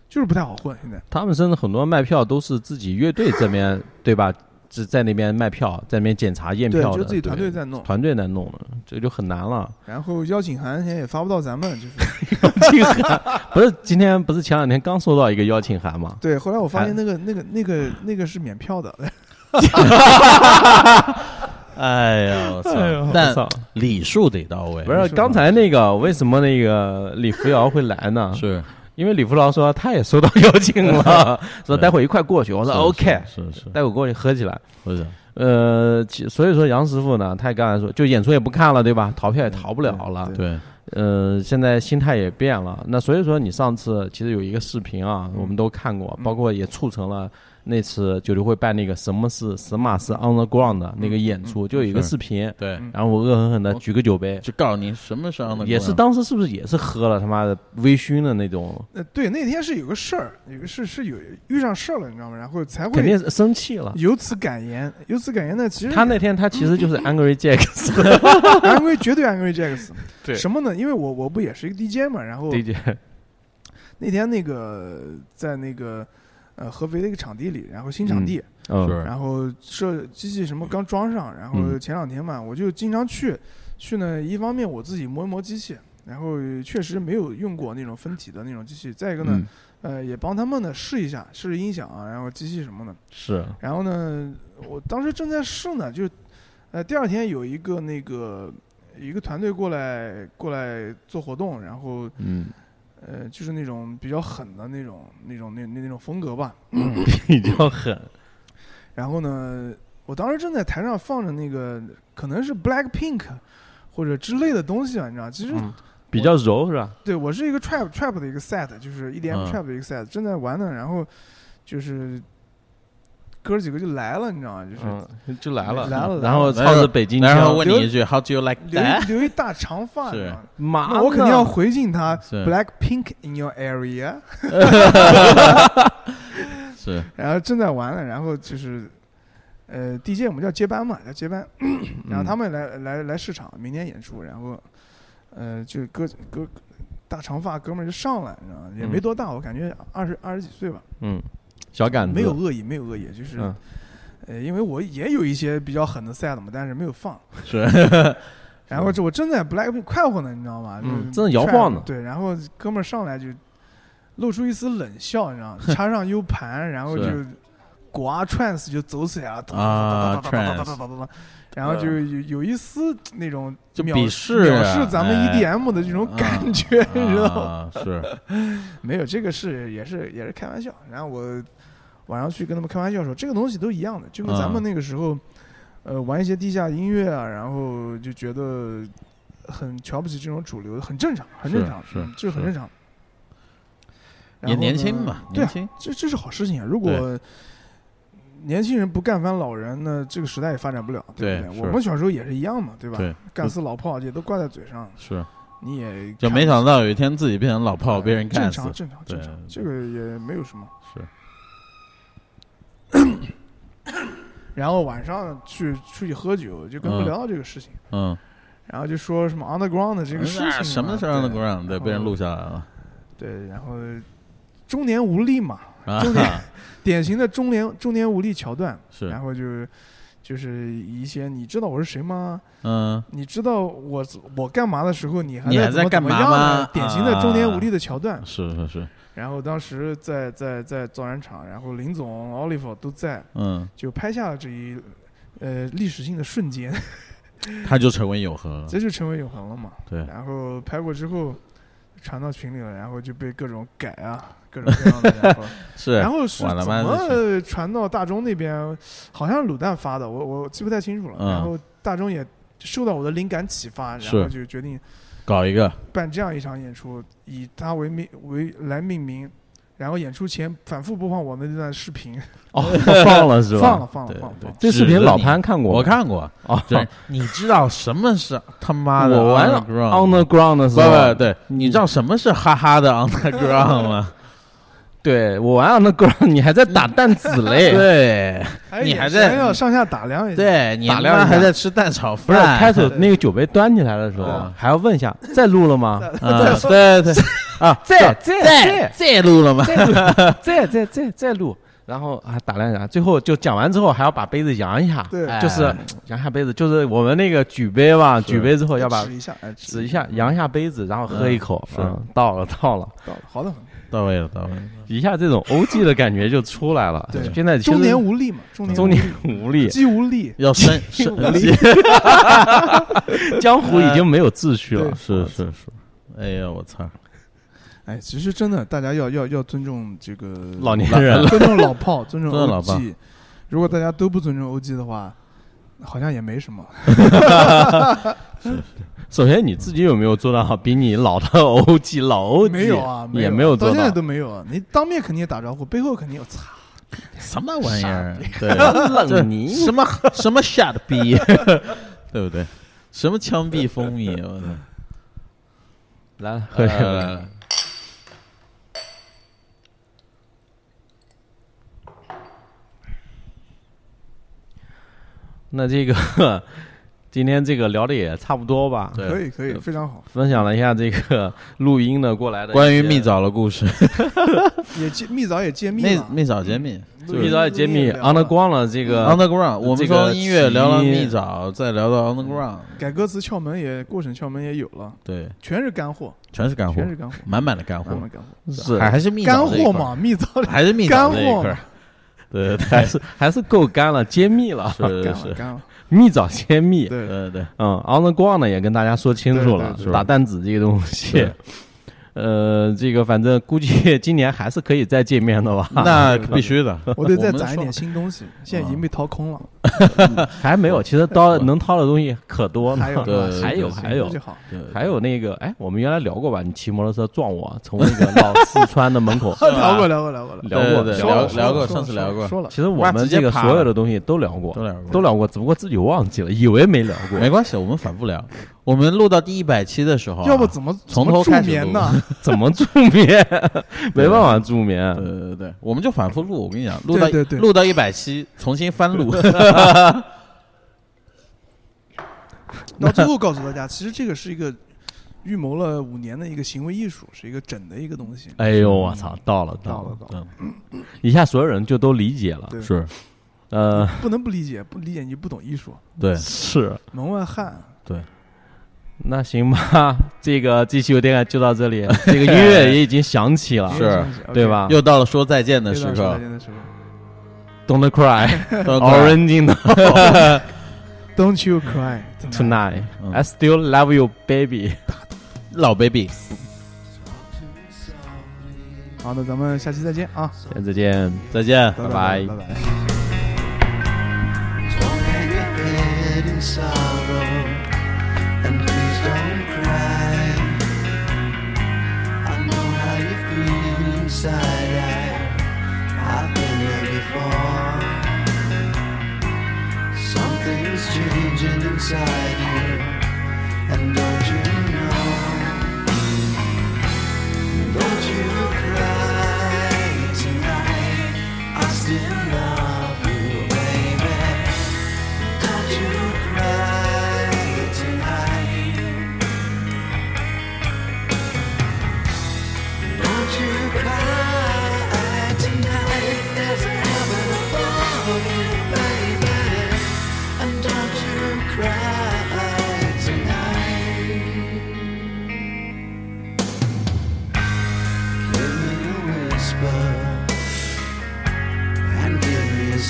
S4: 就是不太好混。现在
S3: 他们甚至很多卖票都是自己乐队这 边，对吧？只在那边卖票，在那边检查验
S4: 对，
S3: 票的，
S4: 就自己团队
S3: 对
S4: 在弄，
S3: 团队在弄的，这就很难了。
S4: 然后邀请函现在也发不到咱们，就是
S3: 这个不是今天不是前两天刚收到一个邀请函吗？
S4: 对。后来我发现那个那个那个那个是免票的，
S2: 哎呀，我操！ 但
S3: 操
S2: 礼数得到位，
S3: 不是刚才那个为什么那个李扶摇会来呢？
S2: 是
S3: 因为李扶摇说他也 收到邀请了，说待会儿一块过去。我说
S2: 是
S3: OK，
S2: 是是，是
S3: 待会儿过去喝起来。
S2: 不是
S3: 呃，其所以说杨师傅呢，他刚才说就演出也不看了，对吧？逃票也逃不了了，
S2: 嗯对，
S3: 呃，现在心态也变了。那所以说，你上次其实有一个视频啊，
S4: 嗯
S3: 我们都看过，
S4: 嗯
S3: 包括也促成了那次九六会办那个什么是什么是 on the ground 的那个
S4: 嗯
S3: 演出，就有一个
S2: 是
S3: 视频，
S2: 对，
S3: 然后我恶狠狠的举个酒杯，
S2: 就告诉你什么时
S4: 嗯
S2: 候能
S3: 也是当时是不是也是喝了他妈的微醺的那种，
S4: 呃，对，那天是有个事儿，有个事是有遇上事儿了，你知道吗？然后才
S3: 肯
S4: 会
S3: 定是生气了。
S4: 有此感言，有此感言呢，其实
S3: 他那天他其实就是 angry Jack
S4: 安徽绝对安徽 Jax，
S3: 对
S4: 什么呢？因为我我不也是一个 DJ 嘛，然后
S3: DJ，
S4: 那天那个在那个呃合肥的一个场地里，然后新场地，
S3: 嗯
S2: 是
S4: 然后设机器什么刚装上，然后
S3: 嗯
S4: 前两天嘛，我就经常去去呢，一方面我自己磨一磨机器。然后确实没有用过那种分体的那种机器，再一个呢，
S3: 嗯
S4: 呃，也帮他们呢试一下，试试音响啊，然后机器什么的。
S3: 是
S4: 然后呢，我当时正在试呢，就，呃，第二天有一个那个一个团队过来过来做活动，然后
S3: 嗯
S4: 呃，就是那种比较狠的那种那种那那那种风格吧。
S3: 比较狠，
S4: 然后呢，我当时正在台上放着那个可能是 Black Pink 或者之类的东西啊，你知道，其
S2: 嗯
S4: 实、
S3: 嗯比较柔是吧？
S4: 对我是一个 trap trap 的一个 set，就是一 d
S2: 嗯
S4: trap 的一个 set，、正在玩呢，然后就是哥儿几个就来了，你知道吗？就是。
S3: 嗯，就来了，
S4: 来了
S3: 然后
S2: 来了
S3: 操着北京
S2: 然后
S3: 腔，
S2: 问你一句，How do you like
S4: 留
S2: that？
S4: 一留一大长发，
S2: 是啊
S4: 你知道吗
S3: 妈
S4: 那
S3: 呢，
S4: 我肯定要回敬他
S2: 是
S4: Black Pink in your area，
S2: 是
S4: 然后正在玩呢，然后就是，呃，DJ 我们叫接班嘛，叫接班， 然后他们来来来市场，明天演出，然后，呃，就是哥哥大长发哥们儿就上来，你知道吗？也没
S3: 嗯
S4: 多大，我感觉二十二十几岁吧，
S3: 嗯，小杆子
S4: 没有恶意，没有恶意，就是，
S3: 嗯
S4: 呃，因为我也有一些比较狠的 set 嘛，但是没有放，
S2: 是，
S4: 然后这我正在 Blackpink 快活呢，你知道吗？
S3: 嗯
S4: 就是
S3: 正在摇晃呢
S4: trap，对，然后哥们儿上来就露出一丝冷笑，你知道吗？插上 U 盘，然后就是果啊 trance 就走起来了，
S2: 啊
S4: 哒哒哒哒哒哒哒哒哒哒哒然后就有有一丝那种
S2: 就
S4: 藐
S2: 鄙视
S4: 藐视咱们
S2: 哎
S4: EDM 的这种感觉，你知道吗？
S2: 啊是，
S4: 没有，这个是也是也是开玩笑。然后我晚上去跟他们开玩笑说，这个东西都一样的，就跟咱们
S2: 嗯
S4: 那个时候，呃，玩一些地下音乐啊，然后就觉得很瞧不起这种主流，很正常，很正常，
S2: 是是
S4: 嗯这很
S2: 是
S4: 正常。然
S2: 也
S4: 后
S2: 年
S4: 呢
S2: 轻嘛，
S4: 对
S2: 年
S4: 啊，
S2: 轻，
S4: 这这是好事情啊。如果年轻人不干翻老人，那这个时代也发展不了，对不
S2: 对
S4: 对？
S2: 是
S4: 我们小时候也是一样嘛，对吧？
S2: 对，
S4: 干死老炮也都挂在嘴上，
S2: 是，
S4: 你也
S2: 就
S4: 看
S2: 没
S4: 不
S2: 想到有一天自己变成老炮，
S4: 呃
S2: 被人干
S4: 正
S2: 死
S4: 常，正常正常，
S2: 对
S4: 这个也没有什么。
S2: 是。
S4: 然后晚上去出去喝酒，就跟他
S2: 嗯
S4: 们聊到这个事情，
S2: 嗯，
S4: 然后就说什么 underground 的这个事情嘛，
S2: 那什么时候能够让
S4: 对
S2: 对被人录下来了？
S4: 对，然后中年无力嘛，
S2: 啊
S4: 中，年典型的中年中年无力桥段，
S2: 是
S4: 然，后就就是一些你知道我是谁吗？
S2: 嗯，
S4: 你知道我我干嘛的时候，你还
S2: 你还
S4: 在怎么
S2: 在干嘛
S4: 怎么样呢
S2: 吗
S4: 典型的中年
S2: 啊
S4: 无力的桥段。
S2: 是是是，
S4: 然后当时在在在造船厂，然后林总、Oliver 都在，
S2: 嗯，
S4: 就拍下了这一呃历史性的瞬间，
S2: 嗯他就成为永恒了，
S4: 这就成为永恒了嘛。
S2: 对，
S4: 然后拍过之后传到群里了，然后就被各种改啊，各种各样的。 然后
S2: 是
S4: 然，后是
S2: 晚了
S4: 怎
S2: 吧这
S4: 么传到大钟那边？好像是卤蛋发的，我我记不太清楚了。
S2: 嗯
S4: 然后大钟也受到我的灵感启发，然
S2: 是
S4: 后就决定
S2: 搞一个，
S4: 办这样一场演出，以他为命为来命名，然后演出前反复播放我们那段视频，
S3: 哦，放了是吧？
S4: 放了放了
S2: 对
S4: 放了放
S2: 对
S4: 了，，
S3: 这视
S2: 指
S3: 频
S2: 着
S3: 老
S2: 你
S3: 潘看过吗，
S2: 我看过，
S3: 哦，
S2: 对，你知道什么是他妈的
S3: 我玩嗯 on
S2: underground？
S3: the ground 的时
S2: 不
S3: 候，
S2: 不，对，你知道什么是哈哈的 underground 吗？
S3: 对我玩 on the ground，你还在打弹子 嘞，
S2: 对，
S4: 哎
S2: 你
S4: 眼
S2: 还在
S4: 神要上下打量一下，
S2: 对你
S3: 打
S2: 他
S3: 量一
S2: 妈
S3: 下
S2: 还在吃蛋炒
S3: 不是
S2: 饭，
S3: 开始那个酒杯端起来的时候
S2: 对，
S3: 还要问一下在录了吗？
S2: 啊，对对对，
S3: 啊，在
S2: 在
S3: 在在
S2: 在录了吗？
S3: 啊在录，在在在在录，然后啊打量一下，最后就讲完之后还要把杯子扬一下，
S4: 对
S2: 哎
S3: 就是扬一下杯子，就是我们那个举杯吧，举杯之后要把
S4: 指一下，哎指
S3: 指一下扬一下杯子，然后喝一口，
S2: 嗯是
S3: 嗯，倒了倒了，
S4: 到了，好的很，
S2: 到位了，到位了，
S3: 一下这种 OG 的感觉就出来了。
S4: 嗯对
S3: 现在其实
S4: 中年无力嘛，中年
S3: 中年无 力，
S4: 既无力，
S2: 要深深
S4: 无力
S2: 是
S3: 江湖已经没有秩序了
S4: 对。
S2: 是啊是，哎呀，我操！
S4: 哎，其实真的，大家要要要尊重这个
S3: 老年人
S4: 尊重老炮，尊 重
S2: 尊重老
S4: OG。如果大家都不尊重 OG 的话，好像也 没什么。
S3: 首先你自己有没有做到比你老的 OG 老 OG
S4: 没有啊，
S3: 也
S4: 没
S3: 没有
S4: 到
S3: 做
S4: 现在
S3: 到
S4: 都没有啊。你当面肯定也打招呼，背后肯定有擦。
S2: 什么玩意儿？对，
S3: 啊 冷
S2: 这什么什么傻的逼， 对不对？什么枪毙蜂蜜？我操！
S3: 嗯来呃喝
S2: 来
S3: 点
S2: 来来，来
S3: 那这个今天这个聊的也差不多吧？
S2: 对
S4: 可以可以，非常好。
S3: 分享了一下这个录音的过来的
S2: 关于蜜
S3: 蜜枣
S2: 枣的 故事，
S4: 也揭蜜枣也揭秘
S2: 蜜
S4: 了，
S2: 蜜枣揭秘。
S4: 就是
S3: 蜜枣也揭秘
S4: 录音聊了
S3: on the 光了这个
S2: Underground，我们
S3: 这个
S2: 从音乐聊到
S3: 起
S2: 蜜枣，再聊到 Underground，
S4: 改歌词窍门也过程窍门也有了，
S2: 对，
S4: 全是干货，
S2: 全是干货
S4: 全，是干货，
S2: 满满的干货
S4: 满，满干货，
S3: 是
S2: 还还是蜜
S4: 干
S2: 枣这一
S4: 货
S2: 块儿，
S4: 嘛，蜜枣
S2: 还是蜜枣
S4: 干
S2: 这
S4: 货
S2: 一块儿， 对，还
S3: 还是还是够干了，揭秘了，
S2: 是
S4: 干
S2: 是呃
S4: 了
S2: 是，
S4: 干了，
S3: 蜜枣揭秘。
S4: 对，
S2: 对对，
S3: 嗯，on the 光呢也跟大家说清楚了
S4: 对对，
S2: 对
S3: 打弹子这个东西
S2: 是，
S3: 呃，这个反正估计 今年还是可以再见面的吧？
S4: 嗯
S2: 那必须的，
S4: 我得再
S2: 们
S4: 攒一
S2: 说啊
S4: 点新东西，现在已经被掏空了，
S3: 还没有，其实刀能掏的东西可多呢
S4: 还有，
S2: 嗯对
S3: 还有还有
S4: 就好，，
S2: 对
S3: 还有那个，哎，我们原来聊过吧？你骑摩托车撞我，从那个老四川的门口
S4: 聊过聊过聊过了，
S3: 聊过
S2: 啊对对
S3: 说
S2: 聊
S3: 了
S4: 说
S2: 聊
S4: 了
S2: 过，
S4: 说
S2: 上
S4: 了
S2: 次
S4: 说
S2: 聊
S4: 了
S2: 过，
S4: 说了，
S3: 其实我
S2: 哇
S3: 们
S2: 直接
S3: 这个
S2: 趴
S3: 所
S2: 了
S3: 有的东西都聊过，
S2: 都聊过
S3: 都聊过，只不过自己忘记了，以为没聊过。
S2: 没关系，我们反复聊。我们录到第一百期的时候啊，
S4: 要不怎么
S2: 从
S4: 怎么
S2: 头
S4: 助
S2: 开始
S4: 眠
S2: 录
S4: 呢？
S3: 怎么助眠？ 没办法助眠
S2: 对。对对对，我们就反复录。我跟你讲，录到
S4: 对对对
S2: 录到一百期，重新翻 录。
S4: 到最后告诉大家，其实这个是一个预谋了五年的一个行为艺术，是一个整的一个东西。
S3: 哎呦，我操，到了
S4: 嗯到
S3: 到
S4: 了
S3: 了，
S4: 到了，
S2: 嗯
S3: 一下所有人就都理解了。
S4: 对
S2: 是，
S3: 呃，
S4: 不能不理解，不理解你就不懂艺术，
S2: 对，
S3: 是，
S4: 门外汉。
S3: 那行吧， 这个这期有点就到 这里，这个音乐也已经响起了，
S2: 是
S3: 对？吧
S2: 又到了说再见的时
S4: 时
S2: 刻。
S3: ？Don't cry,
S2: 都
S3: orange in the
S4: Don't you cry
S3: tonight,
S2: 嗯
S3: I still love you, baby。
S2: 老 baby。
S4: 好，那咱们下期再见啊，
S3: 再见。
S2: 再见。
S3: 拜
S4: 拜拜拜。
S5: Don't hang your head in sorrow and please don't cry. I know how you feel inside. I, I've been there before. Something's changing inside you, and don't you know? Don't you cry tonight. I still love you, baby. Don't you cry tonight. Don't you cry tonight. There's heaven above you, baby. And don't you cry tonight. Give me a whisper and give me a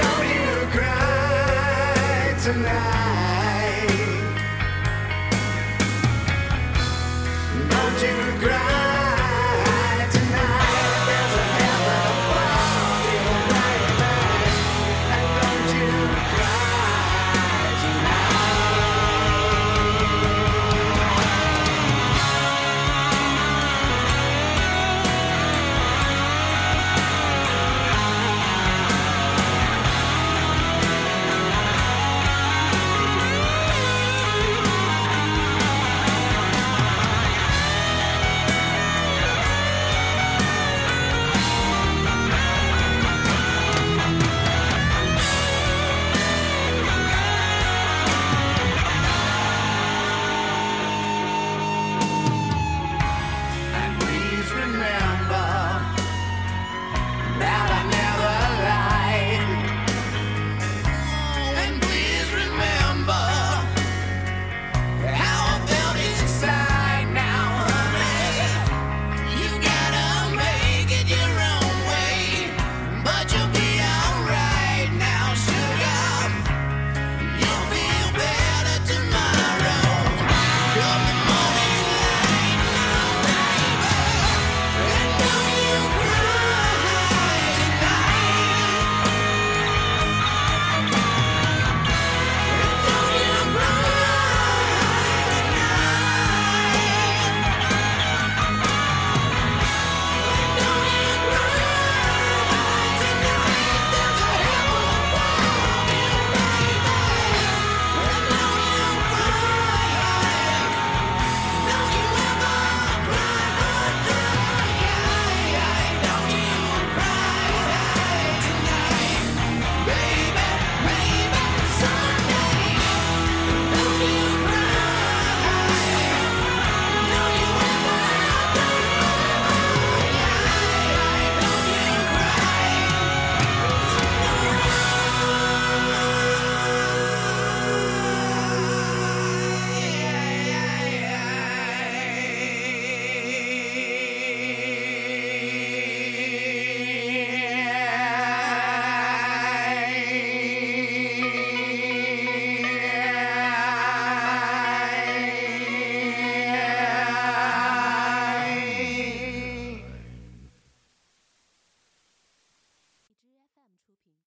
S5: Don't you cry tonight. Don't you cry.